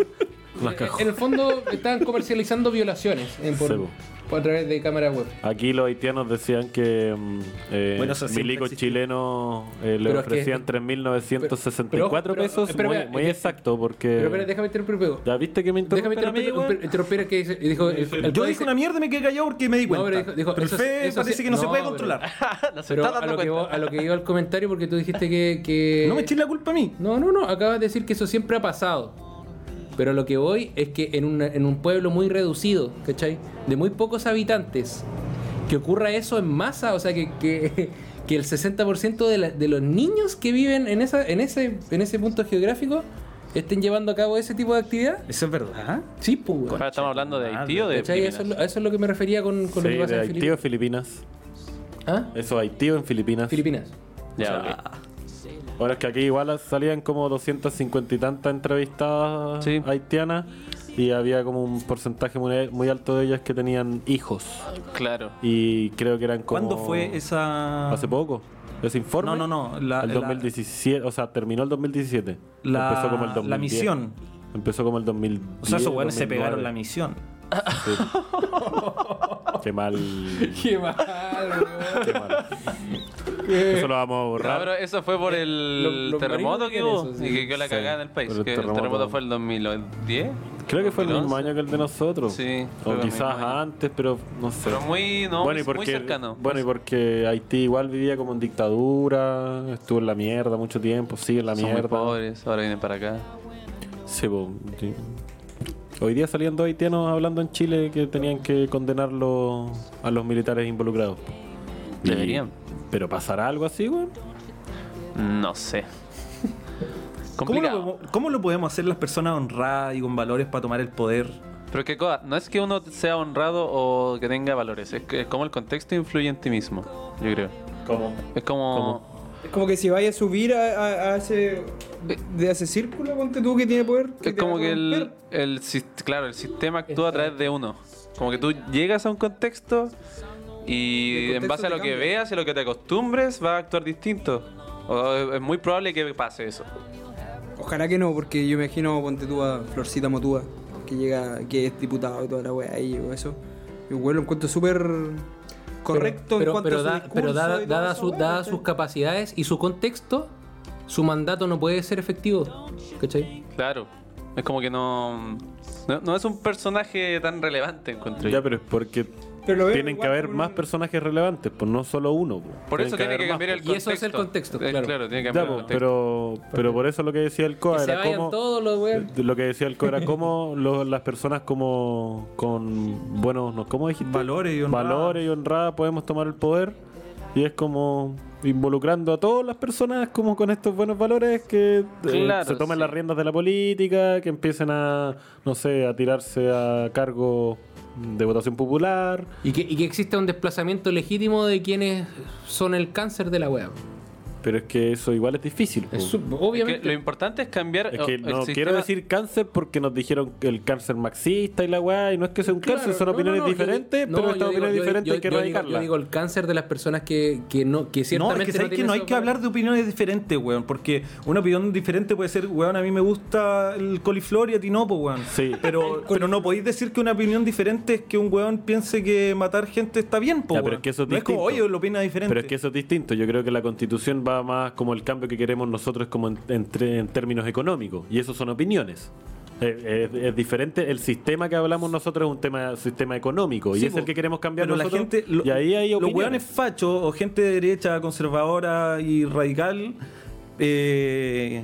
Las
Eh,
cajas.
en el fondo estaban comercializando violaciones en por-
Sí, po.
por- a través de cámara web.
Aquí los haitianos decían que mm, eh,
Bueno, eso siempre
milicos
existió.
chilenos eh, le
Pero es que-
ofrecían 3.964
pero- pero- pero-
pesos.
espera,
muy
espera,
muy
es que-
exacto, porque.
Pero espera, déjame interrumpir un poco.
Eh, ¿Ya viste que me
Déjame
interrumpen a mí,
interrumpir
weón?
un interrumpir que dice- dijo. El, el
Yo
códice-
dije una mierda y me quedé callado porque me di
No,
cuenta.
pero dijo- dijo,
Pero
eso-
Fe
eso
parece
sí-
que no, se
no,
puede
pero-
controlar.
No se
Pero
está
a
dando
lo, que
cuenta.
vo- a lo que iba el comentario porque tú dijiste que... que-
No me eches la culpa a mí.
No, no, no, acabas de decir que eso siempre ha pasado. Pero lo que voy es que en, una- en un pueblo muy reducido, ¿cachai? De muy pocos habitantes, que ocurra eso en masa, o sea, que, que, que el 60% de, la- de los niños que viven en, esa, en, ese, en ese punto geográfico estén llevando a cabo ese tipo de actividad.
Eso es verdad.
Sí, pues, weón.
Ahora estamos hablando de Haití o de
¿Cachai? Eso es, lo,
Filipinas?
a eso es lo que me refería con, con lo
Sí,
que pasa
de
en
Haití o
Filipinas.
Filipinas.
¿Ah?
Eso, Haití o en Filipinas.
Filipinas.
Ya, ok.
Ahora es que aquí igual salían como 250 y tantas entrevistadas
Sí.
haitianas y había como un porcentaje muy, muy alto de ellas que tenían hijos.
Claro.
Y creo que eran como...
¿Cuándo fue esa.?
Hace poco. Ese informe.
No, no, no. La,
el
la-
2017, o sea, terminó el 2017.
La-
Empezó como el
la
2010.
misión.
Empezó como el 2010.
O sea, esos weones se
2009.
pegaron la misión.
Sí. Qué mal.
Qué mal, weón.
Qué mal. Eso lo vamos a
No,
borrar.
Ah, pero eso fue por el
eh, Lo- los marinos
terremoto que
tienen
hubo
eso, sí.
y que quedó la
Sí,
cagada en el país.
por el
que
terremoto.
El terremoto fue el 2010.
Creo que fue el mismo
2011.
año que el de nosotros.
Sí, fue
O
el mismo
quizás
año.
antes, pero no sé.
Pero muy, no, muy- muy cercano.
Bueno, y porque Haití igual vivía como en dictadura, estuvo en la mierda mucho tiempo, sigue en la
Son muy
mierda.
pobres, ahora vienen para acá.
Sí, po, sí. Hoy día salían dos haitianos hablando en Chile que tenían que condenar los- a los militares involucrados. po. Y-
Deberían.
Pero pasará algo así, weón.
No sé.
¿Cómo lo,
Complicado.
podemos- ¿Cómo lo podemos hacer las personas honradas y con valores para tomar el poder?
Pero que cosa, no es que uno sea honrado o que tenga valores, es, que, es como el contexto influye en ti mismo, yo creo.
¿Cómo?
Es como...
¿Cómo?
Es como que si vaya a subir a, a- a ese. De ese círculo, ponte tú que tiene poder.
Eh. Es
te
como
va a
que el,
romper.
el sis- claro, el sistema actúa a través de uno. Como que tú llegas a un contexto
Y
y
el
en base
contexto
a lo
te
que
cambia.
veas y a lo que te acostumbres va a actuar distinto. O es- es muy probable que pase eso.
Ojalá que no, porque yo me imagino, ponte tú a Florcita Motúa, que llega, que es diputado y toda la weá y eso. Y bueno, lo encuentro súper correcto
pero,
en cuanto
pero
a su
da-
discurso
pero dada,
y toda
dada
esa
su-
weá,
dada
¿cachai?
sus capacidades y su contexto, su mandato no puede ser efectivo. ¿Cachai?
Claro. Es como que no. No, no es un personaje tan relevante, encuentro yo.
Ya, pero es porque
Pero lo veo
tienen que
igual
haber
como
más
un-
personajes relevantes, pues no solo uno. pues.
Por
Tienen
eso tiene que
haber más,
cambiar el
pues. Y
contexto.
eso es el contexto,
Eh,
claro.
tiene
Ya,
que cambiar el
pues,
contexto.
pero, pero por eso lo que decía el COA
que se
era
vayan
como.
todos los weón.
Lo que decía el COA era como lo- las personas como con buenos, no, ¿cómo dijiste?
Valores y honradas.
Valores y honradas podemos tomar el poder. Y es como involucrando a todas las personas como con estos buenos valores que eh,
Claro,
se tomen
sí.
las riendas de la política, que empiecen a, no sé, a tirarse a cargo de votación popular.
Y que, y que exista un desplazamiento legítimo de quienes son el cáncer de la web.
Pero es que eso igual es difícil. po.
Es su-
Es que
obviamente.
lo importante es cambiar.
Oh,
Es que
el
no quiero
sistema-
decir cáncer porque nos dijeron que el cáncer marxista y la weá, y no es que sea un
Claro,
cáncer, son
no,
opiniones
no, no, yo
diferentes,
di- no,
pero
yo
estas
digo-
opiniones
yo di-
diferentes
yo-
hay que
yo digo-
erradicarlas.
Yo digo el cáncer de las personas que, que no que
No, es
ciertamente
que sabes que
tienen
no hay
esos
que hablar de opiniones diferentes, weón. Porque una opinión diferente puede ser, weón, a mí me gusta el coliflor y a ti no, pues, weón.
Sí.
Pero, pero no podéis decir que una opinión diferente es que un weón piense que matar gente está bien, pues,
Ya, pero es que eso es
no es como,
distinto.
oye, lo opina diferente.
Pero es que eso es distinto. Yo creo que la constitución va más como el cambio que queremos nosotros como en, entre- en términos económicos. Y eso son opiniones. Eh, Es, es diferente. El sistema que hablamos nosotros es un tema sistema económico. y
Sí,
es el
po.
que queremos cambiar
Pero
nosotros.
la gente, lo-
y ahí hay
los
opiniones.
hueones fachos o gente de derecha, conservadora y radical, eh,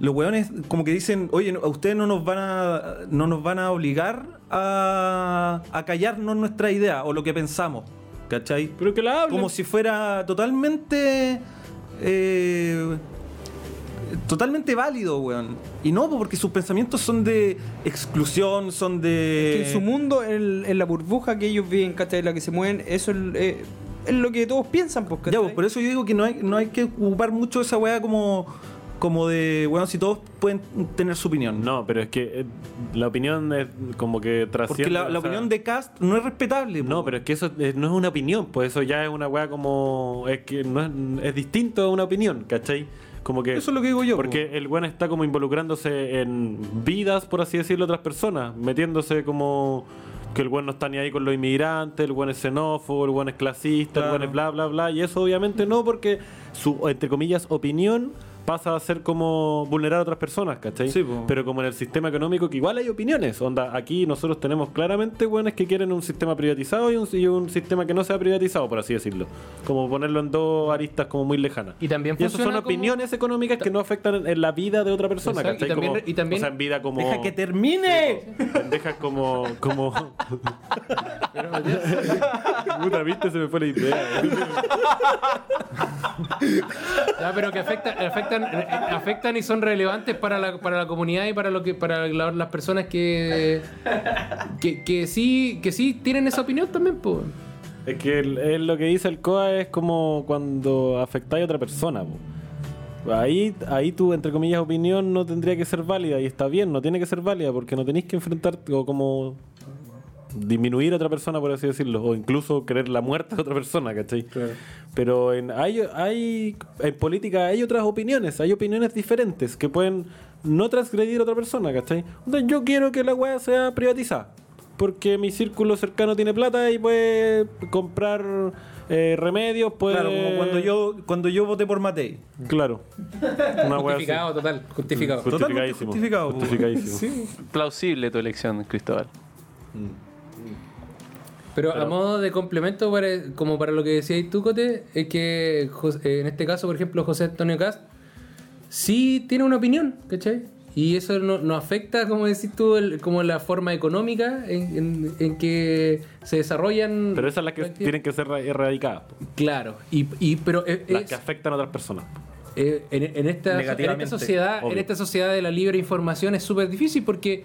los hueones como que dicen, oye, no- a ustedes no nos van a, no nos van a obligar a, a callarnos nuestra idea o lo que pensamos, ¿cachai?
Pero que la hablen.
Como si fuera totalmente... eh, Totalmente válido, weón. Y no, porque sus pensamientos son de exclusión, son de.
Que en su mundo, en, en la burbuja que ellos viven, ¿cachai? En la que se mueven, eso es, eh, es lo que todos piensan, pues,
Ya,
¿cachai?
pues, por eso yo digo que no hay, no hay que ocupar mucho esa weá como, como de, weón, si todos pueden tener su opinión.
No, pero es que eh, la opinión es como que trasciende.
Porque la,
o
la
sea,
opinión de Cast no es respetable.
No,
po.
pero es que eso eh, no es una opinión, pues eso ya es una weá como. Es que no es, es distinto a una opinión, ¿cachai? Como que.
Eso es lo que digo yo,
Porque el weón está como involucrándose en vidas, por así decirlo, de otras personas, metiéndose como. Que el weón no está ni ahí con los inmigrantes, el weón es xenófobo, el weón es clasista, el weón es bla, bla, bla. Y eso obviamente no, porque su, entre comillas, opinión pasa a ser como vulnerar a otras personas, ¿cachai?
Sí, po.
Pero como en el sistema económico, que igual hay opiniones. Onda, aquí nosotros tenemos claramente hueones que quieren un sistema privatizado y un, y un sistema que no sea privatizado, por así decirlo. Como ponerlo en dos aristas como muy lejanas.
Y también
esas son
funciona como-
opiniones económicas que no afectan en, en la vida de otra persona,
Exacto, y
¿cachai?
también-
Como-
y también-
o sea, en vida como...
Deja que termine.
Pendejas como... como... Puta, viste, se me fue la idea.
Ya, pero que afectan, afectan, eh, afectan y son relevantes para la, para la comunidad y para lo que para la- las personas que, que que sí que sí tienen esa opinión también, pues.
Es que el- es lo que dice el COA es como cuando afectáis a otra persona. po. Ahí, ahí tu, entre comillas, opinión no tendría que ser válida y está bien, no tiene que ser válida porque no tenéis que enfrentar o como disminuir a otra persona, por así decirlo, o incluso querer la muerte de otra persona, ¿cachai? Pero en, hay, hay, en política hay otras opiniones, hay opiniones diferentes que pueden no transgredir a otra persona, ¿cachai? Entonces, yo quiero que la weá sea privatizada. Porque mi círculo cercano tiene plata y puede comprar eh, remedios, puede...
Claro, como cuando yo, cuando yo voté por Matei.
Claro. Una wea así. Mm,
Justificado total, justificado.
Totalmente
Justificadísimo.
justificado, po.
Justificadísimo.
Plausible tu elección, Cristóbal.
Pero, a modo de complemento, para- como para lo que decías tú, Cote, es que Jos- eh, en este caso, por ejemplo, José Antonio Cast sí tiene una opinión, ¿cachai? Y eso no, no afecta, como decís tú, el- como la forma económica en, en- en que se desarrollan.
Pero esas son las que tienen que ser ra- erradicadas, po.
Claro, y, y- pero es-
las
es-
que afectan a otras personas.
eh, en, en esta, en esta
Negativamente,
sociedad, en
obvio.
esta sociedad de la libre información es súper difícil porque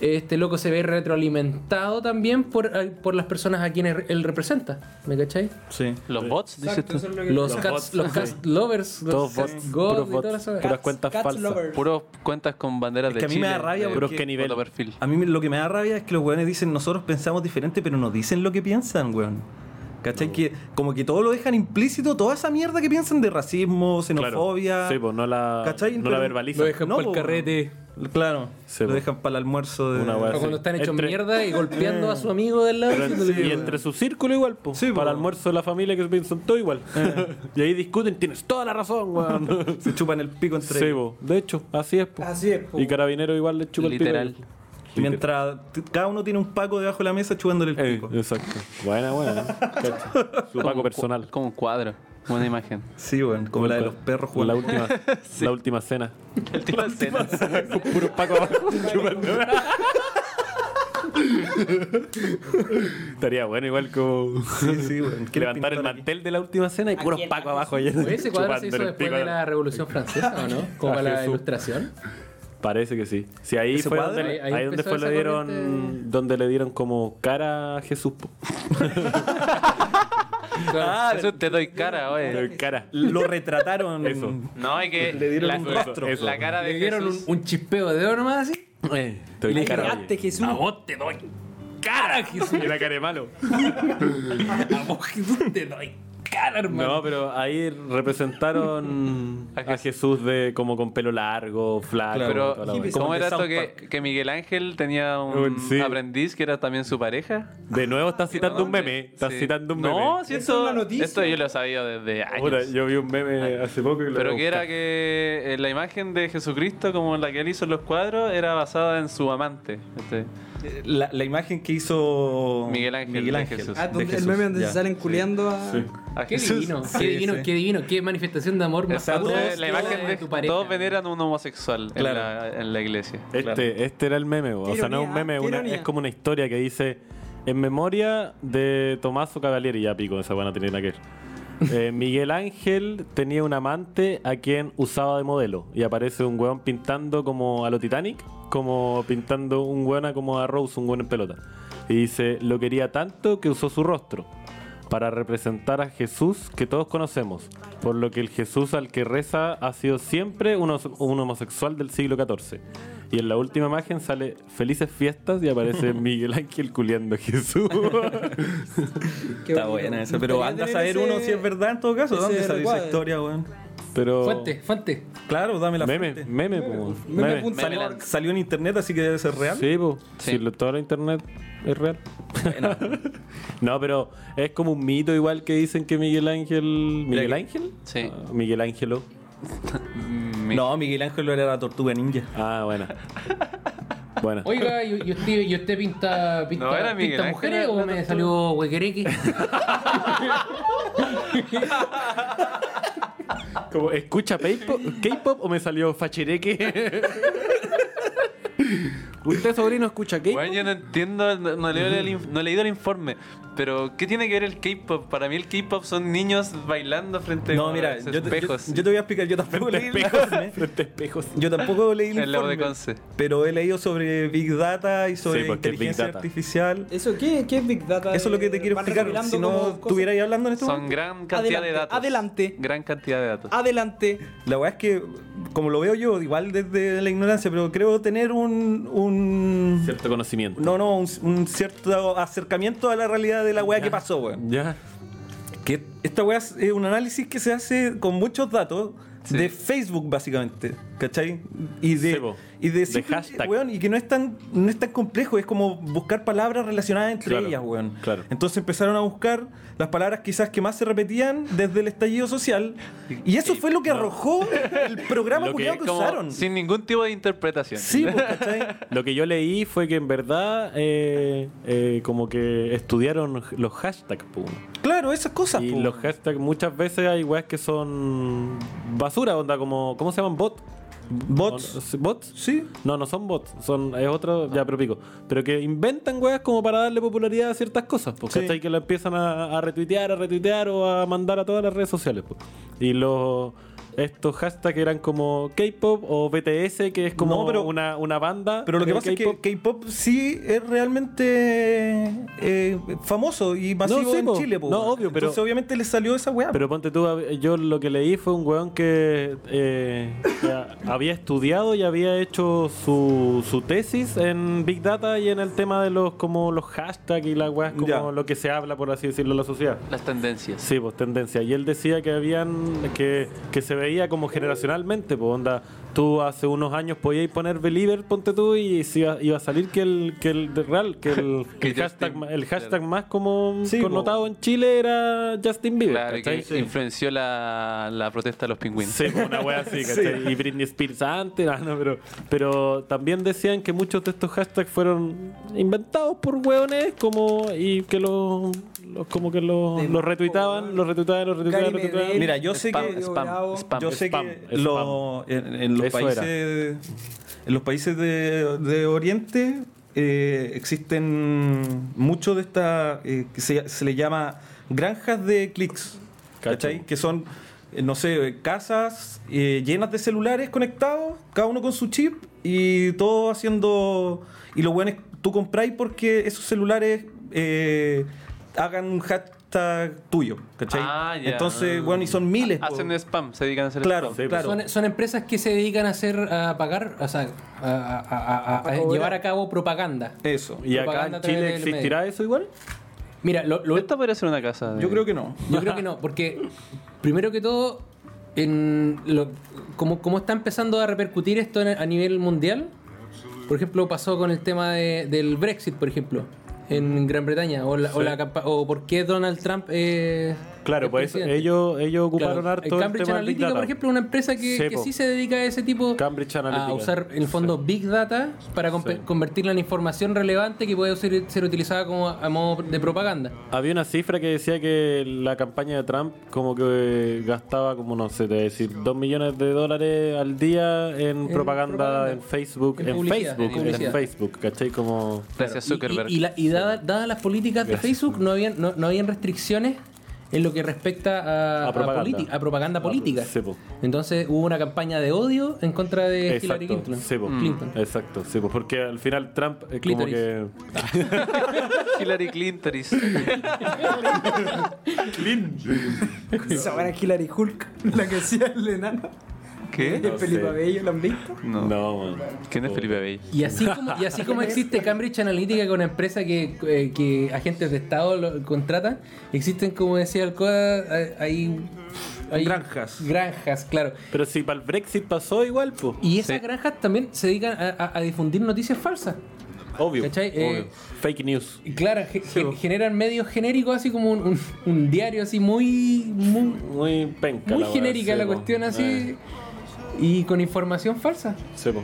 este loco se ve retroalimentado también por, por las personas a quienes él representa. ¿Me cachai?
Sí.
Los bots, dices tú.
Los, cats, los cats lovers, los
Todos
cats
bots,
gold
puros
y todas
bots,
esas-
puras cuentas
Cats
falsas.
lovers.
Puros cuentas con banderas
Es que
de
a mí me
Chile,
da rabia
de
Puros
porque-
que nivel.
foto perfil.
A mí lo que me da rabia es que los weones dicen nosotros pensamos diferente, pero no dicen lo que piensan, weón. ¿Cachai? Que como que todo lo dejan implícito, toda esa mierda que piensan de racismo,
Claro.
xenofobia.
Sí, pues no la,
¿Cachai?
no
Pero-
la verbalizan.
Lo dejan
No,
para
po.
el carrete.
Claro.
Sí,
lo
po.
dejan para el almuerzo de
Una wea
O
Sí.
cuando están hechos
Entre-
mierda y golpeando a su amigo del lado.
Pero en-
diciéndole,
y entre su círculo igual, pues.
Sí, po. Eh.
Para el almuerzo de la familia que son todos igual. y ahí discuten, tienes toda la razón, weón.
Se chupan el pico entre
Sí,
ellos.
po. De hecho, así es, po.
Así es, po.
Y carabinero igual le chupa el
Literal.
pico.
Mientras t- cada uno tiene un paco debajo de la mesa chupándole el
Eh,
pico.
exacto. Buena, buena. ¿eh? Cacha. Su
Como
paco
un
personal.
cua- Como un cuadro, una imagen.
Sí, weón. Como la de los perros
La
jugando.
última, la última cena.
El tipo
Puro paco abajo chupando. Estaría bueno igual como
Sí, sí, weón. ¿Quién
levantar
les
el
pintó aquí?
mantel de la última cena y puros paco abajo. ahí,
Oye, ese cuadro se hizo
chupando el
después
pico.
de la Revolución Francesa, ¿o no? Como
A
para la
Jesús.
ilustración.
Parece que sí. Sí, ahí
¿Ese
fue
cuadro?
donde,
Ahí-
ahí,
ahí
donde
empezó
fue le
esa
dieron
corriente.
donde le dieron como cara a Jesús. po.
Claro.
Eso te doy cara, oye.
Cara.
Lo retrataron.
Eso.
No, hay que.
Le dieron
la,
un rostro.
la- la cara de
Le dieron un,
Jesús.
un chispeo de oro nomás así.
Te doy
Le
cara,
giraste,
oye.
Jesús.
A vos te doy cara, Jesús.
Y la cara de malo.
A vos, Jesús, te doy cara, hermano.
No, pero ahí representaron
A
a Jesús de como con pelo largo, flaco.
Claro.
Pero,
toda la wea.
¿cómo
el de
era esto
South
que, que Miguel Ángel tenía un
Un- sí.
aprendiz que era también su pareja?
de nuevo estás citando un
¿Dónde?
meme. Estás
Sí.
citando un meme.
No, si
Eso es
esto,
una noticia.
esto yo lo sabía desde años.
Puta, yo vi un meme hace poco y lo
Pero que era
busqué.
que eh, la imagen de Jesucristo, como la que él hizo en los cuadros, era basada en su amante. este.
La, la imagen que hizo
Miguel Ángel de Jesús.
Ah,
de
donde, el
Jesús,
meme donde
ya.
se salen culeando a.
A
Qué
Jesús.
divino,
Sí,
qué divino,
sí.
qué divino, qué manifestación de amor más
Exacto,
pura
Entonces, eh, la imagen de
tu pareja.
todos veneran a un homosexual en,
Claro.
la, en la iglesia.
Este, este era el meme, bo. o
Qué
sea, no es un
ironía,
meme,
qué
una-
ironía.
es como una historia que dice en memoria de Tomaso Cavalieri, ya pico, esa van a tener que ver. Eh, Miguel Ángel tenía un amante a quien usaba de modelo y aparece un weón pintando como a lo Titanic, como pintando un weón a como a Rose, un weón en pelota. Y dice, lo quería tanto que usó su rostro para representar a Jesús que todos conocemos, por lo que el Jesús al que reza ha sido siempre un, os- un homosexual del siglo XIV. Y en la última imagen sale felices fiestas y aparece Miguel Ángel culiando a Jesús.
Qué
Está
bonito.
buena esa,
Me
pero
gustaría
anda a
tener
saber
ese-
uno si es verdad en todo caso.
ese
¿Dónde salió esa
recuadro.
historia, weón?
Pero
Fuente, fuente.
Claro, dame la
meme,
fuente.
meme, po,
Meme
meme.
punto
Meme
org.
land.
Salió en internet, así que debe ser real.
Sí, po.
Sí.
Si lo- toda la internet es real. no, pero es como un mito igual que dicen que Miguel Ángel, Miguel
que-
Ángel,
Sí.
Ah, Miguel Ángelo.
Mi-
No, Miguel Ángel era la tortuga ninja.
Ah, bueno. bueno.
Oiga, ¿y, y usted, y usted pinta, pinta,
No, era
pinta
Miguel Ángel,
mujeres
era
o
la
me
tortuga.
salió huequereque?
Como, ¿Escucha K-pop K-pop o me salió fachereque? ¿Usted, sobrino, escucha K-pop?
Bueno, yo no entiendo, no, no leo el inf- no he leído el informe, pero ¿qué tiene que ver el K-pop? Para mí el K-pop son niños bailando frente
No,
a
mira,
los
yo, te- yo,
espejos.
yo te voy a explicar. Yo tampoco leí el informe.
Frente a espejos.
Yo tampoco leí el
El lago de
informe,
Conce.
Pero he leído sobre Big Data y sobre
Sí, porque es Big
inteligencia
Data.
artificial.
¿Eso qué, qué es Big Data?
Eso es lo que te quiero
Van
explicar.
recopilando
Si
como
no
cosas.
estuviera ahí hablando en este
Son
momento.
gran cantidad de
Adelante,
datos.
adelante.
Gran cantidad de
Ah,
datos.
Adelante.
La verdad es que, como lo veo yo, igual desde la ignorancia, pero creo tener un. un
Cierto conocimiento.
no, no, un, un cierto acercamiento a la realidad de la weá que pasó, weón.
Ya.
Que esta weá es un análisis que se hace con muchos datos
Sí.
de Facebook, básicamente. ¿Cachai? Y de.
Sí, po.
y de,
De
simple-
hashtag.
weón, y que no es, tan, no es tan complejo, es como buscar palabras relacionadas entre
Claro,
ellas, weón.
claro.
Entonces empezaron a buscar las palabras quizás que más se repetían desde el estallido social. Y eso fue lo que arrojó el programa
Lo que-
culiao que,
Como
usaron.
sin ningún tipo de interpretación.
Sí, po, ¿cachai?
Lo que yo leí fue que en verdad, eh, eh, como que estudiaron los hashtags, po.
Claro, esas cosas,
Y
po.
los hashtags muchas veces hay weas que son basura, onda, como. ¿Cómo se llaman? Bot.
Bots.
¿Bots?
Sí.
No, no son bots, son, es otro, ya pero pico. Pero que inventan weas como para darle popularidad a ciertas cosas, pues,
Sí.
¿cachai? Que la empiezan a, a retuitear, a retuitear o a mandar a todas las redes sociales, pues. Y los Estos hashtags eran como K-pop o BTS, que es como
No, pero-
una, una banda.
Pero lo que
de
pasa es que
eh, K-pop.
K-pop sí es realmente eh, famoso y masivo
sí,
en
po.
Chile. po.
No, obvio, pero-
Entonces, obviamente les salió esa weá.
Pero ponte tú, a- yo lo que leí fue un weón que eh, ya había estudiado y había hecho su, su tesis en Big Data y en el tema de los como los hashtags y las weas como
Ya.
lo que se habla, por así decirlo, en la sociedad.
Las tendencias.
Sí, pues tendencia. Y él decía que habían que, que se veía como generacionalmente, pues onda, tú hace unos años podías poner believer, ponte tú, y se iba, iba a salir que el, que el de real, que el,
Que
el hashtag,
Justin-
ma- el hashtag más como
Sí, pues.
connotado en Chile era Justin Bieber.
Claro, y que
¿cachai?
influenció la, la protesta de los pingüinos.
Sí, como una wea así, ¿cachai? Y Britney Spears antes, ah, no, pero, pero también decían que muchos de estos hashtags fueron inventados por weones como y que los los- como que los
De-
los retuitaban, los retuitaban, los retuitaban,
Gary
los
Medel.
retuitaban.
Mira, yo sé
Spam,
que.
spam,
Bravo.
spam,
Yo sé
spam,
que
spam.
lo- en, en los
Eso
países, en los países de, de Oriente eh, existen muchos de estas eh, que se, se le llama granjas de clics,
Cacho.
¿cachai? Que son, eh, no sé, eh, casas eh, llenas de celulares conectados, cada uno con su chip y todo haciendo. Y lo bueno es que tú compráis porque esos celulares eh, hagan un hashtag tuyo, ¿cachai?
Ah, ya.
Entonces, bueno, y son miles. po.
Hacen spam, se dedican a hacer
Claro,
spam.
Sí, pues.
claro.
Son, son empresas que se dedican a hacer, a pagar, o sea, a, a- a- a- a llevar a cabo propaganda.
Eso.
¿Y acá
Propaganda
en
a través
Chile
del medio.
existirá eso igual?
Mira, lo, lo-
Esta podría ser una casa. de-
Yo creo que no.
yo creo que no, porque primero que todo, en lo- como, como está empezando a repercutir esto en- a nivel mundial, por ejemplo, pasó con el tema de- del Brexit, por ejemplo, en Gran Bretaña, o, la, o, la campa- o por qué Donald Trump... eh,
Claro,
es
pues
presidente.
ellos ellos ocuparon
Claro,
harto
el
el
Cambridge
tema del Big
Analytica,
Data.
por ejemplo, una empresa que,
Sí,
que
po.
sí se dedica a ese tipo
Cambridge Analytica.
a usar en el fondo Big Data para compe-
Sí.
convertirla en información relevante que puede ser, ser utilizada como a, a modo de propaganda.
Había una cifra que decía que la campaña de Trump como que gastaba como no sé, te voy a decir, dos millones de dólares al día en, propaganda,
propaganda.
en Facebook, en,
En publicidad, en
Facebook, en,
publicidad.
Facebook, ¿cachai? Como
Gracias,
Y-
Zuckerberg.
Y, y la- y dada- dadas las políticas de Facebook, no habían, no, no habían restricciones en lo que respecta a,
A
a
propaganda.
politi- a propaganda
A-
política.
sí, po.
Entonces hubo una campaña de odio en contra de Hillary
Exacto,
Clinton.
sí, po. Mm.
Clinton.
Exacto, sí, po, porque al final Trump es como
Clítoris.
que
Hillary Clinton.
Esa buena Hillary Hulk, la que hacía el enano.
¿Qué?
El Felipe
sé.
Abello, ¿la han visto?
No.
no, man.
¿Quién es Felipe Abello?
Y así, como, y así como existe Cambridge Analytica, que es una empresa que, eh, que agentes de Estado lo contratan, existen, como decía el COA, eh, hay, hay
Granjas.
Granjas, claro.
Pero si para el Brexit pasó igual, pues.
Y esas granjas también se dedican a, a- a difundir noticias falsas.
Obvio.
¿Cachai? Eh,
obvio. Fake news.
Y claro, ge- ge- generan medios genéricos, así como un, un- un diario así muy, muy,
Muy penca.
muy
la wea,
genérica
sí,
la
po.
cuestión
Eh.
así y con información falsa.
Sí, po.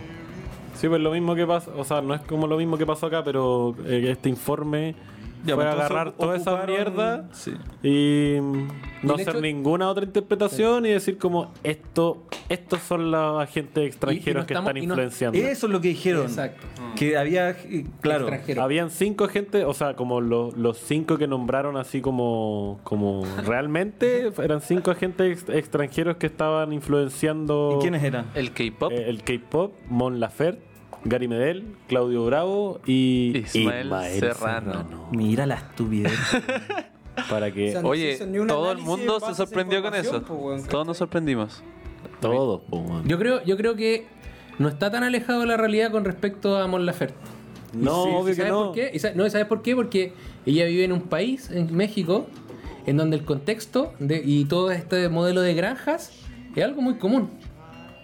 Sí, pues lo mismo que pasa, o sea, no es como lo mismo que pasó acá, pero eh, este informe
Ya,
fue
pues, entonces
agarrar toda esa
ocuparon-
mierda
Sí.
y mm, no
Y el
hacer
hecho-
ninguna otra interpretación y decir como esto, estos son los agentes extranjeros
no
que
estamos-
están
y no-
influenciando.
Eso es lo que dijeron.
Exacto.
Que había, eh, claro.
Extranjero.
Habían cinco gente, o sea, como lo- los cinco que nombraron así como, como realmente eran cinco agentes ex- extranjeros que estaban influenciando.
¿Y quiénes eran?
El K-pop.
Eh, el K-pop, Mon Laferte, Gary Medel, Claudio Bravo y
Ismael Serrano.
Mira la estupidez.
Para que
O sea, no
Oye,
hizo ni un
todo el
análisis
mundo
en base
se
a esa
sorprendió con eso.
información, po, weón,
Todos nos sorprendimos.
todos, po, man.
Yo creo, yo creo que no está tan alejado de la realidad con respecto a Mon Laferte.
no,
Sí,
obvio
¿y
que
sabes
no.
por qué? ¿Y sa- no, ¿y ¿sabes por qué? Porque ella vive en un país, en México, en donde el contexto de- y todo este modelo de granjas es algo muy común.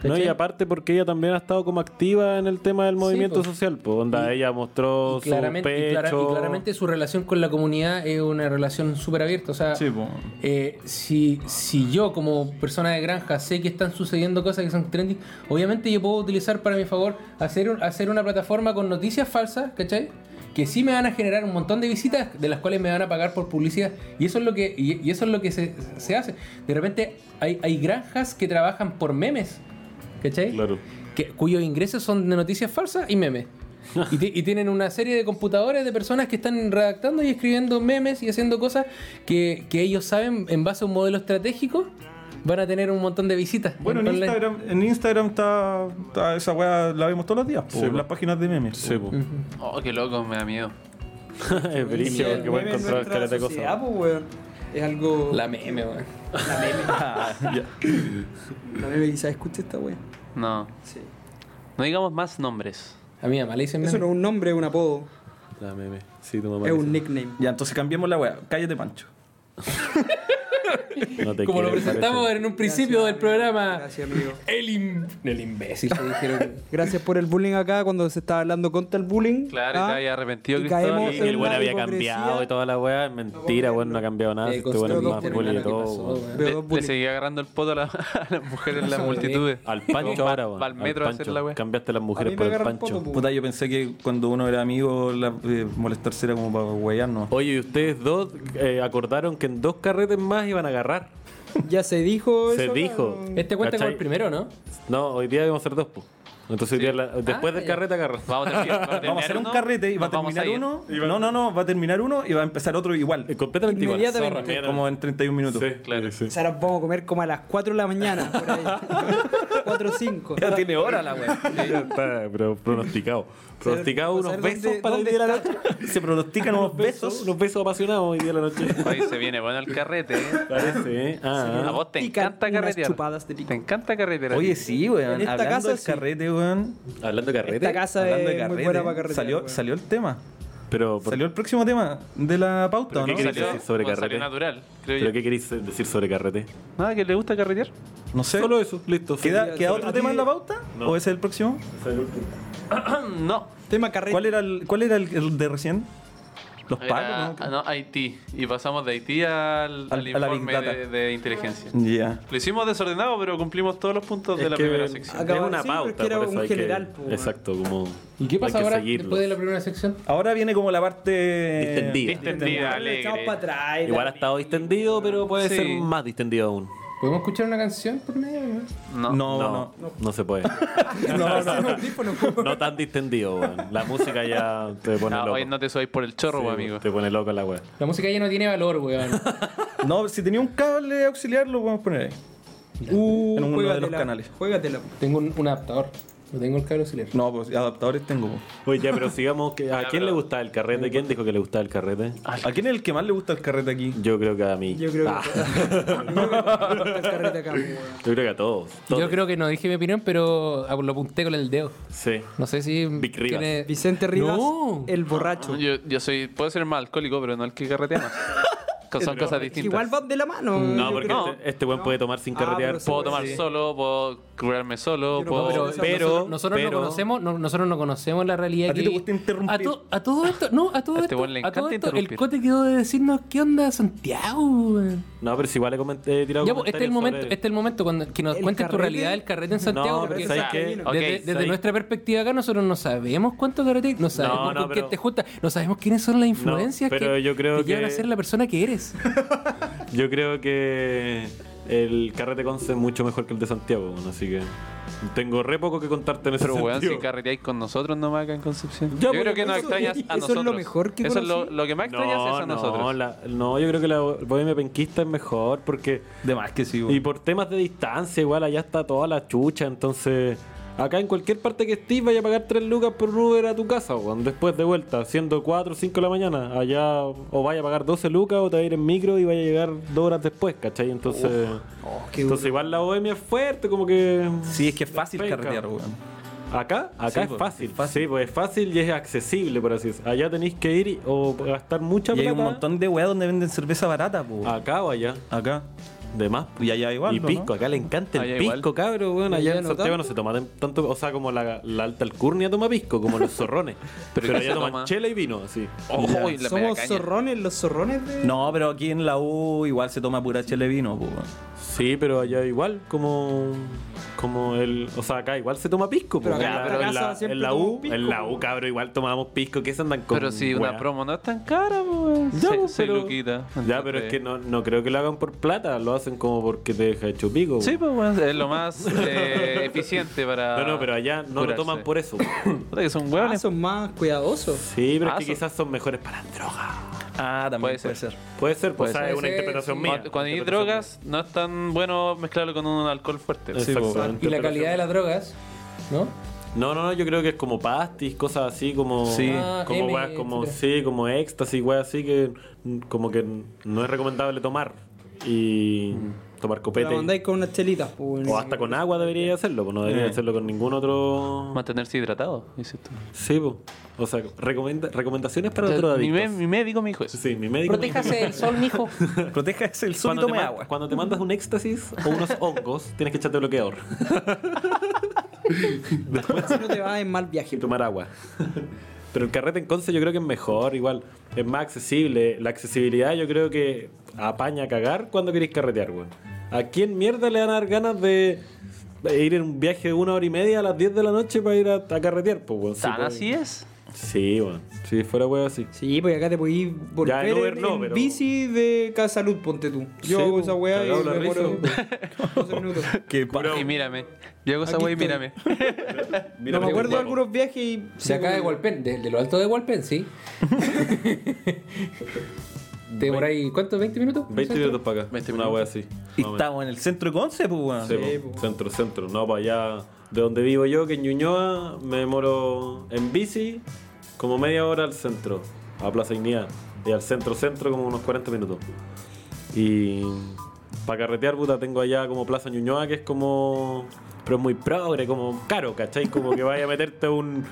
No, y
¿Cachai?
aparte porque ella también ha estado como activa en el tema del movimiento
po.
social, pues onda, ella mostró
Y claramente,
su
y clara-
pecho.
y claramente su relación con la comunidad es una relación súper abierta. O sea,
Sí, po.
eh, si, si yo como persona de granja sé que están sucediendo cosas que son trending, obviamente yo puedo utilizar para mi favor hacer, un- hacer una plataforma con noticias falsas, ¿cachai? Que sí me van a generar un montón de visitas de las cuales me van a pagar por publicidad. Y eso es lo que, y, y eso es lo que se, se hace. De repente hay, hay granjas que trabajan por memes. ¿Cachai?
Claro.
que- cuyos ingresos son de noticias falsas y memes. Y, ti- y tienen una serie de computadores de personas que están redactando y escribiendo memes y haciendo cosas que, que ellos saben en base a un modelo estratégico van a tener un montón de visitas.
Bueno, en
Ponle-
Instagram, en Instagram está, está esa weá, la vemos todos los días, po,
Sí, po.
las páginas de memes. po.
Oh, qué loco, me da miedo.
es brillo,
El
porque puede
meme en
encontrar
nuestra
escaleta de
sociedad,
cosas.
pues, weón. Es algo.
La meme, weón.
La meme quizás escuche esta weón.
No.
Sí.
No digamos más nombres.
A mí mamá le dicen
Eso no
meme.
es un nombre, es un apodo.
La meme. Sí, tu mamá
Es un
dice.
nickname.
Ya, entonces cambiemos la weá. Cállate, Pancho.
No te
Como lo
quiero,
presentamos
parece.
en un principio del programa.
Gracias, amigo.
El, im- el imbécil. se dijeron.
Gracias por el bullying acá cuando se estaba hablando contra el bullying.
Claro,
Ah,
y te había arrepentido,
y
Cristóbal.
caemos
Y
en
el buen
la
había
hipocresía.
cambiado y toda la weá. es Mentira, weón, no ha cambiado nada.
Eh,
Este weón es
constructor,
más bully
hermano,
de
¿qué
todo.
pasó,
weón.
weón?
Veo
Le,
dos
le
bullying.
seguía agarrando el poto a, la- a las mujeres en la multitud.
Al pancho
Va-
ahora, weón.
va al metro a hacer la weá.
Cambiaste las
A mí
mujeres
me
por el
agarra un
pancho.
poto, po.
Puta, yo pensé que cuando uno era amigo, la, eh, molestarse era como para huearnos.
Oye, y ustedes dos eh, acordaron que en dos carretes más iban a agarrar.
Ya se dijo
Se
eso,
dijo.
claro.
Este cuenta como
¿Cachai?
el primero, ¿no?
No, hoy día íbamos a hacer dos, po. Entonces hoy día la- después
Ah,
del
ya.
carrete agarras.
Vamos a, terminar- vamos a terminar
Vamos a hacer un
uno,
carrete y va a
nos vamos
terminar
ir.
uno. No, no, no, va a terminar uno y va a empezar otro
Eh,
igual. Eh,
Completamente igual.
Inmediatamente.
Zorra, mierda.
Como en 31 minutos.
Sí, claro.
O sea, nos vamos a comer como a las 4 de la mañana. Por ahí. 4 o 5.
Ya tiene hora la weá.
Ya está, pero pronosticado. Pronosticado
o sea,
unos
¿dónde-
besos para el
dónde
día de la
está?
noche.
Se pronostican unos besos.
Unos besos apasionados hoy día de la noche.
Oye, se viene bueno el carrete, ¿eh?
Parece, ¿eh?
A
Ah,
vos te
Pican
encanta
unas
carretear.
chupadas de pico.
Te encanta carretear. a
Oye,
ti.
sí, weón.
En esta
Hablando
casa
del
sí.
carrete, weón.
hablando de carrete.
Esta casa
Hablando de
es
carrete.
muy buena para carretear.
salió,
weón.
salió el tema.
Pero, por-
Salió el próximo tema de la pauta, ¿o
¿Pero
¿no?
qué
Salió-
quieres decir sobre
bueno,
carrete?
salió natural, creo
¿pero
yo.
qué queréis decir sobre carrete?
Nada, que le gusta carretear.
No sé.
Solo eso, listo.
¿Queda,
Sí,
queda
sí.
otro
A
tema
ti-
en la pauta?
No.
¿O ese es el próximo?
no.
Tema carrete.
¿Cuál era el, cuál era el, el de recién? ¿Los
Era-
pagos?
ah, no, Haití. Y pasamos de Haití al,
Al-
al
a la Big
informe
Data.
de, de inteligencia.
¿no? Ya.
Lo hicimos desordenado, pero cumplimos todos los puntos
Es
de la
que
primera sección.
es
Acabo de
una
decir, porque
pauta,
era
por eso
un
hay que-
general, po, weón.
Exacto, como...
¿Y qué pasa
hay que
ahora
seguirlo.
después de la primera sección?
Ahora viene como la parte.
Distendida.
Distendida,
Echamos
alegre.
para atrás. y
Igual ha
la-
estado distendido, pero puede
Sí.
ser más distendido aún.
¿Podemos escuchar una canción por medio? weón?
No.
No,
No,
no.
no, se puede.
No, no.
No tan distendido, weón. La música ya te pone
Ah,
loco.
oye, no te subáis por el chorro,
Sí,
amigo.
Te pone loco la weá.
La música ya no tiene valor, weón.
No, si tenía un cable auxiliar, lo podemos poner ahí.
Uh,
en uno de
juégatela,
los canales.
Juégatela.
tengo un, un adaptador. No tengo el cable auxiliar.
No, pues adaptadores tengo. po.
Oye, ya, pero sigamos. Que, ¿A quién le gustaba el carrete? ¿Quién dijo que le gustaba el carrete?
¿A quién es el que más le gusta el carrete aquí?
Yo creo que a mí.
Yo creo
Ah,
que. Yo creo que el carrete acá, weón.
yo creo que a todos. todos.
Yo creo que no dije mi opinión, pero ah, lo apunté con el dedo.
Sí.
No sé si.
Vic Rivas.
tiene-
Vicente Rivas,
No.
Eh,
el borracho.
Yo, yo soy, puedo ser más alcohólico, pero no el que carretea más. Co- Son cosas distintas.
Igual van de la
Mm.
mano.
No,
yo
porque
creo.
este, este weón puede tomar sin
Ah,
carretear.
pero sí,
Puedo
güey,
tomar
sí.
solo, puedo curarme solo,
Yo no
puedo...
puedo hacer eso.
pero-
Nosotros- nosotros,
pero-
no conocemos, no- nosotros no conocemos la realidad
A ti
que-
te gusta interrumpir.
A, to- a todo esto, no, a todo
A este
esto,
weón le
a todo
encanta
esto, el
interrumpir.
cote quedó de decirnos qué onda Santiago. weón?
No, pero si igual he, coment- he tirado
Ya, pues, este es el
comentarios
momento,
sobre-
este es el momento cuando que nos
El
cuentes tu
carrete.
realidad del carrete en Santiago,
No,
porque
pero ¿sabes
Ah,
qué?
ok,
desde, desde
¿sabes?
nuestra perspectiva acá nosotros no sabemos cuánto carrete, no sabemos
no,
con
pero-
quién te juntas, no sabemos quiénes son las influencias
pero
que
yo creo
te llevan
que-
a ser la persona que eres.
Yo creo que el carrete Conce es mucho mejor que el de Santiago, weón, así que tengo re poco que contarte en ese
Pero weón, si
sentido.
carreteáis con nosotros nomás acá en Concepción.
Ya,
Yo
pues,
creo que nos
eso-
extrañas a
eso es
nosotros.
lo mejor que
Eso es lo,
conocí.
lo que más extrañas es a
No,
nosotros.
la- no, yo creo que la bohemia penquista es mejor porque...
De más que sí,
Y
güey.
por temas de distancia, igual allá está toda la chucha, entonces... Acá en cualquier parte que estés vaya a pagar 3 lucas por Uber a tu casa, weón, después de vuelta, siendo 4 o 5 de la mañana. Allá o vaya a pagar 12 lucas o te va a ir en micro y vaya a llegar 2 horas después, ¿cachai? Entonces... entonces igual la bohemia es fuerte, como que...
Sí, es que es fácil
Penca.
carretear, weón.
Acá, acá
Sí,
es
pues,
fácil.
es fácil.
Sí, pues es fácil y es accesible, por así decirlo. Allá tenéis que ir y- o gastar mucha
Y hay
plata.
un montón de weas donde venden cerveza barata, po.
Acá o allá.
Acá.
De más.
Y allá igual.
y
¿no?
pisco, acá le encanta el
Allá
pisco,
igual.
cabro. Bueno, allá
allá
en
no
Santiago
tanto.
no se toma tan- tanto, o sea, como la, la alta alcurnia toma pisco, como los zorrones. pero
Pero ¿qué
allá
se
toman
toma?
chela y vino, así.
Ojo, y la media
Somos
caña.
zorrones, los zorrones de.
No, pero aquí en la U igual se toma pura chela y vino, po.
Sí, pero allá igual, como. Como el. O sea, acá igual se toma pisco,
Pero
porque la-
acá en la
en, la,
casa siempre
en la U,
tomamos pisco,
en la
po.
U, cabro, igual tomábamos pisco, que se andan con.
Pero si
weá?
una promo no es tan cara, weón.
Ya,
Se-
pues,
seis
pero-
luquitas.
Ya, pero es que no, no creo que lo hagan por plata, lo hacen como porque te deja hecho pico.
Sí,
güey.
pues weón, es lo más eh, eficiente para...
No, no, pero allá no lo
curarse.
toman por eso.
Puta que son
Ah,
hueones.
son más cuidadosos.
Sí, pero es que
Aso.
quizás son mejores para la droga.
Ah, también
Puede
puede
ser.
ser.
Puede ser, pues
Puede
esa
ser.
es una
Puede ser,
interpretación
sí.
mía.
Cuando, cuando hay
Interpretación
drogas, pues, no es tan bueno mezclarlo con un alcohol fuerte.
mía. Exacto.
Y la calidad de las drogas, ¿no?
No, no, no, yo creo que es como pastis, cosas así como.
Sí.
Ah,
como
M,
weas, como.
etcétera.
Sí, como éxtasis, weas así que. mm, Como que no es recomendable tomar. Y. Tomar
Pero
copete.
mandáis con unas chelitas, pues.
O hasta con agua debería hacerlo, pues no
Mm.
debería hacerlo con ningún otro.
Mantenerse hidratado, dices tú.
Sí, pues. O sea, recomenda- recomendaciones para
O sea,
otro
mi, me-
adicto.
mi médico me dijo eso.
Sí, mi médico.
Protéjase del sol, mijo.
Proteja ese el sol
Cuando
y
te,
tome
man-
agua.
cuando te mandas un éxtasis o unos hongos, tienes que echarte bloqueador
Si no te vas en mal viaje.
y tomar agua. Pero el carrete en Conce yo creo que es mejor, igual. Es más accesible. La accesibilidad yo creo que apaña a cagar cuando queréis carretear, weón. ¿A quién mierda le van a dar ganas de de ir en un viaje de una hora y media a las 10 de la noche para ir a, a carretear, pues, weón? Sí,
¿Tan
pues.
así es?
Sí, weón. Si fuera weón, sí.
Sí, pues acá te podís volver
Ya, en
en,
Uber no,
en
pero-
bici de Casa Salud, ponte tú. Yo
Sí,
hago
pues,
esa weá y
cagado
me
la
demoro
risa.
12 minutos.
Que
Y mírame. Yo hago esa
Aquí
wey y
estoy.
mírame.
no me acuerdo de algunos viajes y...
De acá de Hualpén, de, de lo alto de Hualpén, sí. de por ahí, ¿cuánto? ¿20 minutos?
20 minutos para acá.
20
Una
minutos.
wea así. Más
Y
o menos.
estamos en el centro de Conce, pues, weón.
Sí, po. centro, centro. No, para allá de donde vivo yo, que en Ñuñoa, me demoro en bici como media hora al centro, a Plaza Ignidad. Y al centro, centro, como unos 40 minutos. Y para carretear, puta, tengo allá como Plaza Ñuñoa, que es como. Pero es muy progre, como caro, ¿cachai? Como que vaya a meterte un.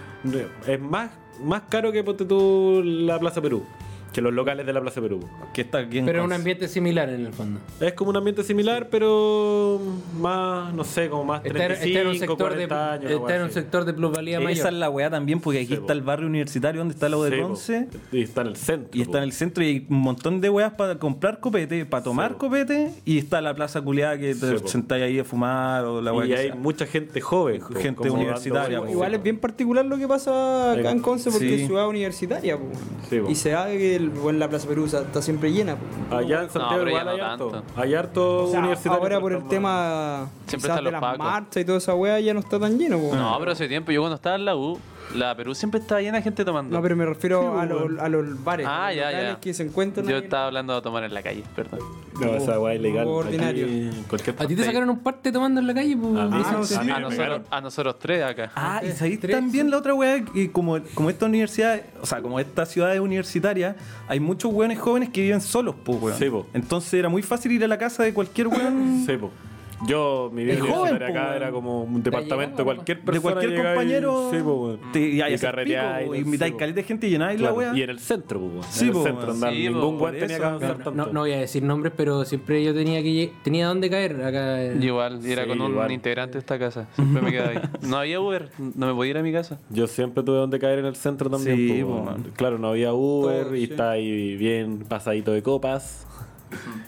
Es más, más caro que ponte tú la Plaza Perú, que los locales de la Plaza Perú.
Que está aquí en
Pero en un
Conce.
ambiente similar en el fondo.
Es como un ambiente similar, pero más, no sé, como más
Está,
35,
está en este un sector de,
40 años.
está en
algo
un
así.
sector de plusvalía
Esa
mayor.
es la weá también, porque aquí
Sí, po.
está el barrio universitario donde está el lado
Sí,
de
po.
Conce.
Y está en el centro.
Y está en el centro y hay un montón de weas para comprar copete, para tomar
po.
copete. Y está la plaza culeada que te
Sí, po.
sentáis ahí a fumar o la
po.
wea
Y
que
hay
sea.
mucha gente joven. po,
Gente
como dando
universitaria,
vueltas.
Igual es bien particular lo que pasa acá en Conce porque
Sí.
es ciudad universitaria, pues.
Sí, pues.
Y se da que el- bueno, la Plaza Perú está siempre llena, pues.
Allá en
No,
Santiago
pero ya
igual
no
hay harto.
tanto.
Hay harto
O sea,
universitario.
ahora por
pero
el
está mal.
tema
Siempre
quizás
están
de
los
las
pacos.
marchas y toda esa weá ya no está tan lleno. po.
No, pero hace tiempo, yo cuando estaba en la U, la Perú siempre estaba llena de gente tomando.
No, pero me refiero a, los, a los bares.
ah,
los
ya,
locales
ya.
que se encuentran
Yo
ahí.
estaba hablando de tomar en la calle, perdón.
No, esa guay legal.
Como ordinario.
Cualquier
¿A ti te
Sí.
sacaron un parte tomando en la calle? pues?
A mí
Ah, no,
sí,
sí.
a mí
a,
me
nosotros,
pegaron.
a nosotros tres acá.
Ah, y sabéis
Tres,
también la otra weá, que como, como esta universidad, o sea, como esta ciudad es universitaria, hay muchos weones jóvenes que viven solos, pues, weón.
Sí, po.
Entonces era muy fácil ir a la casa de cualquier weón.
Sí, po. Yo, mi vida
Es
universitaria
joven, po,
acá
weón.
era como un departamento de
llegaba,
cualquier persona.
de cualquier
llegaba y-
compañero.
Sí, po, weón.
te- y ahí
Y
haces
carreteáis,
pico,
no
y
sé,
invitáis
po.
caleta de gente y llenáis
Claro,
la weá.
Y en el centro, po, weón.
Sí,
en el
pues,
po,
centro
weón.
andar.
Sí,
Ningún
po,
weón
por
tenía que
eso.
avanzar
No,
tanto.
no, no voy a decir nombres, pero siempre yo tenía que lle- tenía dónde caer acá. eh, en-
Y Igual, y era
Sí,
con un
igual.
integrante de esta casa. Siempre me quedaba ahí. No había Uber, no me podía ir a mi casa.
Yo siempre tuve donde caer en el centro también.
Sí,
po,
po,
weón.
man.
Claro, no había Uber
Todo,
y
sí.
está ahí bien pasadito de copas.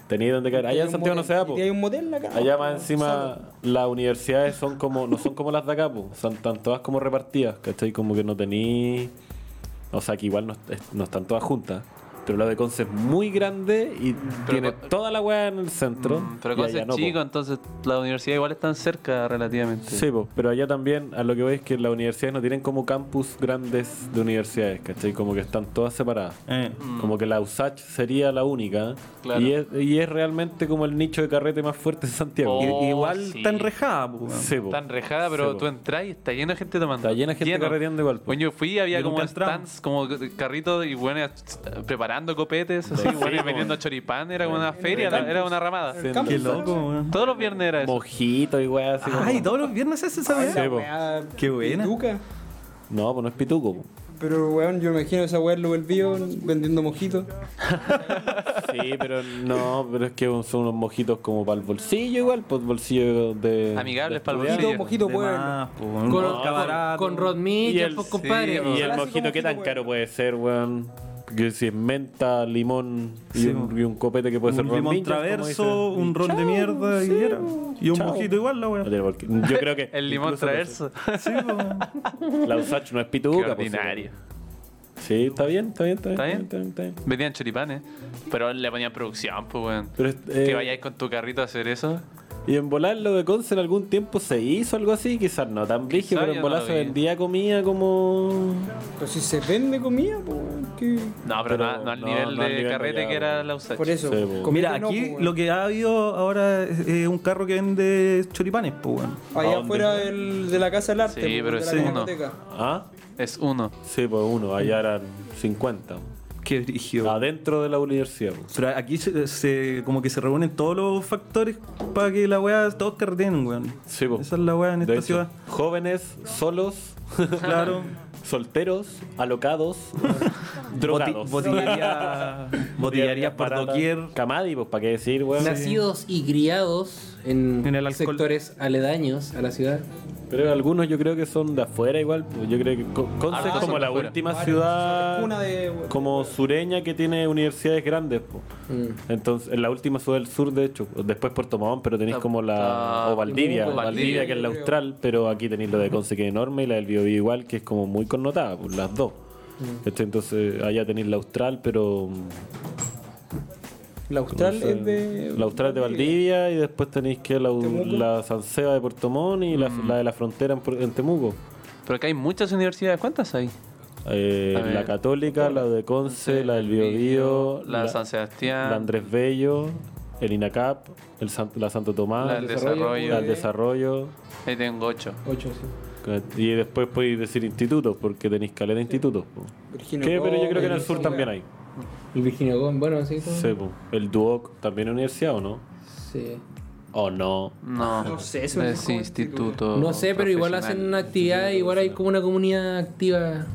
Tenía donde caer.
Hay
Allá en
un
Santiago no se
motel.
da, po.
Y Hay un motel acá.
Allá más encima las universidades son como no son como las de acá, po. Son tan todas como repartidas, ¿cachai? Como que no tení... O sea, que igual no, es- no están todas juntas. Pero la de Conce es muy grande y tiene
con-
toda la weá en el centro.
Mm, Pero
y
con
allá
ese
no, pues. po.
chico, entonces la universidad igual están cerca relativamente.
Sí, po, pero allá también a lo que voy es que las universidades no tienen como campus grandes de universidades, ¿cachai? Como que están todas separadas.
Eh,
Como que la USACH sería la única.
Mm.
¿eh?
Claro.
Y, es, y es realmente como el nicho de carrete más fuerte en Santiago.
Oh,
y- igual
sí.
está enrejada, pues, weón.
Sí, po.
Tan rejada, pero
Sí, po.
tú entras y está llena de gente tomando.
Está llena de gente carreteando igual, po.
Bueno, yo fui y había
Yo
como
nunca entraba.
stands, como carritos y bueno, preparando copetes, así,
Sí,
bueno,
po.
vendiendo choripán. Era como una feria, la- era una ramada.
Sí,
Qué loco, weón.
Todos los viernes era eso.
Mojito y weá así. como-
Ay, todos los viernes se hace esa weá.
Sí, po.
Qué buena.
Luca.
No, pues no es pituco. po.
Pero weón, yo me imagino esa weá lo volvió vendiendo mojitos.
Sí, pero no, pero es que son unos mojitos como para el bolsillo igual, pues bolsillo de...
Amigables
de
pa'l
estudiante.
bolsillo.
Mojito, mojito,
De
pueblo.
más, po, pues, weón.
Con,
No,
con,
barato.
con rodmillas,
Y el-
pues, compadre.
sí,
po.
Y el
Clásico
mojito, ¿qué tan
mojito,
caro puede ser, weón? Que si es menta, limón y,
Sí,
un,
weón.
y un copete que puede ser
un limón
rombillas, como
pues, traverso,
dicen.
un ron de mierda y era. Y un mojito igual, la
No
weá.
tiene por qué. Yo creo que
El limón
incluso
traverso.
Sí, po, weón.
La Usach no es
Qué
pituca. pues,
ordinario.
Sí, está bien, está bien, está bien.
¿Está bien?
está está bien.
Vendían choripanes, pero le ponían producción, pues, weón.
Pero, eh,
que vayáis con tu carrito a hacer eso.
Y en volar lo de Conce en algún tiempo se hizo algo así, quizás no tan brígido, pero
yo
en
no
volar
lo
se
vi.
vendía comida como.
Pero si se vende comida, pues, weón, que-
No, pero, no, no al
no,
nivel
no
de
al nivel de
carrete
allá,
que
bueno.
era la USACH.
Por eso,
Sí, pues.
comida
Mira,
no,
aquí
pues, weón.
lo que ha habido ahora es eh, un carro que vende choripanes, pues, weón.
Allá afuera del- de la Casa del Arte,
Sí,
pues,
pero
de la
sí, no.
Pinacoteca.
¿Ah?
Es uno.
Sí, pues uno, allá eran 50.
Qué brígido.
Adentro de la universidad. pues.
Ah, Pero aquí se, se- como que se reúnen todos los factores para que la weá todos carreteen, weón.
Sí, po.
Esa es la weá en
De
esta
hecho,
ciudad.
Jóvenes, solos,
Claro.
solteros, alocados, drogados.
Boti- botillería. botillería por
barata.
doquier.
Camadi, pues, ¿para qué decir, weón?
Nacidos y criados en,
En el alcohol.
sectores aledaños a la ciudad.
Pero algunos yo creo que son de afuera igual. pues, Yo creo que Co- Conce es como
Hartos son de
la
afuera.
última
Varios,
ciudad
cuna de-
como sureña que tiene universidades grandes. po. Entonces, en la última ciudad del sur, de hecho. Después Puerto Montt, pero tenéis
La-
como la...
la-
o Valdivia.
Valdivia,
Valdivia, que es la
creo.
austral, pero aquí tenéis lo de Conce que es enorme y la del Biobío igual, que es como muy connotada, pues, las dos. Este, Entonces, allá tenéis la austral, pero...
La Austral
no sé,
es de.
La austral es de Valdivia y después tenéis que la,
Temuco.
la San Seba de Puerto Montt y la, la de la frontera en, Pu- en Temuco.
Pero acá hay muchas universidades. ¿Cuántas hay?
Eh,
A ver.
la Católica, la de Conce, la del Biobío,
La, San Sebastián.
la Andrés Bello, el INACAP, el San- la Santo Tomás,
La del Desarrollo.
la del Desarrollo.
Ahí tengo ocho.
Ocho, sí.
Y después podéis decir institutos, porque tenéis caleta de institutos. po.
Virginio
Que, Pero yo creo que en el
Gómez,
sur
esa
también
weá.
hay.
El Virginio Gómez, bueno, sí. como-
Sí, po. El Duoc también es universidad o no?
sí.
O no.
No.
No sé, eso es
Es
como
instituto.
No sé, pero igual hacen una actividad, igual hay como una comunidad activa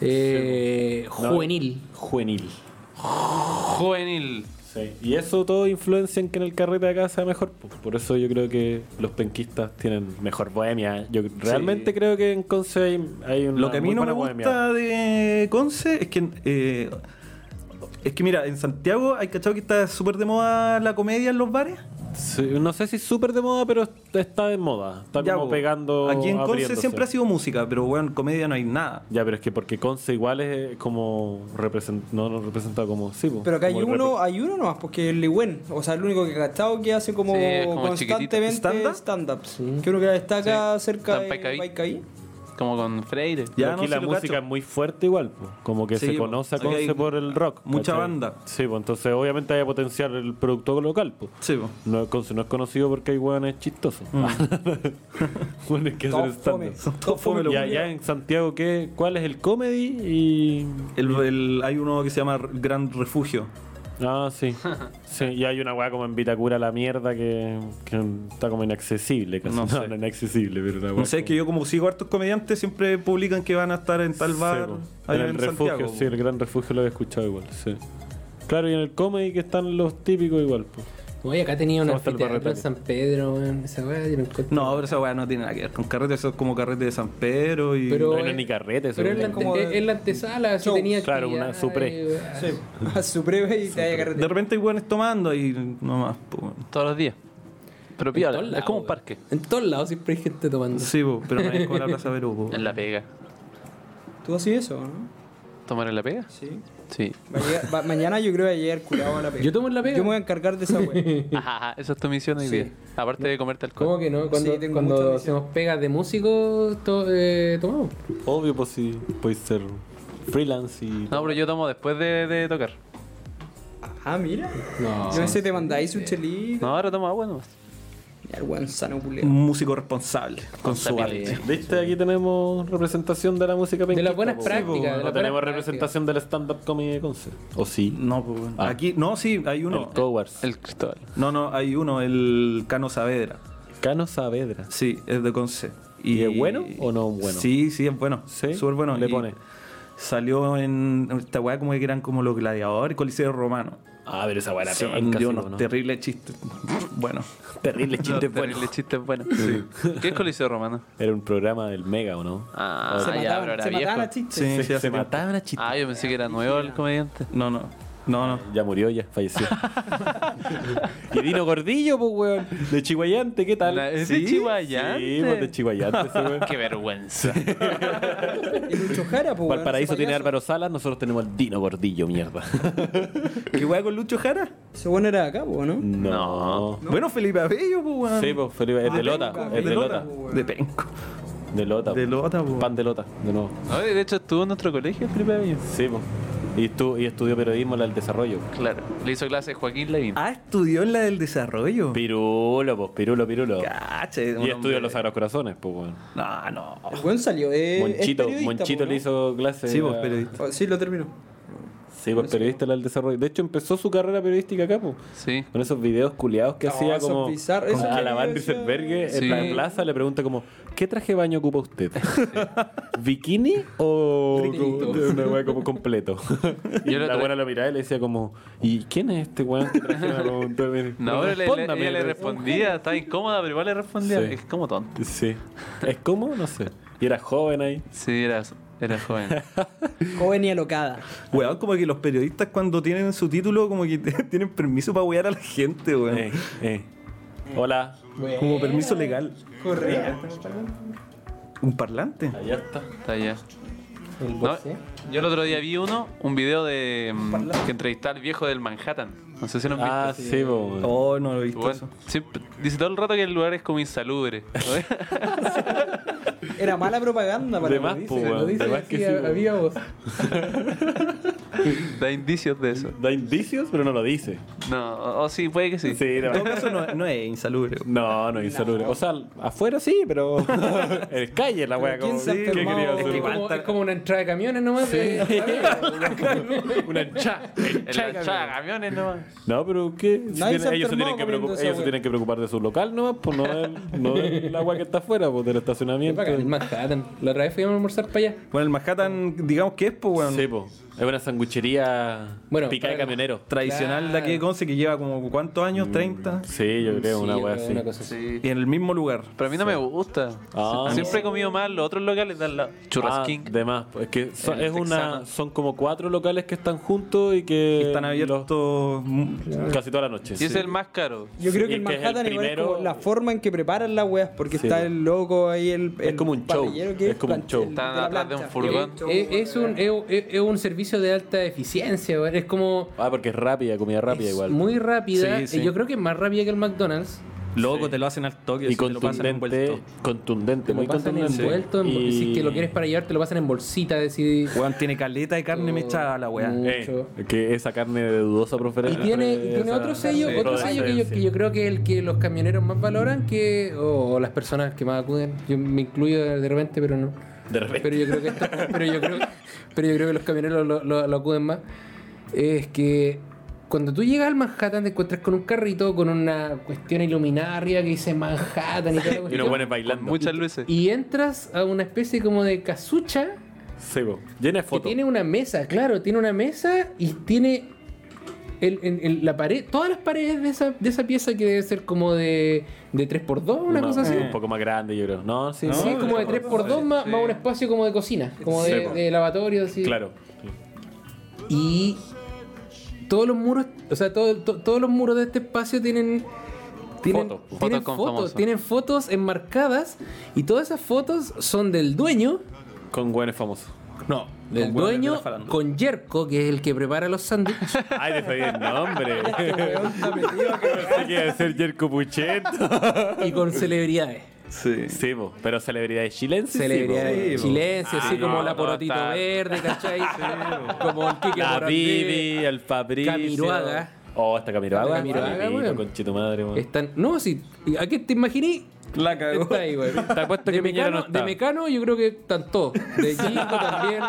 eh,
No,
juvenil.
Juvenil.
Juvenil.
Sí. Y eso todo influencia en que en el carrete de acá sea mejor. po. Por eso yo creo que los penquistas tienen mejor bohemia. Yo realmente creo que en Conce hay, hay una
Lo que a mí
muy
no me
buena bohemia.
gusta de Conce es que. eh, es que mira, en Santiago hay cachado que está súper de moda la comedia en los bares.
Sí, no sé si es súper de moda, pero está de moda. Está
Ya,
como
po.
pegando.
Aquí en Conce
abriéndose.
siempre ha sido música, pero weón, comedia no hay nada.
Ya, pero es que porque Conce igual es como. represent- no lo representa como. Sí, po,
Pero acá hay
como el
uno,
repre-
hay uno nomás, porque el Ligüen, o sea, el único que he cachado que hace como,
Sí, es como
constantemente
chiquitito.
stand-ups. Que uno que destaca
Sí. Está en
cerca de
Paicaí.
Paicaí.
Como con Freire.
Pero
Ya,
aquí
no,
la
sí lo
música
cacho.
es muy fuerte igual, po. como que
Sí,
se
po.
conoce a
Aquí hay
Conce por el rock.
mucha
¿cachai?
banda.
Sí, pues entonces obviamente hay que potenciar el producto local. po.
Sí, po.
No, Conce no es conocido porque hay hueones chistosos. Hueones que hacen
Todos fome.
stand-up.
Son todos fome los
Y allá
culiados.
en Santiago, ¿qué? ¿cuál es el comedy? Y...
El- el- hay uno que se llama Gran Refugio.
Ah, sí. sí. Y hay una weá como en Vitacura la mierda que, que está como inaccesible. Casi. No,
No
no,
sé.
es inaccesible, pero una weá
No sé, es que yo como sigo hartos comediantes, siempre publican que van a estar en tal
Sí,
bar.
po.
allá
en el refugio,
Santiago,
sí,
po.
el gran refugio lo había escuchado igual, sí. Claro, y en el comedy que están los típicos igual, pues.
Oye, acá tenía un
¿Cómo está el
anfiteatro en
barretario?
San Pedro, weón, esa weá, yo no encuentro.
No, pero esa weá no tiene nada que ver con carrete, eso es como carrete de San Pedro y.
Pero
No era
es-
ni carrete,
Pero es la,
seguramente.
como de-
es la antesala, sí
Show.
tenía
Claro, una
actividades,
supre.
weá.
Sí. A su breve y te haya carretera.
de repente hay weones tomando y nomás, po, weón.
Todos los días. Pero
En todos
piola.
lados,
Es como un
weón.
parque.
En todos lados siempre hay gente tomando.
Sí, po, pero no es como la Plaza Perú, po.
En la pega.
¿Tú haces eso, no?
¿Tomar en la pega?
Sí.
Sí.
Va a llegar- va- mañana yo creo que va a llegar curado a la pega.
Yo tomo en la pega.
Yo me voy a encargar de esa wea.
Ajá, ajá, esa es tu misión hoy
Sí.
día. Aparte de comerte alcohol.
¿Cómo que no? Cuando,
Sí, tengo
cuando
mucho vicio.
hacemos pegas de músicos, to- eh, tomamos.
Obvio, pues sí, puedes ser freelance y.
No, pero yo tomo después de, de tocar.
Ah, mira.
No.
Yo a veces te mandáis un chelito.
No, ahora tomo agua nomás.
Ya, el weón sano
Un
culeo.
músico responsable con su arte.
¿Viste? Aquí tenemos representación de la música
De las
penquista,
buenas
po.
prácticas. de
No
las
tenemos
buenas
representación del stand-up comedy de concert. ¿O sí?
No, po, weón.
Ah.
Aquí, no, sí, hay
El
uno.
Cowards. El
El cristal.
No, no, hay uno, el Cano Saavedra.
Cano Saavedra.
Sí, es de Conce.
¿Y es bueno o no es bueno?
Sí, sí, es bueno.
¿Sí?
Súper bueno.
Le
Y
pone.
Salió en esta weá como que eran como los gladiadores, coliseo romano.
Ah, pero esa weá era
Se
penca,
dio
sí,
unos
po, ¿no?
terribles chistes. Bueno,
Terrible chiste, pues.
Los
bueno.
terribles chistes buenos. ¿Qué es Coliseo Romano?
Era un programa del Mega, ¿o no?
Ah,
se
ya, pero
mataban,
era
se
viejo.
mataban a chistes.
sí, sí,
se,
hace
se
tiempo.
mataban a chistes.
Ah, yo pensé que era nuevo el comediante.
No, no. No, no.
Ya murió, ya falleció. y Dino Gordillo, pues, weón. De Chihuayante, ¿qué tal?
La- ¿es de Chihuayante?
Sí, pues de Chihuayante, ese weón.
Qué vergüenza.
Y Lucho Jara, pues.
Valparaíso tiene Álvaro Salas, nosotros tenemos al Dino Gordillo, mierda.
¿Qué weá con Lucho Jara?
Se bueno era de acá, pues, ¿no?
No.
Bueno, Felipe Abello, pues, weón.
Sí, pues Felipe, es de Lota, es de Lota.
De Penco.
De Lota.
De Lota, po.
Pan de Lota, de nuevo.
No, de hecho estuvo en nuestro colegio, Felipe Avello.
Sí, pues. Y, estu- y estudió periodismo en la del desarrollo.
Claro. Le hizo clase Joaquín Lavín.
Ah, estudió en la del desarrollo.
Pirulo, pues, pirulo, pirulo.
Cacha, un
Y
hombre-
estudió los Sagrados Corazones, pues, weón.
No, no.
El weón salió. eh, es
Monchito,
periodista,
Monchito
pues,
le
¿no?
hizo clase.
Sí, pues,
a-
periodista.
Oh, sí, lo terminó.
Sí, pues, periodista en la del desarrollo. De hecho, empezó su carrera periodística acá, pues.
Sí.
Con esos videos culiados que
No,
hacía
esos
como
bizarros, esos
a
que
la Van
decía-
Rieselberghe
Sí.
en la plaza le pregunta como ¿qué traje de baño ocupa usted? ¿Bikini o
Trinito.
como- una wea como completo? y
Yo lo
la
tra-
buena lo miraba y le decía como ¿y quién es este weón que traje de baño?
No, pero le- le,
Respóndame,
ella le
le-
respondía, estaba incómoda, pero igual le respondía.
Sí.
Es como tonto.
Sí. ¿Es como? No sé. Y era joven ahí.
Sí, era, era joven.
Joven y alocada.
Weón, como que los periodistas cuando tienen su título, como que tienen permiso para wear a la gente, weón.
Eh, eh. Hola.
Como permiso legal.
Correcto.
Un parlante.
Allá está.
Está allá. No, yo el otro día vi uno, un video de mm, que entrevistaba al viejo del Manhattan. No sé si lo han visto.
Ah, sí, po, weón.
Oh, no lo he visto
Bueno,
eso.
siempre- dice todo el rato que el lugar es como insalubre.
Era mala propaganda para
De más,
los
po, weón.
Lo dice
De más
así,
que sí, weón.
había voz.
da indicios de eso.
Da indicios, pero no lo dice.
No, o, o sí, puede que sí.
Sí, la
En todo caso, no, no es insalubre.
No, no insalubre. O sea, afuera sí, pero. en calle la wea,
¿quién
como.
se ha
¿Qué
enfermado?
quería
Es,
hacer?
que como, es como una entrada de camiones nomás.
Una hinchada.
En la chava, camiones nomás.
No, pero ¿qué? Si tienen-
Nadie se ha
ellos se tienen,
enfermado
que
comiendo
preocup-
esa
ellos se
wea.
tienen que preocupar de su local nomás, pues no del, no del agua que está afuera, pues del estacionamiento.
En Manhattan. La otra vez fuimos a almorzar para allá.
Bueno, el Manhattan, digamos que es, pues, weón.
Sí, pues. Es una sanguchería
Bueno,
picada de
para-
camionero.
Tradicional de aquí de Conce que lleva como cuántos años, 30.
Sí, yo creo, una
Sí,
wea así.
cosa así.
Sí.
Y en el mismo lugar.
Pero a mí no me gusta.
Ah.
Siempre he comido más los otros locales dan la churrasquín.
Ah, de más, pues, es que son,
El
es una,
texano.
son como cuatro locales que están juntos y que
Están abiertos. mm,
los- casi toda la noche.
y ese
sí.
es el más caro.
Yo
Sí,
creo que
es
el
que es el
Manhattan igual es como
primero-
la forma en que preparan las weas, porque
Sí.
está el loco ahí, el,
Es
el
como un show,
parrillero que
es como un
plancha-
show.
el
Están
de la
atrás de un
plancha.
furgón.
Es, es un, es, es- es un servicio de alta eficiencia, weón. es como
Ah, porque es rápida, comida rápida
es
igual.
muy rápida.
Sí, sí.
Eh, Yo creo que es más rápida que el McDonald's.
Loco, te lo hacen al toque.
y
así te lo pasan
contundente,
envuelto.
contundente,
Te lo
muy
pasan
contundente.
envuelto. en-
Y-
Si es que lo quieres para llevar, te lo pasan en bolsita. de si-
Weón, tiene caleta de
Oh,
carne mechada la weá.
Mm.
Eh, que esa carne de dudosa
Y
preferencia.
tiene, y tiene otro sello,
sí,
otro sello que yo, que yo creo que el que los camioneros más valoran, que o las personas que más acuden. Yo me incluyo de repente, pero no.
De repente.
Pero yo creo que esto- pero yo creo, pero yo creo que los camioneros lo, lo- lo acuden más. Es que cuando tú llegas al Manhattan te encuentras con un carrito con una cuestión iluminada arriba que dice Manhattan y toda la
Y los
cuestión.
buenos bailando.
Muchas luces.
Y entras a una especie como de casucha
Sí, po. Llena de
que
fotos.
tiene una mesa, claro, tiene una mesa y tiene el- el- el- la pared, todas las paredes de esa, de esa pieza que debe ser como de, de 3x2, una cosa así.
Un poco más grande, yo creo. No, sí.
Sí,
no,
como de 3x2 más, más un espacio como de cocina, como
Sí,
de,
po.
de lavatorio, así.
Claro.
Y todos los muros, o sea, todo- to- todos los muros de este espacio tienen tienen
Fotos, po.
tienen
Fotos con
fotos,
famosos.
tienen fotos enmarcadas y todas esas fotos son del dueño
Con buenos famosos.
No,
del
con weones de
dueño
la farándula.
con Jerko, que es el que prepara los sándwiches.
Ay, de sabía el nombre.
Este
Weón, está metido acá.
Pensé que iba a ser Jerko Pucheto.
y con celebridades.
Sí.
Sí, po. pero celebridades chilenses.
celebridades
sí, po.
chilenses, así
Ah,
como
no,
la
no,
Porotito
está-
Verde, ¿cachai? como el
sí, po.
Kike
La
Morandé.
Bibi, el Fabricio.
Camiroaga.
Oh, hasta Camiroaga.
Hasta Camiroaga, weón.
Con chito madre, weón.
Están, no, sí, ¿a qué te imaginé?
La cagó.
Está ahí, güey.
Te apuesto que
de,
Piñera no
Mecano,
está.
de Mecano yo creo que están todos. De Gildo también.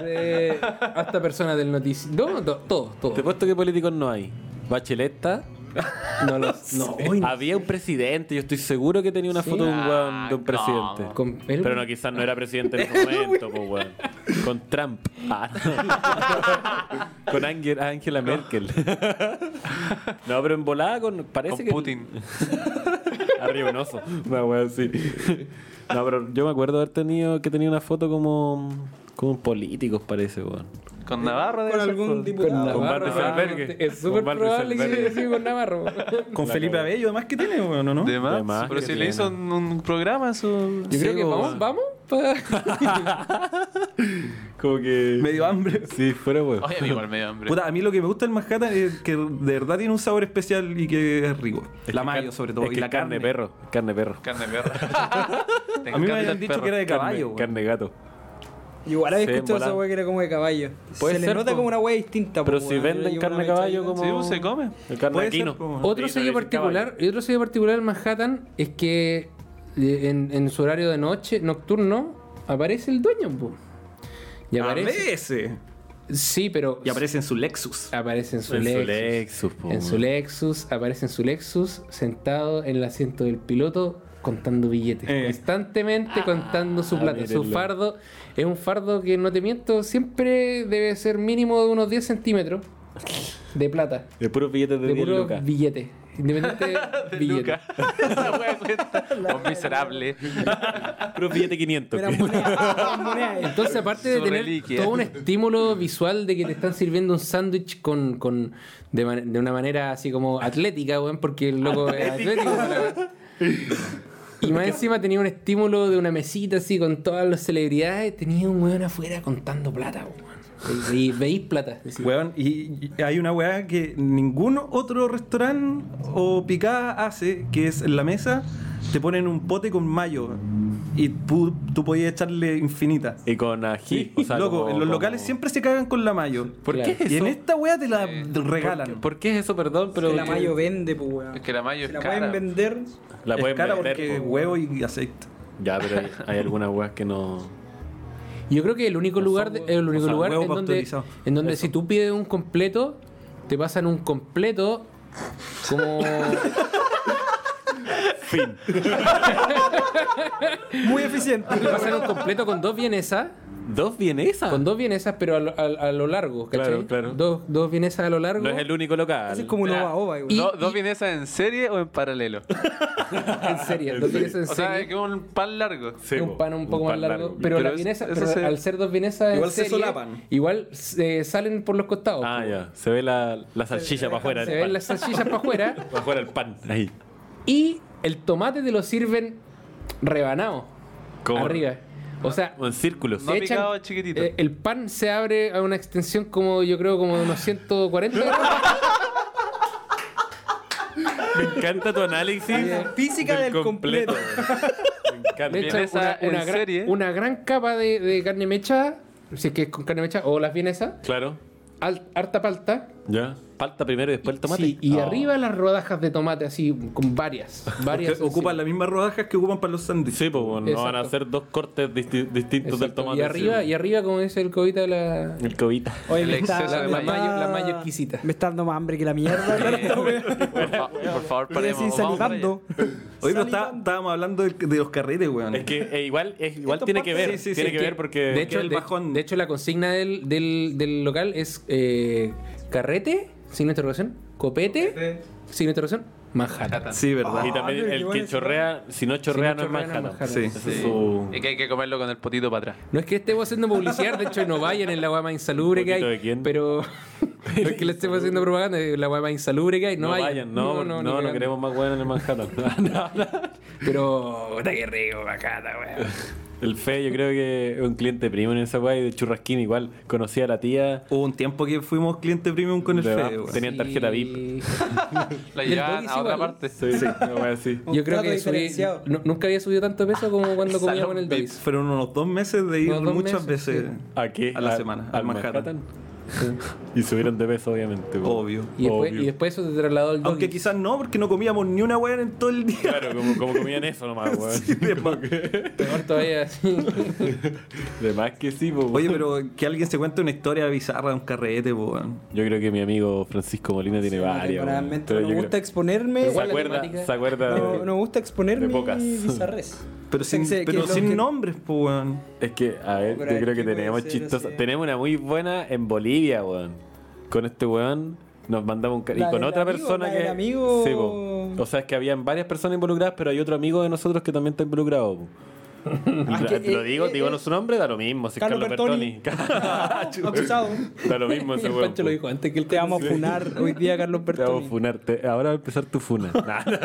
de- hasta personas del noticiero. No, to- todos, todos.
Te he puesto que políticos no hay. Bachelet está.
No los. No, hoy no.
Había un presidente, yo estoy seguro que tenía una
Sí.
foto de un, weón- de un
Ah,
presidente.
no.
Con- el-
Pero no, quizás no era presidente en ese momento, pues, weón. Con Trump. Ah, no. con Angel- Angela Merkel. no, pero en volada con. Parece
Con
que.
Putin.
Arriba un oso. Una wea así. No, pero yo me acuerdo haber tenido que tenía una foto como. Como políticos, parece, weón.
Con Navarro de
Con algún diputado.
Con Bar
Navarro,
Rieselberghe.
Es
Con
súper
Bar
probable que
Rieselberghe.
haya sido con Navarro.
Con Felipe Abello, además que tiene, weón, ¿o ¿no?
De más.
De más
Pero
que
si le
tiene.
hizo un, un programa, su.
Yo creo que
po,
vamos,
weón.
vamos. pa.
Como que.
Me dio hambre.
Sí, fuera huevo.
Oye, a mí igual me dio hambre.
Puta, a mí lo que me gusta del Manhattan es que de verdad tiene un sabor especial y que es rico.
Es
la
que
mayo,
car-
sobre todo.
es
y
que
la
carne
carne.
de perro. Carne de perro.
Carne de perro. Te
A mí me
encanta
habían
el
dicho
perro.
que era de caballo.
Carne, carne de gato.
Igual había
Sí,
escuchado
volá.
esa weá que era como de caballo.
Puede
se le
ser,
nota
po.
como una weá distinta. po,
Pero si
weón. Yo
venden
una
carne de
vez
caballo,
ahí-
como.
Sí, pues, se come.
El carne
Puede ser,
equino.
po.
Sí,
Otro
pero
sello
es
particular,
caballo.
y otro sello particular en Manhattan es que eh, en, en su horario de noche, nocturno, aparece el dueño. po. Y
A
aparece.
veces.
Sí, pero
Ah, Y aparece en su Lexus.
aparece en su
En su
Lexus.
Lexus, po,
en su
weón.
Lexus, aparece en su Lexus, sentado en el asiento del piloto, contando billetes.
Eh.
Constantemente contando su plata. Su
mírenlo.
fardo es un fardo que, no te miento, siempre debe ser mínimo de unos 10 centímetros de plata.
De puros billetes de,
De
10
puro
lucas.
billete. Independiente de
De
billete.
Luca. Esa wea cuesta. Un miserable.
Puros billetes 500.
Eran monedas, eran monedas.
Entonces, aparte de
Su
tener
reliquia.
todo un estímulo visual de que te están sirviendo un sándwich con, con de, man- de una manera así como atlética, weón, porque el loco es atlético. weón. Y más encima tenía un estímulo de una mesita así con todas las celebridades. Tenía un weón afuera contando plata, weón. Y veis plata. decís,
Weón, y y hay una weá que ningún otro restaurante o picada hace, que es en la mesa, te ponen un pote con mayo y tú, tú podías echarle infinita.
Y con ají. o sea,
Loco,
como-
en los
como-
locales siempre se cagan con la mayo.
¿Por
Claro.
qué es
Y en
eso?
esta weá te la regalan.
¿Por qué es eso, perdón? Pero
Que la mayo vende, pues weón.
Es que la mayo
Si
es
la
cara.
pueden vender.
La
es
pueden
cara
vender, pues,
porque
po.
huevo y aceite.
Ya, pero hay, hay algunas weas que no.
Yo creo que el único lugar, de- el único
sea,
lugar
huevo
en donde,
pasteurizado.
en donde si tú pides un completo, te pasan un completo como...
Muy eficiente.
te pasan un completo con dos vienesas.
¿Dos vienesas?
Con dos vienesas, pero a lo, a- a lo largo,
Ah.
¿cachai?
Claro, claro.
Dos, dos vienesas a lo largo.
No es el único local.
Ese es como un
Mira,
ova ova, weón.
y-
¿Do- ¿Dos vienesas en serie o en paralelo?
En serie, dos vienesas en
O sea, es
serie.
que un pan largo.
Sí,
un
po.
pan un poco
pan
más largo, pero,
Pero
las
es-
vienesas,
eso
pero
se-
al ser dos vienesas
Igual
en
se
serie,
solapan.
igual eh, salen por los costados.
Ah,
po.
ya. Se ve la, la salchicha para afuera.
Se
el
ven
pan.
las salchichas para afuera
Para afuera el pan. Ahí.
y el tomate te lo sirven rebanado
Como-
arriba. O sea,
Como en círculos.
No
Se echan-
picado chiquitito.
eh, el pan se abre a una extensión como yo creo como de unos 140 grados.
Me encanta tu análisis.
física del completo.
weón. Me encanta.
De hecho,
Vienesa
una,
en
una gran,
serie.
una gran capa de, de carne mecha, si es que es con carne mecha, o las vienesas,
Claro.
al- harta palta.
Ya. Palta primero y después el tomate.
sí, y
Oh.
arriba las rodajas de tomate, así, con varias.
Porque
varias
ocupan
encima.
las mismas rodajas que ocupan para los sándwiches.
Sí, pues bueno, no van a
Exacto.
hacer dos cortes disti- distintos del
Exacto,
tomate.
y arriba, y arriba, como dice el cobita, la, Ah.
El cobita.
Oye,
El
me está-
exceso de
me
mayo.
está-
La mayo- la mayo exquisita.
Me está dando más hambre que la mierda.
Sí.
claro, esta weá.
Por fa- por favor,
Estoy así
paremos. Vamos para allá.
salivando.
Hoy pero está- estábamos hablando de, de los carretes, weón.
Es que eh, igual, es- igual tiene que ver.
Sí, sí, sí,
tiene
es
que,
que-
ver porque.
de, hecho,
el
de,
bajón.
de hecho, la consigna del, del- del local es eh, carrete, signo de interrogación, copete, signo de interrogación, Manhattan.
Sí, verdad.
y también
Ah,
el
pero
que
igual-
chorrea, si no chorrea, no es
chorrea, no es
Manhattan.
Manhattan.
Sí.
Ese es su.
Y que hay que comerlo con el potito para atrás.
No es que estemos haciendo publicidad, de hecho no vayan en la guama insalubre que hay.
¿Poquito de quién?
Pero no es que le estemos haciendo propaganda, es la guama insalubre que hay, no,
No, vayan, no, no, no,
ni cagando.
queremos más weón en el Manhattan. No, no.
Pero, puta que rico, bacata, weón.
El Fe, yo creo que es un cliente premium en esa weá y de churrasquín igual. Conocí a la tía.
Hubo un tiempo que fuimos cliente premium con el
de-
Fede, weón.
Tenían tarjeta VIP.
La
el
llevaban
doggy
a
sí
otra
vale.
parte.
Sí, sí, una weá así.
Un
Yo creo
plato
que subí,
diferenciado.
nu- nunca había subido tanto peso como cuando comía
Salón
con el
VIP.
Davis.
Fueron unos dos meses de ir
Unos dos
muchas
meses,
veces
¿A qué?
a la semana, al Manhattan.
Y subieron de peso, obviamente. weón.
Obvio.
Y después,
Obvio.
y después eso te trasladó al
Aunque
doggy.
quizás no, porque no comíamos ni una weá en todo el día.
Claro, como, como comían eso nomás, weón.
de más.
Peor todavía. sí.
De más que sí, po, weón.
Oye, pero que alguien se cuente una historia bizarra de un carrete, po, weón.
Yo creo que mi amigo Francisco Molina tiene varias. weón.
Realmente
Pero
no
yo
me gusta
creo-
exponerme.
¿Se
Igual la
acuerda?
temática.
¿Se acuerda?
No,
de-
no me gusta exponer
de
mi
pocas.
bizarrez.
Pero sin,
Pensé que
pero
lo
sin
que-
nombres, po, weón.
Es que, a ver,
Pero
yo
es
creo que
que puede
tenemos
ser
chistosa.
así.
Tenemos una muy buena en Bolivia, weón. Con este weón nos mandamos un... ca- Y
La
con
del
otra
amigo,
persona
la
que...
del amigo.
Sí, po. O sea, es que habían varias personas involucradas, pero hay otro amigo de nosotros que también está involucrado, po.
Aunque,
Lo
eh,
digo,
eh,
digo
eh,
no su nombre, da lo mismo. Si es
Carlo
Carlos Bertoni.
Acusado.
da lo mismo ese
El
weón.
Pancho lo dijo antes que él
Te vamos a funar hoy día, Carlos
Te hago
Bertoni.
funarte. Ahora va a empezar tu funa. Nah, no.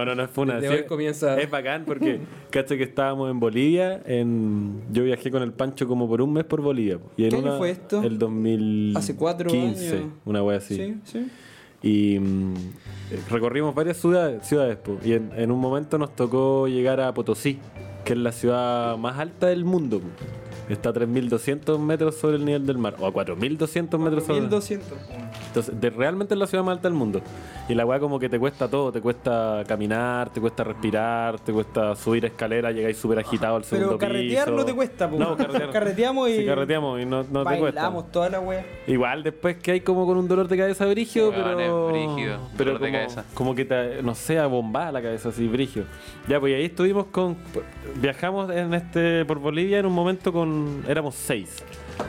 no, no, no es funa.
Desde
sí
hoy
es-
comienza-
Es bacán porque, caché que estábamos en Bolivia. En, yo viajé con el Pancho como por un mes por Bolivia. po. Y en
¿Qué año
una-
fue esto?
El 2015.
Hace cuatro años.
Una wea así.
Sí, sí.
Y mm, eh, recorrimos varias ciudades, ciudades po. y en, en un momento nos tocó llegar a Potosí, que es la ciudad más alta del mundo. po. Está a 3.200 metros sobre el nivel del mar, o a 4.200 metros sobre el
1200.
entonces, de- realmente es la ciudad más alta del mundo. Y la weá como que te cuesta todo, te cuesta caminar, te cuesta respirar, te cuesta subir escalera, llegáis súper agitado al
Pero
segundo
carretear
piso.
no te cuesta, po.
No, carretear.
Carreteamos y.
Sí, carreteamos y no, no te cuesta.
Bailamos toda la wea.
Igual después que hay como con un dolor de cabeza brigio,
Weón,
pero.
es brígido,
Pero
dolor de
como,
cabeza.
como que te, no sé, bombada la cabeza así, brigio. Ya, pues y ahí estuvimos con. Viajamos en este por Bolivia en un momento con. Éramos seis.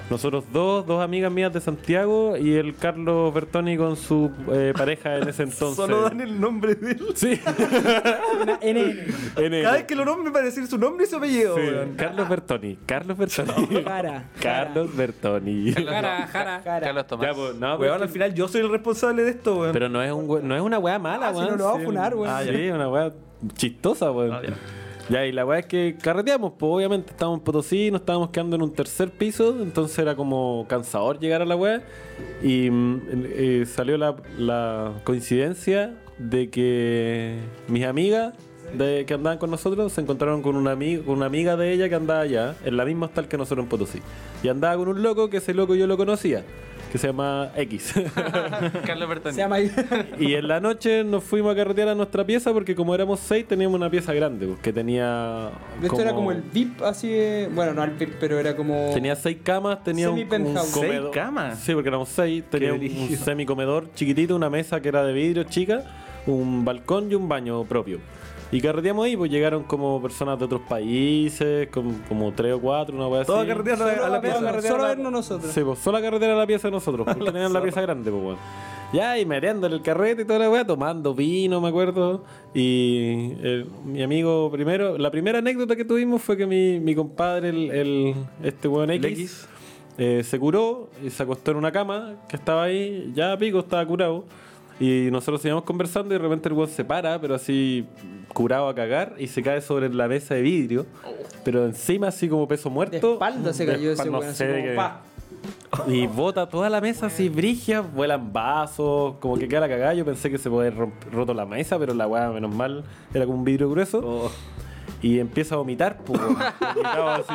Nosotros dos, dos amigas mías de Santiago y el Carlos Bertoni con su eh, pareja en ese entonces.
Solo dan el nombre de él.
Sí.
Una NN.
En
Cada
el-
vez que lo nombren para decir su nombre y su apellido,
sí, Ah,
weón.
Carlos Bertoni. Carlos Bertoni.
Cara,
Carlos Bertoni.
Jara, jara.
Cara.
Carlos Tomás.
Ya, pues, no,
Weón, al final yo soy el responsable de esto, weón.
Pero no es, un, we- no es una weá mala,
Ah, si
weón.
no lo vamos a
Sí.
funar, weón.
Ah, sí, una weá chistosa, weón.
Ah, ya.
ya, y la weá es que carreteamos, pues obviamente estábamos en Potosí, nos estábamos quedando en un tercer piso, entonces era como cansador llegar a la weá. Y mm, eh, salió la, la coincidencia de que mis amigas de, que andaban con nosotros se encontraron con una, ami- con una amiga de ella que andaba allá, en la misma hostal que nosotros en Potosí. Y andaba con un loco que ese loco yo lo conocía, que se llama X.
Carlos Bertoni.
Se llama
Y en la noche nos fuimos a carretear a nuestra pieza porque como éramos seis teníamos una pieza grande pues, que tenía...
De hecho, era como el VIP, así de. Bueno, no el VIP, pero era como.
Tenía seis camas, tenía un, un
Semi-penthouse.
comedor.
¿Seis camas?
Sí, porque éramos seis. Tenía un,
brígido.
semi comedor chiquitito, una mesa que era de vidrio chica, un balcón y un baño propio. Y carreteamos ahí, pues llegaron como personas de otros países, como, como tres o cuatro, una wea así.
Todo carreteando a la- a
solo,
la
vernos-
pieza.
solo vernos nosotros.
Sí, pues sola carretera a la pieza de nosotros, porque tenían la pieza grande, pues, weón. Ya, y mereando en el carrete y toda la weá, tomando vino, me acuerdo. Y eh, mi amigo primero, la primera anécdota que tuvimos fue que mi, mi compadre, el, el- este weón
El
X,
X.
eh, se curó y se acostó en una cama que estaba ahí, ya pico, estaba curado. Y nosotros seguíamos conversando y de repente el weón se para, pero así curado a cagar, y se cae sobre la mesa de vidrio, pero encima así como peso
De
muerto.
espalda se cayó
De
ese
espal- no
weón, así
sé
como
qué-
pa.
y bota toda la mesa así, brigia, vuelan vasos, como que queda la cagada. Yo pensé que se podía haber romp- roto la mesa, pero la weá, menos mal, era como un vidrio grueso.
Oh.
Y empieza a vomitar, pues, weón. Vomitaba así.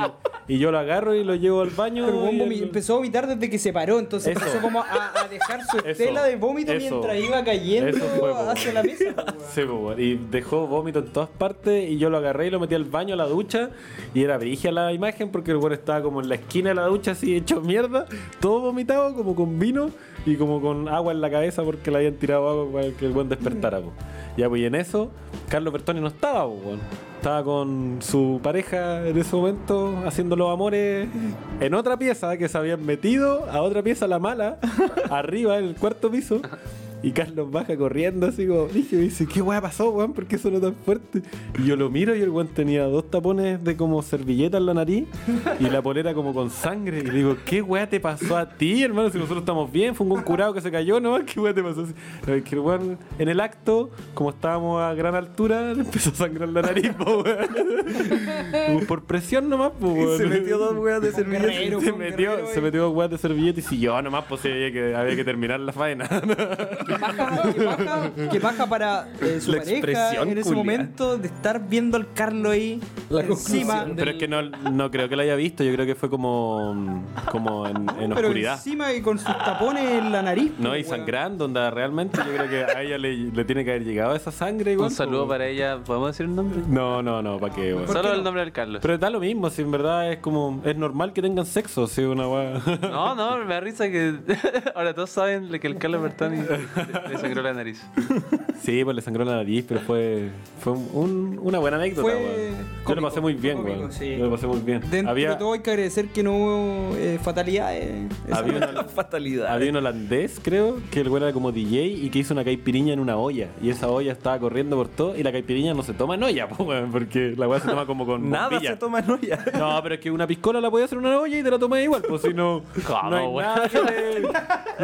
Y yo lo agarro y lo llevo al baño.
Pero el weón
y
vomi-
el-
empezó a vomitar desde que se paró, entonces
Eso.
empezó como a, a dejar su
Eso.
estela de vómito
Eso.
mientras iba cayendo
Eso fue, po,
hacia la mesa. po, weón.
Sí, po, weón. y dejó vómito en todas partes y yo lo agarré y lo metí al baño, a la ducha y era brigia la imagen porque el weón estaba como en la esquina de la ducha así hecho mierda, todo vomitado como con vino y como con agua en la cabeza porque le habían tirado agua para que el buen despertara. po. Ya pues y en eso Carlos Bertoni no estaba, po, weón. estaba con su pareja en ese momento haciendo los amores en otra pieza que se habían metido, a otra pieza la mala, arriba en el cuarto piso. Y Carlos baja corriendo así como brígido, y dice, ¿qué weá pasó, weón? ¿Por qué sonó tan fuerte? Y yo lo miro y el weón tenía dos tapones de como servilleta en la nariz y la polera como con sangre. Y le digo, ¿qué weá te pasó a ti, hermano? Si nosotros estamos bien, fue un buen curado que se cayó, ¿no? ¿Qué weá te pasó? Así, no, es que el weón, en el acto, como estábamos a gran altura, le empezó a sangrar la nariz, po, weón. Por presión nomás, po,
Y
weón.
se metió dos weas de servicio.
guerrero,
Se
un
metió,
guerrero,
se
eh.
metió weá de servilleta y siguió nomás, pues sí, había que, había que terminar la faena.
Que baja, que baja, que baja para eh, su
La
pareja
expresión
en ese
culia.
momento de estar viendo al Carlos ahí
La
encima.
conclusión.
Pero es que no, no creo que lo haya visto, yo creo que fue como, mm, como en, en
Pero
oscuridad.
encima y con sus tapones en la nariz.
No,
po,
y
weón.
sangrando, onda, realmente yo creo que a ella le, le tiene que haber llegado esa sangre igual.
Un saludo
po.
para ella. ¿Podemos decir el nombre?
No, no, no, ¿para qué? weón?
Solo el nombre del Carlos.
Pero da lo mismo, si en verdad es como, es normal que tengan sexo, si una weá.
No, no, me da risa que ahora todos saben que el Carlos Bertoni Le sangró la nariz.
Sí, pues le sangró la nariz, pero fue, fue un- una buena anécdota,
Fue
weón. Yo
cómico,
lo pasé muy bien,
cómico,
weón.
sí.
Yo lo pasé muy bien.
Dentro de
Había,
todo hay que agradecer que no hubo eh, fatalidades. Esa-
había una-
Fatalidad.
Había un holandés, creo, que el güey era como DJ y que hizo una caipiriña en una olla. Y esa olla estaba corriendo por todo y la caipiriña no se toma en olla, po, weón, porque la weá se toma como con
Nada
bombilla.
se toma en olla.
No, pero es que una piscola la podías hacer en una olla y te la tomas igual, pues si no. No, hay
¿Cómo, weón?
nada que le- no,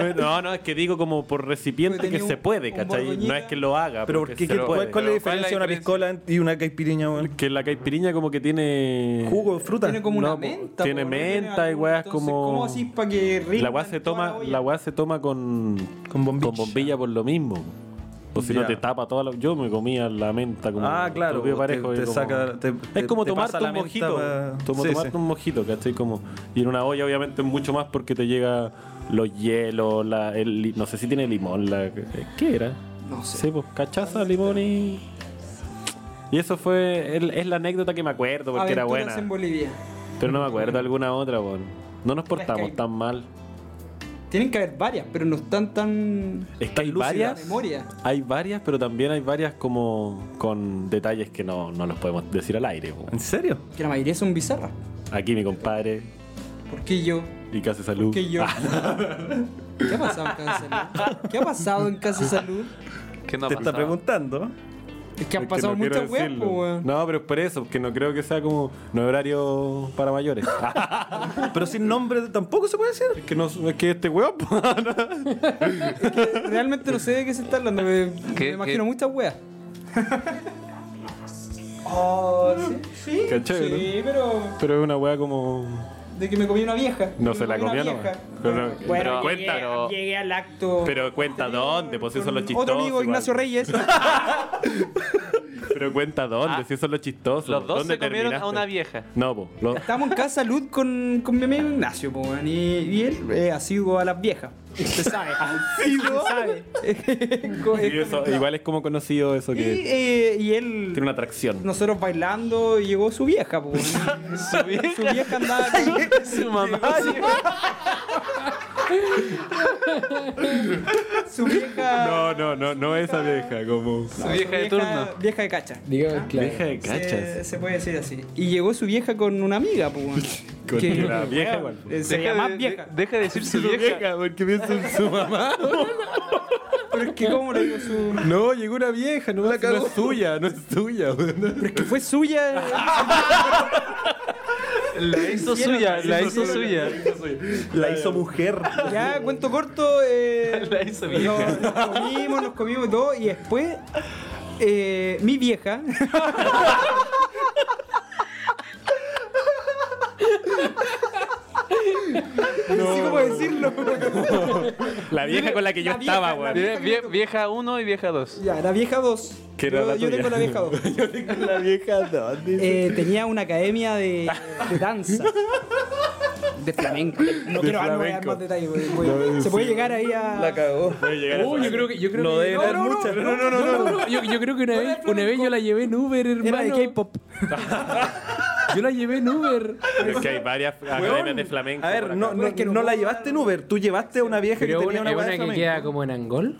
hay- no, no, es que digo como por recipiente
Porque
que
tenía
se
un-
puede,
un
¿cachai?
borgoñita.
No es que lo haga.
Pero ¿por
Ah, porque
qué?
se
¿Qué- ¿Cuál,
puede.
cuál es la
Pero, ¿cuál es
diferencia
la
de una
diferencia?
piscola y una caipiriña, weón?
Que la caipiriña como que Eh, tiene.
Jugo, fruta.
Tiene como una
No, po,
menta.
tiene
po, ¿no?
menta y
algo,
weas
entonces,
como-
¿Cómo así para que rinda
La weá se
en toda
toma,
olla?
la weá se toma con,
Con bombilla.
por lo mismo. O si no
Ya.
te tapa toda la. Yo me comía la menta como.
Ah, claro,
propio
te-
parejo,
te
y como-
saca- te- te-
es como
te
tomarte
pasa la
un
menta
mojito.
pa-
Como
Sí,
tomarte
sí.
un mojito, ¿cachai? Como, y en una olla, obviamente, es mucho más porque te llega los hielos, la, el li- no sé si tiene limón. La, ¿Qué era? No sé. pues, cachaza, limón y. Y eso fue. el- es la anécdota que me acuerdo porque era
Aventuras
buena.
en Bolivia.
Pero no me acuerdo alguna otra, weón. No nos portamos
hay-
tan mal.
Tienen que haber varias, pero no están tan.
Es que hay
lúcidas de
varias.
memoria.
Hay varias, pero también hay varias como con detalles que no, no los podemos decir al aire. po.
¿En serio?
Que la mayoría son bizarras.
Aquí mi compadre
¿Por qué yo?
y que hace salud. Ah,
¿Por qué yo? ¿Qué ha pasado en Casa de Salud? ¿Qué ha pasado en Casa de Salud?
¿Qué no ha
Te está
pasado?
preguntando.
Es que
Es
han
que
pasado
no quiero
muchas weas,
decirlo.
po, weón.
No, pero es por eso, que no creo que sea como no hay horario para mayores.
Pero sin nombre tampoco se puede decir.
es, que no, es que este weón. po.
Realmente no sé de qué se está hablando. Me,
¿Qué-
me
qué?
imagino muchas weas. Oh, sí, sí,
Caché,
sí, pero
pero es una weá como.
de que me comí una vieja.
No
Me
se la
comí una
comió, no.
vieja.
Pero-
Bueno,
pero
llegué,
cuenta, pero-
llegué al acto.
Pero cuenta dónde, pues eso es lo
con
chistoso.
Otro amigo,
igual.
Ignacio Reyes.
Pero cuenta dónde,
Ah.
si eso es lo chistoso.
Los dos
¿Dónde
se comieron a
terminaste?
una vieja.
No, po. los-
Estamos en casa salud con, con mi amigo Ignacio, po, weón, y, y él eh, ha sido a las viejas. Se sabe. Se sabe. Co- es
y eso,
complicado.
igual es como conocido eso
Y,
que
eh, y él,
tiene una atracción.
nosotros bailando, y llegó su vieja, po, weón, y- su, vieja? andaba con su mamá. su vieja.
No, no, no, no esa vieja, como.
Su vieja de turno.
Vieja de cacha.
Diga, claro.
Vieja de
Se,
cachas.
se puede decir así. Y llegó su vieja con una amiga, po, weón,
Con
que-
la vieja igual.
eh, Se
Deja
llama
de-
vieja.
de- deja de decir su vieja.
porque pienso en su mamá.
Pero es que, ¿cómo le digo su.?
No, llegó una vieja, no, la no es suya, no es suya. weón.
Pero es que fue suya.
La hizo suya, la hizo suya.
La hizo mujer.
ya, cuento corto. eh,
La hizo vieja.
Nos, nos comimos, nos comimos y todo. Y después, eh, mi vieja. No sé cómo decirlo.
La vieja con la que yo
La vieja,
estaba,
la
weón.
vieja.
Vie- vie- Vieja 1 y vieja 2.
Ya, la vieja 2.
Que era
yo
la
yo
tuya.
tengo la vieja 2.
La vieja dónde.
Eh, tenía una academia de, de danza. De flamenco. No quiero dar- no voy a dar
flamenco.
más detalles. güey, güey. Se puede llegar ahí a.
La cagó.
Puede llegar a
Oh,
esa-
yo creo que. Yo creo
No
que
debe haber muchas. No, no, no,
No, no, no, yo, yo creo que una vez, una vez yo la llevé en Uber,
Era de
hermano.
K-pop.
yo la llevé en Uber.
Es que hay varias academias de flamenco.
A
por
ver,
acá.
no, no,
Es que no
no la
puedo
llevaste en Uber. Tú llevaste a una vieja que
Pero
tenía
una,
una
es
weá de
una que
flamenco.
queda como en Angol.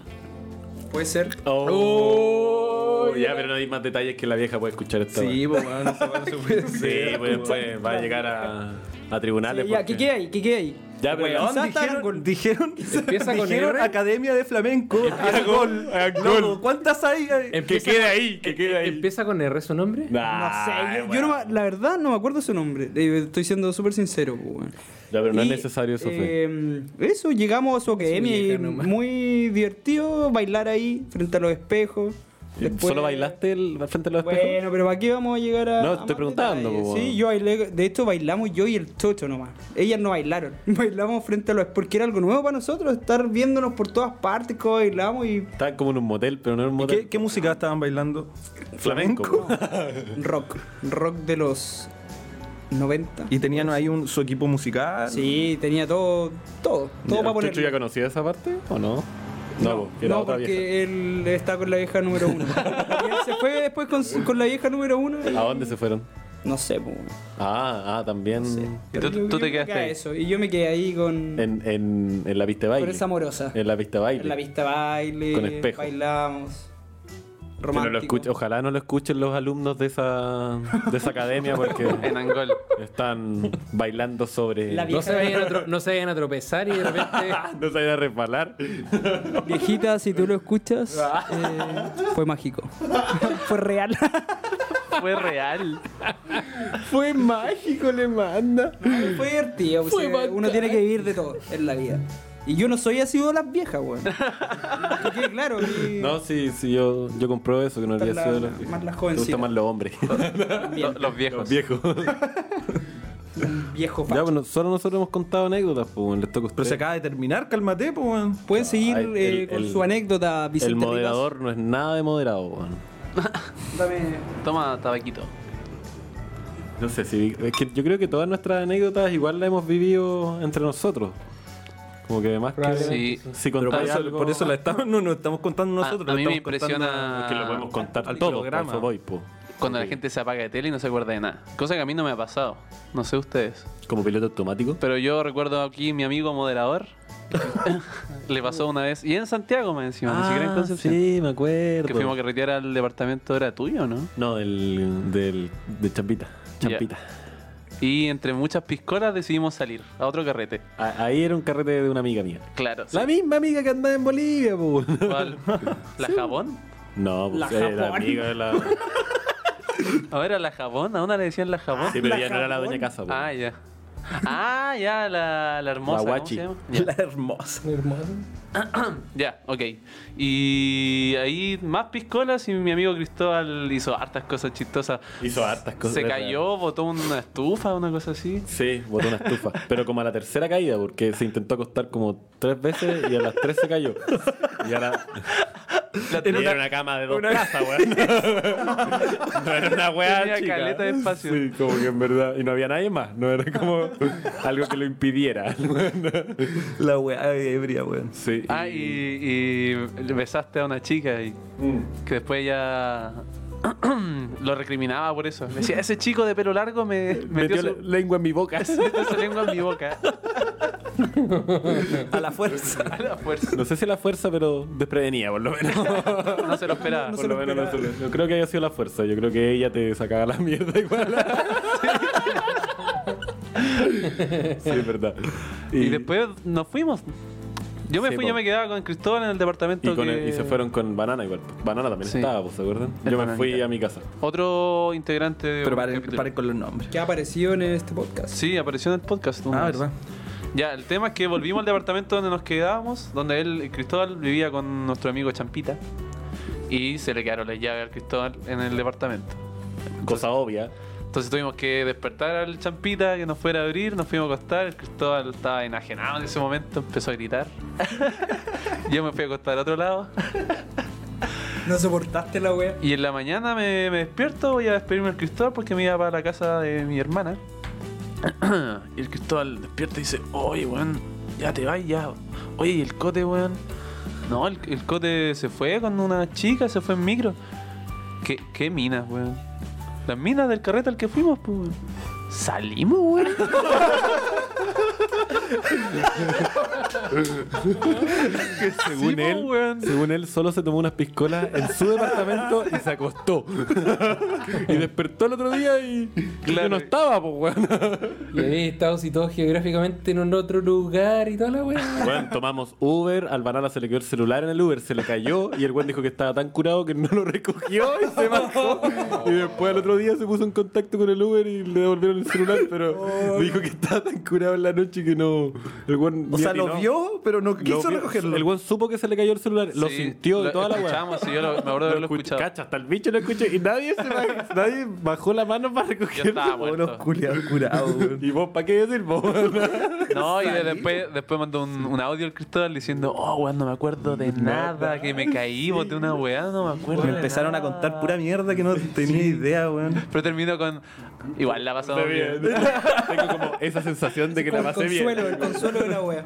Puede ser.
Oh, ya, pero no hay más detalles que la vieja puede escuchar esta
Sí,
weá.
pues, weón, no se no se puede
Sí,
decir.
pues, pues, va a llegar a, a tribunales.
ya,
porque-
¿qué queda ahí? ¿Qué queda ahí?
pues, Ya, pero
Weón,
Quizás estaban
dijeron,
con-
dijeron,
Empieza con
dijeron
R.
Academia de Flamenco.
Empieza con-
Angol.
Angol.
Loco, ¿Cuántas hay?
que
Empieza,
quede ahí, que quede ahí.
empieza con R su nombre.
No
Nah,
sé, yo- yo,
weón.
no, me- la verdad no me acuerdo su nombre. Eh, Estoy siendo súper sincero. pues, weón.
Ya, pero no es
Y,
necesario eso, Fe.
eh, Eso, llegamos a su academia y
vieja nomás.
muy divertido bailar ahí frente a los espejos. Después-
¿Solo bailaste el, frente a los espejos?
Bueno, pero ¿para qué vamos a llegar a.?
No,
a
estoy
más
preguntando,
detalles?
po,
Sí,
weón.
yo bailé. De hecho, bailamos yo y el Chocho nomás. Ellas no bailaron. Bailamos frente a los. Porque era algo nuevo para nosotros, estar viéndonos por todas partes, cómo bailamos y
Estaban como en un motel, pero no era un motel.
¿Qué, ¿Qué música estaban bailando?
rock. Rock de los 90.
¿Y tenían ahí un, su equipo musical?
Sí, tenía todo. Todo. Todo para
¿Tú ya
poner.
conocía esa parte o no? No,
No,
po, que era
no,
otra
porque
vieja.
él
Ah.
está con la vieja número uno. y él se fue después con, su- con la vieja número uno. y-
¿A dónde se fueron?
No sé, pues. weón.
Ah, ah, también.
Y tú,
Pero yo-
tú
yo
te
me
quedaste
quedé a
ahí.
eso. Y yo me quedé ahí con.
En, en, en la pista de baile.
Por esa amorosa.
En la pista de baile.
En la pista baile.
Con espejo.
Bailamos.
Que no lo
Romántico.
escuche- ojalá no lo escuchen los alumnos de esa, de esa academia
En
porque
Angol.
están bailando sobre. Ah,
La
No
vieja-
se, vayan a tro- no se vayan a tropezar y de repente.
no se vayan a resbalar.
Viejita, si tú lo escuchas,
Ah.
eh, fue mágico. fue real.
Fue real.
fue mágico, le manda. Fue divertido. o sea, uno tiene que vivir de todo en la vida. Y yo no soy así de las viejas, weón. Porque, claro, mi-
No, sí, sí, yo, yo compruebo eso, que no había
Más
sido
la- más las
Te gustan
jovencitas.
más los hombres.
Lo- los viejos.
los viejos.
viejo facho.
ya, bueno, solo nosotros hemos contado anécdotas, pues les toca a
Pero se
ustedes.
acaba de terminar, cálmate, pues, weón.
Pueden seguir
Ay, el-
eh, con
el-
su anécdota, Vicente
El
Ricas.
moderador no es nada de moderado, weón.
Dame-
Toma tabaquito.
No sé, si, es que yo creo que todas nuestras anécdotas igual las hemos vivido entre nosotros. Como que además que
Sí.
si
Pero por
contáis
eso,
algo-
por eso la estamos, no nos estamos contando nosotros.
a
la
mí me
estamos contando
impresiona-
a-
que lo podemos
Ah,
contar
al
todo,
programa.
por eso voy, po.
Cuando la gente se apaga de tele y no se acuerda de nada. Cosa que a mí no me ha pasado. No sé ustedes.
Como piloto automático.
Pero yo recuerdo aquí mi amigo moderador. le pasó una vez. Y en Santiago, me encima. Ah, ni
Ah,
siquiera en Concepción.
sí, me acuerdo.
Que fuimos a carretear al departamento, era tuyo, ¿no?
No, del, del, de Champita. Champita.
Y entre muchas piscolas decidimos salir a otro carrete.
A- ahí era un carrete de una amiga mía.
Claro. sí.
La misma amiga que andaba en Bolivia, po.
¿Cuál? ¿La jabón?
No, pues
La
era la
Japón.
amiga de la.
¿A ver, a la jabón? ¿A una le decían la jabón?
Sí, pero ya no era la doña casa, po.
Ah, ya. Ah, ya, la, la hermosa.
La
¿cómo
guachi.
se llama? Ya.
La hermosa.
Ya, ok. Y ahí más piscolas y mi amigo Cristóbal hizo hartas cosas chistosas.
Hizo hartas cosas.
Se cayó, botó una estufa, una cosa así.
Sí, botó una estufa. Pero como a la tercera caída, porque se intentó acostar como tres veces y a las tres se cayó. Y ahora.
Era
era una cama de dos casas, weón. no era una weá
Tenía
chica.
caleta de espacio.
Sí, como que en verdad. Y no había nadie más. No era como algo que lo impidiera.
La weá ebria, weón.
sí.
Ah, y, y besaste a una chica y
Mm.
que después ya lo recriminaba por eso. Me decía, ese chico de pelo largo me metió,
Metió la
su,
lengua en mi boca.
metió su lengua en mi boca
A la fuerza.
a la fuerza.
No sé si la fuerza, pero desprevenía, por lo menos.
No se lo esperaba.
por lo menos no se lo- No creo que haya sido la fuerza. Yo creo que ella te sacaba la mierda igual. sí, es verdad.
y, después nos fuimos. Yo me
Sí,
fui,
po.
yo me quedaba con Cristóbal en el departamento
Y, con el-
que-
y se fueron con banana igual. Banana también
Sí.
estaba, pues, ¿se acuerdan?
El
Yo me fui
Bananita.
a mi casa.
Otro integrante de
Pero
un
paren,
capítulo.
paren con los nombres.
que ha aparecido en este podcast.
Sí, apareció en el podcast. una
Ah,
vez.
verdad.
Ya, el tema es que volvimos al departamento donde nos quedábamos, donde él, Cristóbal, vivía con nuestro amigo Champita. Y se le quedaron las llaves al Cristóbal en el departamento.
Cosa obvia.
Entonces tuvimos que despertar al Champita que nos fuera a abrir, nos fuimos a acostar. El Cristóbal estaba enajenado en ese momento, empezó a gritar. Yo me fui a acostar al otro lado.
No soportaste la wea.
Y en la mañana me, me despierto, voy a despedirme del Cristóbal porque me iba para la casa de mi hermana. y el Cristóbal despierta y dice, oye, weón, ya te vas, ya. Oye, ¿y el cote, weón? No, el, el cote se fue con una chica, se fue en micro. ¿Qué, qué minas, weón? Las minas del carrete al que fuimos, pues, weón. Salimos, weón.
Según
po,
él,
weón.
según él, solo se tomó unas piscolas en su departamento y se acostó. y despertó el otro día y, y yo
Claro.
no estaba, pues, weón.
Y habéis estado situados geográficamente en un otro lugar y toda la weá.
Bueno, tomamos Uber, al banana se le quedó el celular en el Uber, se le cayó y el buen dijo que estaba tan curado que no lo recogió y se bajó. Y después al otro día se puso en contacto con el Uber y le devolvieron el celular, pero dijo que estaba tan curado en la noche que no. El buen
O sea,
ni
lo
atinó.
vio, pero no
Lo
quiso
vio.
recogerlo.
El buen supo que se le cayó el celular, lo
Sí,
sintió y
lo
toda la weá.
escuchamos, sí, yo lo- me acuerdo de haberlo
escuch-
escuchado.
Cacha, hasta el bicho lo escuchó y nadie, se baj- nadie bajó la mano para
Yo
recogerlo.
estaba
Unos
muerto.
culiados curados, weón.
¿Y vos para qué decir vos?
No, y de- después, después mandó un, un audio al Cristóbal diciendo, oh, weón, no me acuerdo de nada, que me caí, boté una weá, no me acuerdo.
Me
de
empezaron a
nada".
contar pura mierda que no tenía idea, weón.
Pero termino con, igual la pasamos
Está
bien.
bien. Tengo como esa sensación de que la
el
pasé
consuelo,
bien.
el consuelo de la wea.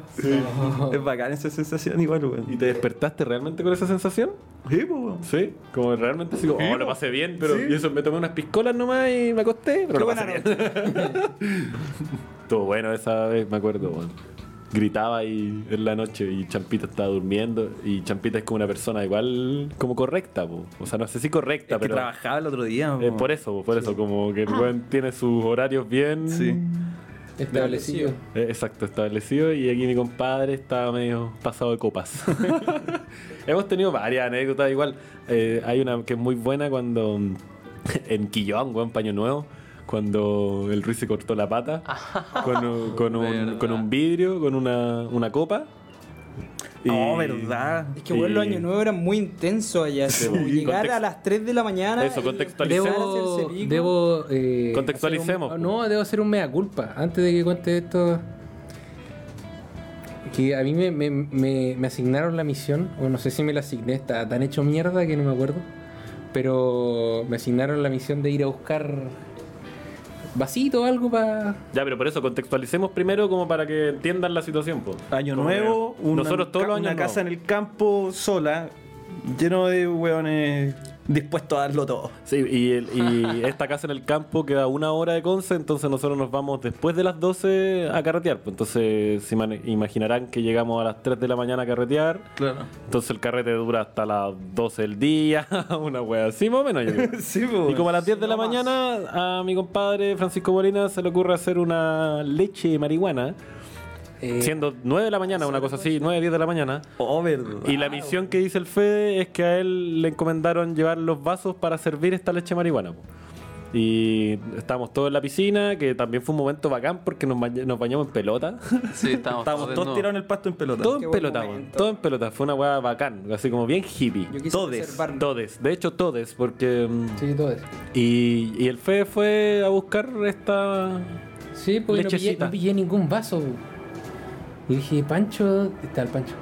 Es bacán esa sensación igual, weón.
¿Y te despertaste realmente con esa sensación?
Sí, po, weón.
Sí, como realmente así como, oh, lo pasé bien, pero
Sí.
yo eso, me tomé unas piscolas nomás y me acosté, pero lo pasé bien. Estuvo bueno esa vez, me acuerdo, weón. Gritaba ahí en la noche y Champita estaba durmiendo y Champita es como una persona igual como correcta, po. o sea, no sé si correcta,
Es que
pero
trabajaba el otro día,
eh,
po.
por eso, po, por eso, como que el weón tiene sus horarios bien
Sí.
Establecido.
eh, Exacto, establecido. Y aquí mi compadre estaba medio pasado de copas. Hemos tenido varias anécdotas, igual. Eh, hay una que es muy buena cuando mm, en Quillón, weón, paño nuevo. Cuando el Ruiz se cortó la pata con, un- con un,
Verdad.
con un vidrio, con una, una copa.
Oh, verdad.
Es que, bueno, los
Y-
años nuevos eran muy intensos allá.
Sí,
como
y
llegar
context-
a las 3 de la mañana.
Eso,
y-
contextualicemos.
hacerse
Debo.
pico.
debo eh,
Contextualicemos,
hacer un-
po.
no, debo hacer un mea culpa. Antes de que cuente esto. Que a mí me, me- me- me asignaron la misión, o no sé si me la asigné, está tan hecho mierda que no me acuerdo. Pero me asignaron la misión de ir a buscar vasito o algo para.
Ya, pero por eso contextualicemos primero como para que entiendan la situación. po.
Año
Como
nuevo,
que
una,
nosotros todos los años
una casa
nuevos.
en el campo sola, lleno de weones dispuestos a darlo todo.
Sí, y, el- y esta casa en el campo queda una hora de Conce, entonces nosotros nos vamos después de las 12 a carretear. pues. Entonces se ima- imaginarán que llegamos a las 3 de la mañana a carretear.
Claro.
Entonces el carrete dura hasta las 12 del día, una wea así más o menos. yo creo.
Sí, po.
Y como a las 10 de la mañana, a mi compadre Francisco Molina se le ocurre hacer una leche de marihuana,
eh,
siendo 9 de la mañana, una cosa así, 9, 10 de la mañana.
Oh, verdad.
Y la misión que dice el Fede es que a él le encomendaron llevar los vasos para servir esta leche de marihuana. po. Y estábamos todos en la piscina, que también fue un momento bacán porque nos, bañ- nos bañamos en pelota.
Sí, estamos,
Estábamos todos tirados en el pasto en pelota.
todo en
buen
pelota, weón.
momento.
todo en pelota. Fue una weá bacán, así como bien hippie.
Yo quise
Todes,
observarme.
Todes, de hecho todes, porque... mm,
sí, todo eso.
Y, y el Fede fue a buscar esta...
Sí, porque no pillé,
Lechecita.
no pillé ningún vaso. bu. Y dije, Pancho, está el Pancho.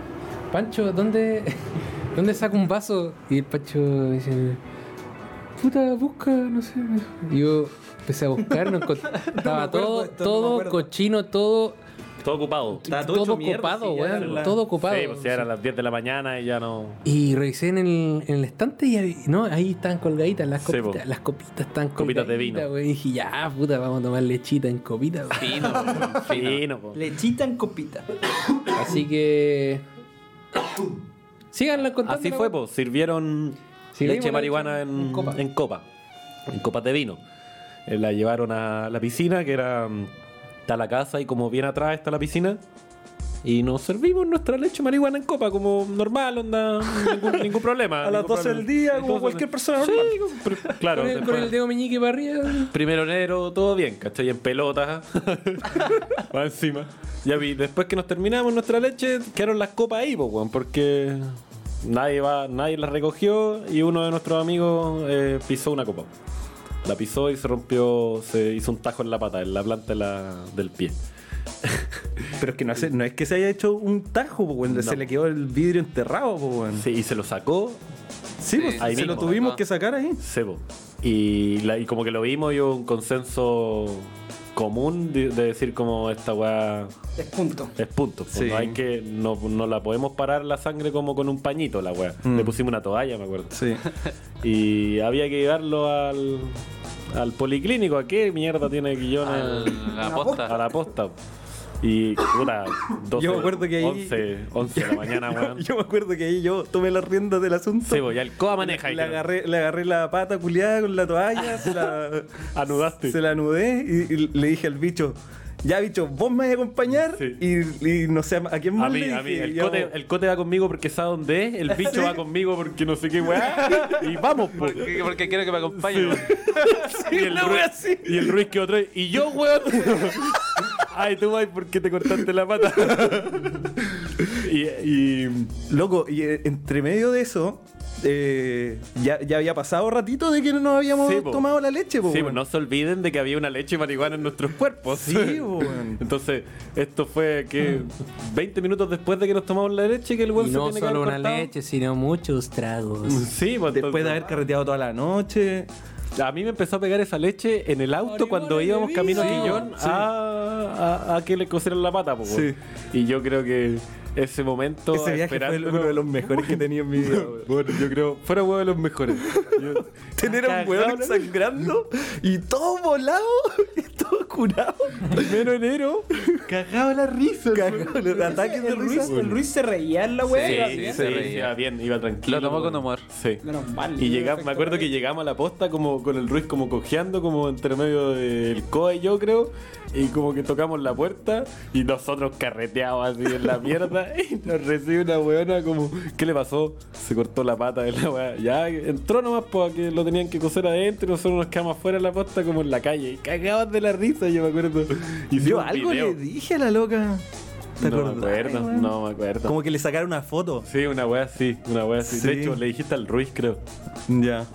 Pancho, ¿dónde, ¿dónde saco un vaso? Y el Pancho me dice, puta, busca, no sé. me dijo. Y yo empecé a buscar, no encont- estaba
acuerdo
todo,
de esto, no me
todo
acuerdo.
cochino, todo,
Todo ocupado.
Estaba todo
todo
hecho mierda,
copado,
sí, ya era
weón,
la-
todo copado.
Sí, pues ya eran las 10 de la mañana y ya no...
Y revisé en el, en el estante y ahí- no, ahí estaban colgaditas las
Sí,
copitas,
po.
las copitas estaban
Copitas de vino.
colgaditas, weón. Y dije, ya, puta, vamos a tomar lechita en copita. weón".
Fino, weón, fino.
Fino, po.
Lechita en copita.
Así que. Síganla contando.
Así
la
fue,
wea.
pues sirvieron
Sí,
leche de
bueno,
marihuana en, en
en
copa.
copa.
En copas de vino. Eh, La llevaron a la piscina, que era. mm, Está la casa y como bien atrás está la piscina. Y nos servimos nuestra leche de marihuana en copa, como normal, onda. Ningún, ningún problema.
A las 12 del día, como cualquier persona normal.
normal. Claro,
Con el, con
después-
el dedo meñique para arriba.
Primero enero, todo bien, ¿cachai? En pelotas. Va encima. Ya vi, después que nos terminamos nuestra leche, quedaron las copas ahí, po, weón, porque nadie va, nadie las recogió y uno de nuestros amigos eh, pisó una copa. La pisó y se rompió, se hizo un tajo en la pata, en la planta de la- del pie.
Pero es que no, hace- no es que se haya hecho un tajo, po, weón. Se le quedó el vidrio enterrado, po, weón.
Sí, y se lo sacó,
Sí, pues,
ahí
se
mismo,
lo tuvimos
acá.
que sacar ahí.
Sebo. Y, la- y como que lo vimos y hubo un consenso común de, de decir como esta weá
Es punto.
Es punto. pues,
Sí.
no, hay que, no, no la podemos parar la sangre como con un pañito, la weá.
Mm.
Le pusimos una toalla, me acuerdo.
Sí.
Y había que llevarlo al, al policlínico. ¿A qué mierda tiene Guillón?
Al- a la posta.
A la posta. Y, puta, 12,
Yo me acuerdo que ahí-
11, 11 de la mañana, weón.
Yo me acuerdo que ahí yo tomé las riendas del asunto.
Sí, pues, ya el coa maneja. y
Le
creo.
agarré, le agarré la pata culiada con la toalla, se la,
Anudaste.
se la anudé y, y le dije al bicho, ya bicho, vos me vas a acompañar
Sí.
y, y no sé a quién
A
más le
mí,
dije.
a mí.
Y
El
yo-
cote, el cote va conmigo porque sabe dónde es. El bicho va conmigo porque no sé qué weá. Y vamos, pues.
Porque, porque quiero que me acompañe. weón.
y, el
una
Ruiz,
wea así.
y el Ruiz quedó atrás. Y yo, weón. Ay, tú, ay, ¿por qué te cortaste la pata? y, y-
Loco, y eh, entre medio de eso, eh, ya, ya había pasado ratito de que no nos habíamos
Sí, po.
tomado la leche, po,
Sí, pues
weón.
no se olviden de que había una leche de marihuana en nuestros cuerpos.
Sí, po, weón.
Entonces, esto fue que 20 minutos después de que nos tomamos la leche, que el weón
Y
se
no
tiene que
solo
haber
una
cortado.
leche, sino muchos tragos.
Sí, pues,
Después de
entonces-
haber carreteado toda la noche.
A mí me empezó a pegar esa leche en el auto
Orimones
cuando
de
íbamos camino a
vino.
Guillón a, a- a que le cosieran la pata, po, weón.
Sí.
Y yo creo que ese momento
Ese viaje fue
esperándolo.
uno de los mejores que he tenido en mi vida. weón.
Bueno, yo creo, fuera huevo de los mejores. Yo-
Tener a un weón sangrando y todo volado y todo curado.
primero de enero, cagaba la risa.
Cagado, los ataques de
El Ruiz,
risa.
el Ruiz se reía en la ¿eh?
Sí,
wea.
sí,
¿verdad?
se
Sí,
reía.
iba bien, iba tranquilo.
Lo tomó con
weón.
humor.
Sí.
Menos mal.
Y llegamos, me acuerdo que llegamos a la posta como con el Ruiz como cojeando, como entre medio del COE yo creo, y como que tocamos la puerta y nosotros carreteados así en la mierda y nos recibe una weona como, ¿qué le pasó? Se cortó la pata de la weá. Ya entró nomás pues, a que lo tenían que coser adentro y nosotros nos quedamos afuera de la posta como en la calle, cagados de la risa yo me acuerdo. Hicimos
Yo
un
algo
video.
le dije a la loca. ¿Te
No me
acordás,
acuerdo,
weón?
no me acuerdo.
Como que le sacaron una foto.
Sí, una weá así, una weá así. De
Sí.
hecho, le dijiste al Ruiz creo.
Ya.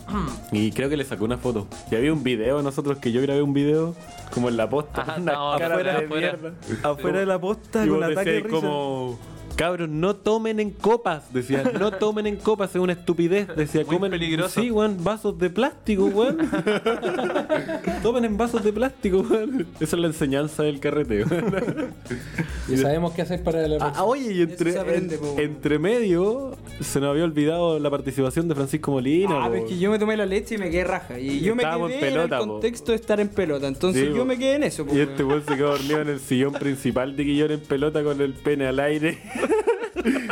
Y creo que le sacó una foto. Y había un video de nosotros que yo grabé un video como en la posta.
Ajá,
una
no,
cara
afuera,
de
afuera.
mierda.
Afuera de la posta
Y
con
vos
ataque de
decías
risa.
como cabros, no tomen en copas, decía, no tomen en copas, es una estupidez, decía,
Muy
comen
peligroso.
sí, weón, vasos de plástico, weón. tomen en vasos de plástico, weón. Esa es la enseñanza del carreteo.
Y sabemos qué hacer para la
Ah, ah, oye, y entre,
se aprende,
en-
po.
entre medio se nos había olvidado la participación de Francisco Molina.
Ah,
po.
pero es que yo me tomé la leche y me quedé raja. Y yo me
Estábamos
quedé
en pelota,
en el
po.
contexto de estar en pelota. Entonces
Sí,
yo
po.
me quedé en eso. po,
Y
weón.
este weón se quedó dormido en el sillón principal de Quillón en pelota con el pene al aire.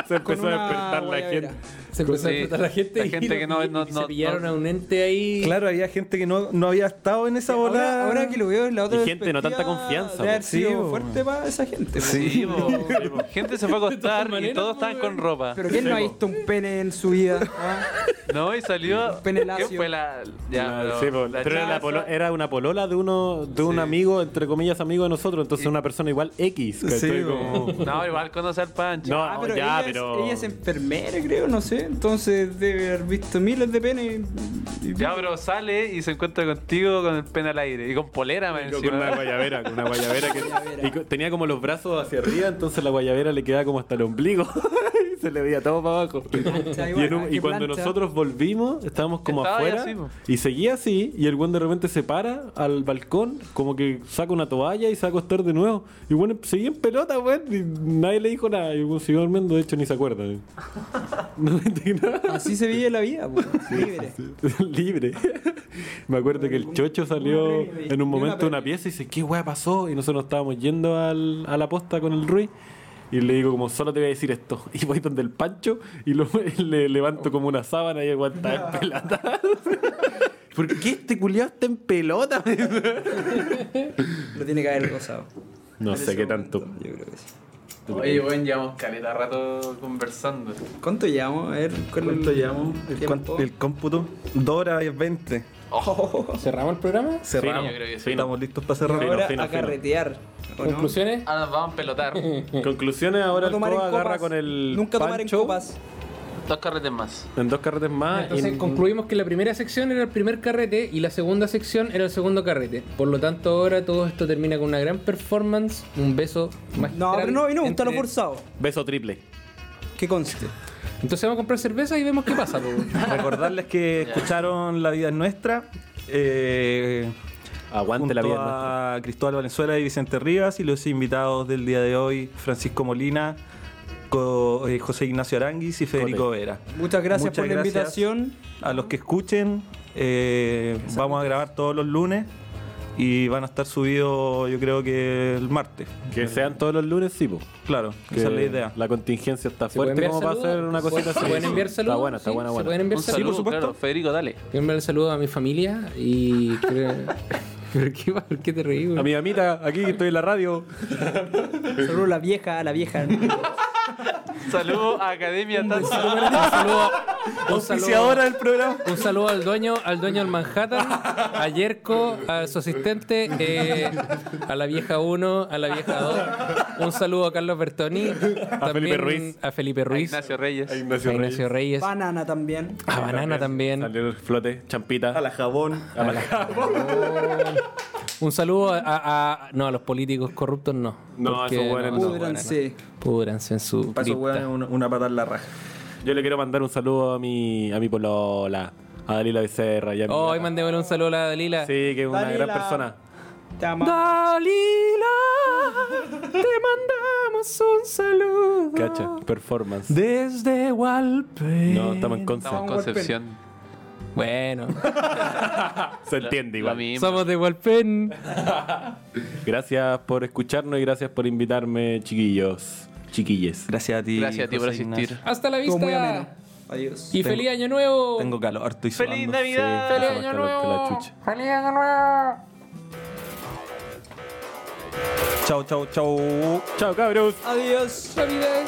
se
Con
empezó a
una
despertar la
guayabera.
gente.
Se empezó a
Sí.
tratar la gente.
La
y
gente que no-
y- y
no-
se
no-
pillaron
no-
a un ente ahí.
Claro, había gente que no, no había estado en esa bola.
Ahora, ahora que lo veo es la otra
Y gente, no tanta
perspectiva
confianza,
De haber
po. Sí,
sido
po.
fuerte para esa gente. po.
Sí, po. Gente se fue a acostar y
maneras,
todos
po,
estaban
weón.
con ropa.
Pero ¿quién no ha visto un pene en su vida? ah?
No, y salió.
Pene
¿Qué
lacio.
fue la.? Ya,
La-
pero,
Ah, sí, po,
la
pero era, la
chaza-
polo- eh. era una polola de uno de un
Sí.
amigo, entre comillas, amigo de nosotros. Entonces una persona igual X. ¿cachai?
Sí,
Como-
No, igual conoce al Pancho.
No,
Ah, pero
ya,
ella, es-
pero.
ella es, enfermera, creo, no sé. Entonces debe haber visto miles de penes. y-
Ya, pero sale y se encuentra contigo con el pene al aire y con polera, me
Con una guayabera, con una guayabera que y co- tenía como los brazos hacia arriba, entonces la guayabera le quedaba como hasta el ombligo y se le veía todo para abajo.
plancha,
y,
igual,
en un-
ah,
y
qué
cuando
plancha.
nosotros volvimos, estábamos como
Estaba ahí
afuera
así, po.
y seguía así y el buen de repente se para al balcón, como que saca una toalla y se va a acostar de nuevo. Y bueno, seguía en pelota, weón, y nadie le dijo nada. Y el weón siguió durmiendo, de hecho ni se acuerda. No le entendí nada.
Así se vive la vida, po,
pues,
libre.
libre. Me acuerdo que el chocho salió
una previa,
en un
una
momento de una
previa.
pieza y dice, ¿qué weá pasó? Y nosotros nos estábamos yendo al- a la posta con el Rui. Y le digo como, solo te voy a decir esto. Y voy donde el Pancho y lo- le levanto como una sábana y aguanta en pelota. ¿Por qué este culiado está en pelota?
Lo tiene que haber gozado.
no sé qué tanto.
Yo creo que sí.
Oye, weón, llevamos caleta rato conversando.
¿Cuánto llevamos? A ver, ¿cuál
¿Cuánto llevamos? El,
tiempo?
cuan- el cómputo. 2 horas y 20.
Cerramos el programa.
Cerramos.
yo creo que sí.
Estamos listos para cerrar.
Fino,
Ahora
fino,
a
fino.
carretear. ¿o no?
Conclusiones. Eh,
Ahora Ah, nos vamos a pelotar.
Conclusiones, ahora
No
el
tomar en
Coba agarra
copas.
con el
Nunca tomar en
Pancho
copas.
Dos carretes más.
en dos carretes más.
Ah, Entonces
y-
concluimos que la primera sección era el primer carrete y la segunda sección era el segundo carrete. Por lo tanto, ahora todo esto termina con una gran performance, un beso magistral.
No, pero no, y no, me gusta lo
entre-
forzado.
Beso triple.
Que conste.
Entonces vamos a comprar cerveza y vemos qué pasa. po.
Recordarles que escucharon La Vida es Nuestra. Eh,
Aguante la
junto
vida. nuestra.
a Cristóbal Valenzuela y Vicente Rivas y los invitados del día de hoy, Francisco Molina, co- eh, José Ignacio Aranguis y Federico
Correcto.
Vera.
Muchas gracias
Muchas
por la
gracias.
invitación.
A los que escuchen, eh, vamos a grabar todos los lunes y van a estar subidos yo creo que el martes.
Que sean todos los lunes, sí, po.
Claro, esa es la idea.
La contingencia está
¿Se pueden
fuerte
enviar
como para hacer
saludos?
una cosita
¿Se
así.
pueden enviar
Está
saludos?
buena, está
Sí,
buena,
¿se
buena.
pueden enviar
Un
saludos?
saludo, claro. Federico, dale.
Quiero enviar saludos a mi familia y... creo- ¿Pero qué, ¿Por qué te reí? güey?
A mi amita, aquí estoy en la radio.
Saludos a la vieja, a la vieja.
Saludos a Academia Tanza.
Un saludo, un saludo,
Auspiciadora del programa.
un saludo al dueño, al dueño del Manhattan, a Yerko, a su asistente, eh, a la vieja 1, a la vieja 2. Un saludo a Carlos Bertoni, a
Felipe Ruiz.
a Felipe
A
Ruiz,
Ignacio Reyes.
a Ignacio Reyes,
Banana también.
a Banana también.
Salió el flote, champita.
A la jabón.
Un saludo a, a- a- no a los políticos corruptos no.
No,
porque
esos buenos no.
Púdranse.
púdranse en su
Paso,
cripta.
weón, una, una patada en la raja.
Yo le quiero mandar un saludo a mi, a mi polola, a Dalila Becerra. Y a mi
Oh, hoy
gata.
mandémosle un saludo a la Dalila. Ah.
Sí, que es una
Dalila.
gran persona.
Te amo.
Dalila, te mandamos un saludo.
Cacha, performance.
Desde Walpen.
No, estamos en
Estamos
Conce.
en
Estamos en
Concepción.
Bueno,
Se entiende
Lo
igual.
mismo.
somos de Walpen.
Gracias por escucharnos y gracias por invitarme, chiquillos. Chiquilles.
Gracias a ti.
Gracias a ti por
José Ignacio.
asistir.
Hasta la
Estuvo muy ameno.
vista.
Adiós.
Y
Tengo-
feliz año nuevo.
Tengo calor, estoy sudando.
¡Feliz Navidad!
Sí,
Feliz
hace más
año
calor que la
nuevo.
chucha.
Feliz año nuevo.
Chau, chau, chau.
Chao, cabros.
Navidad.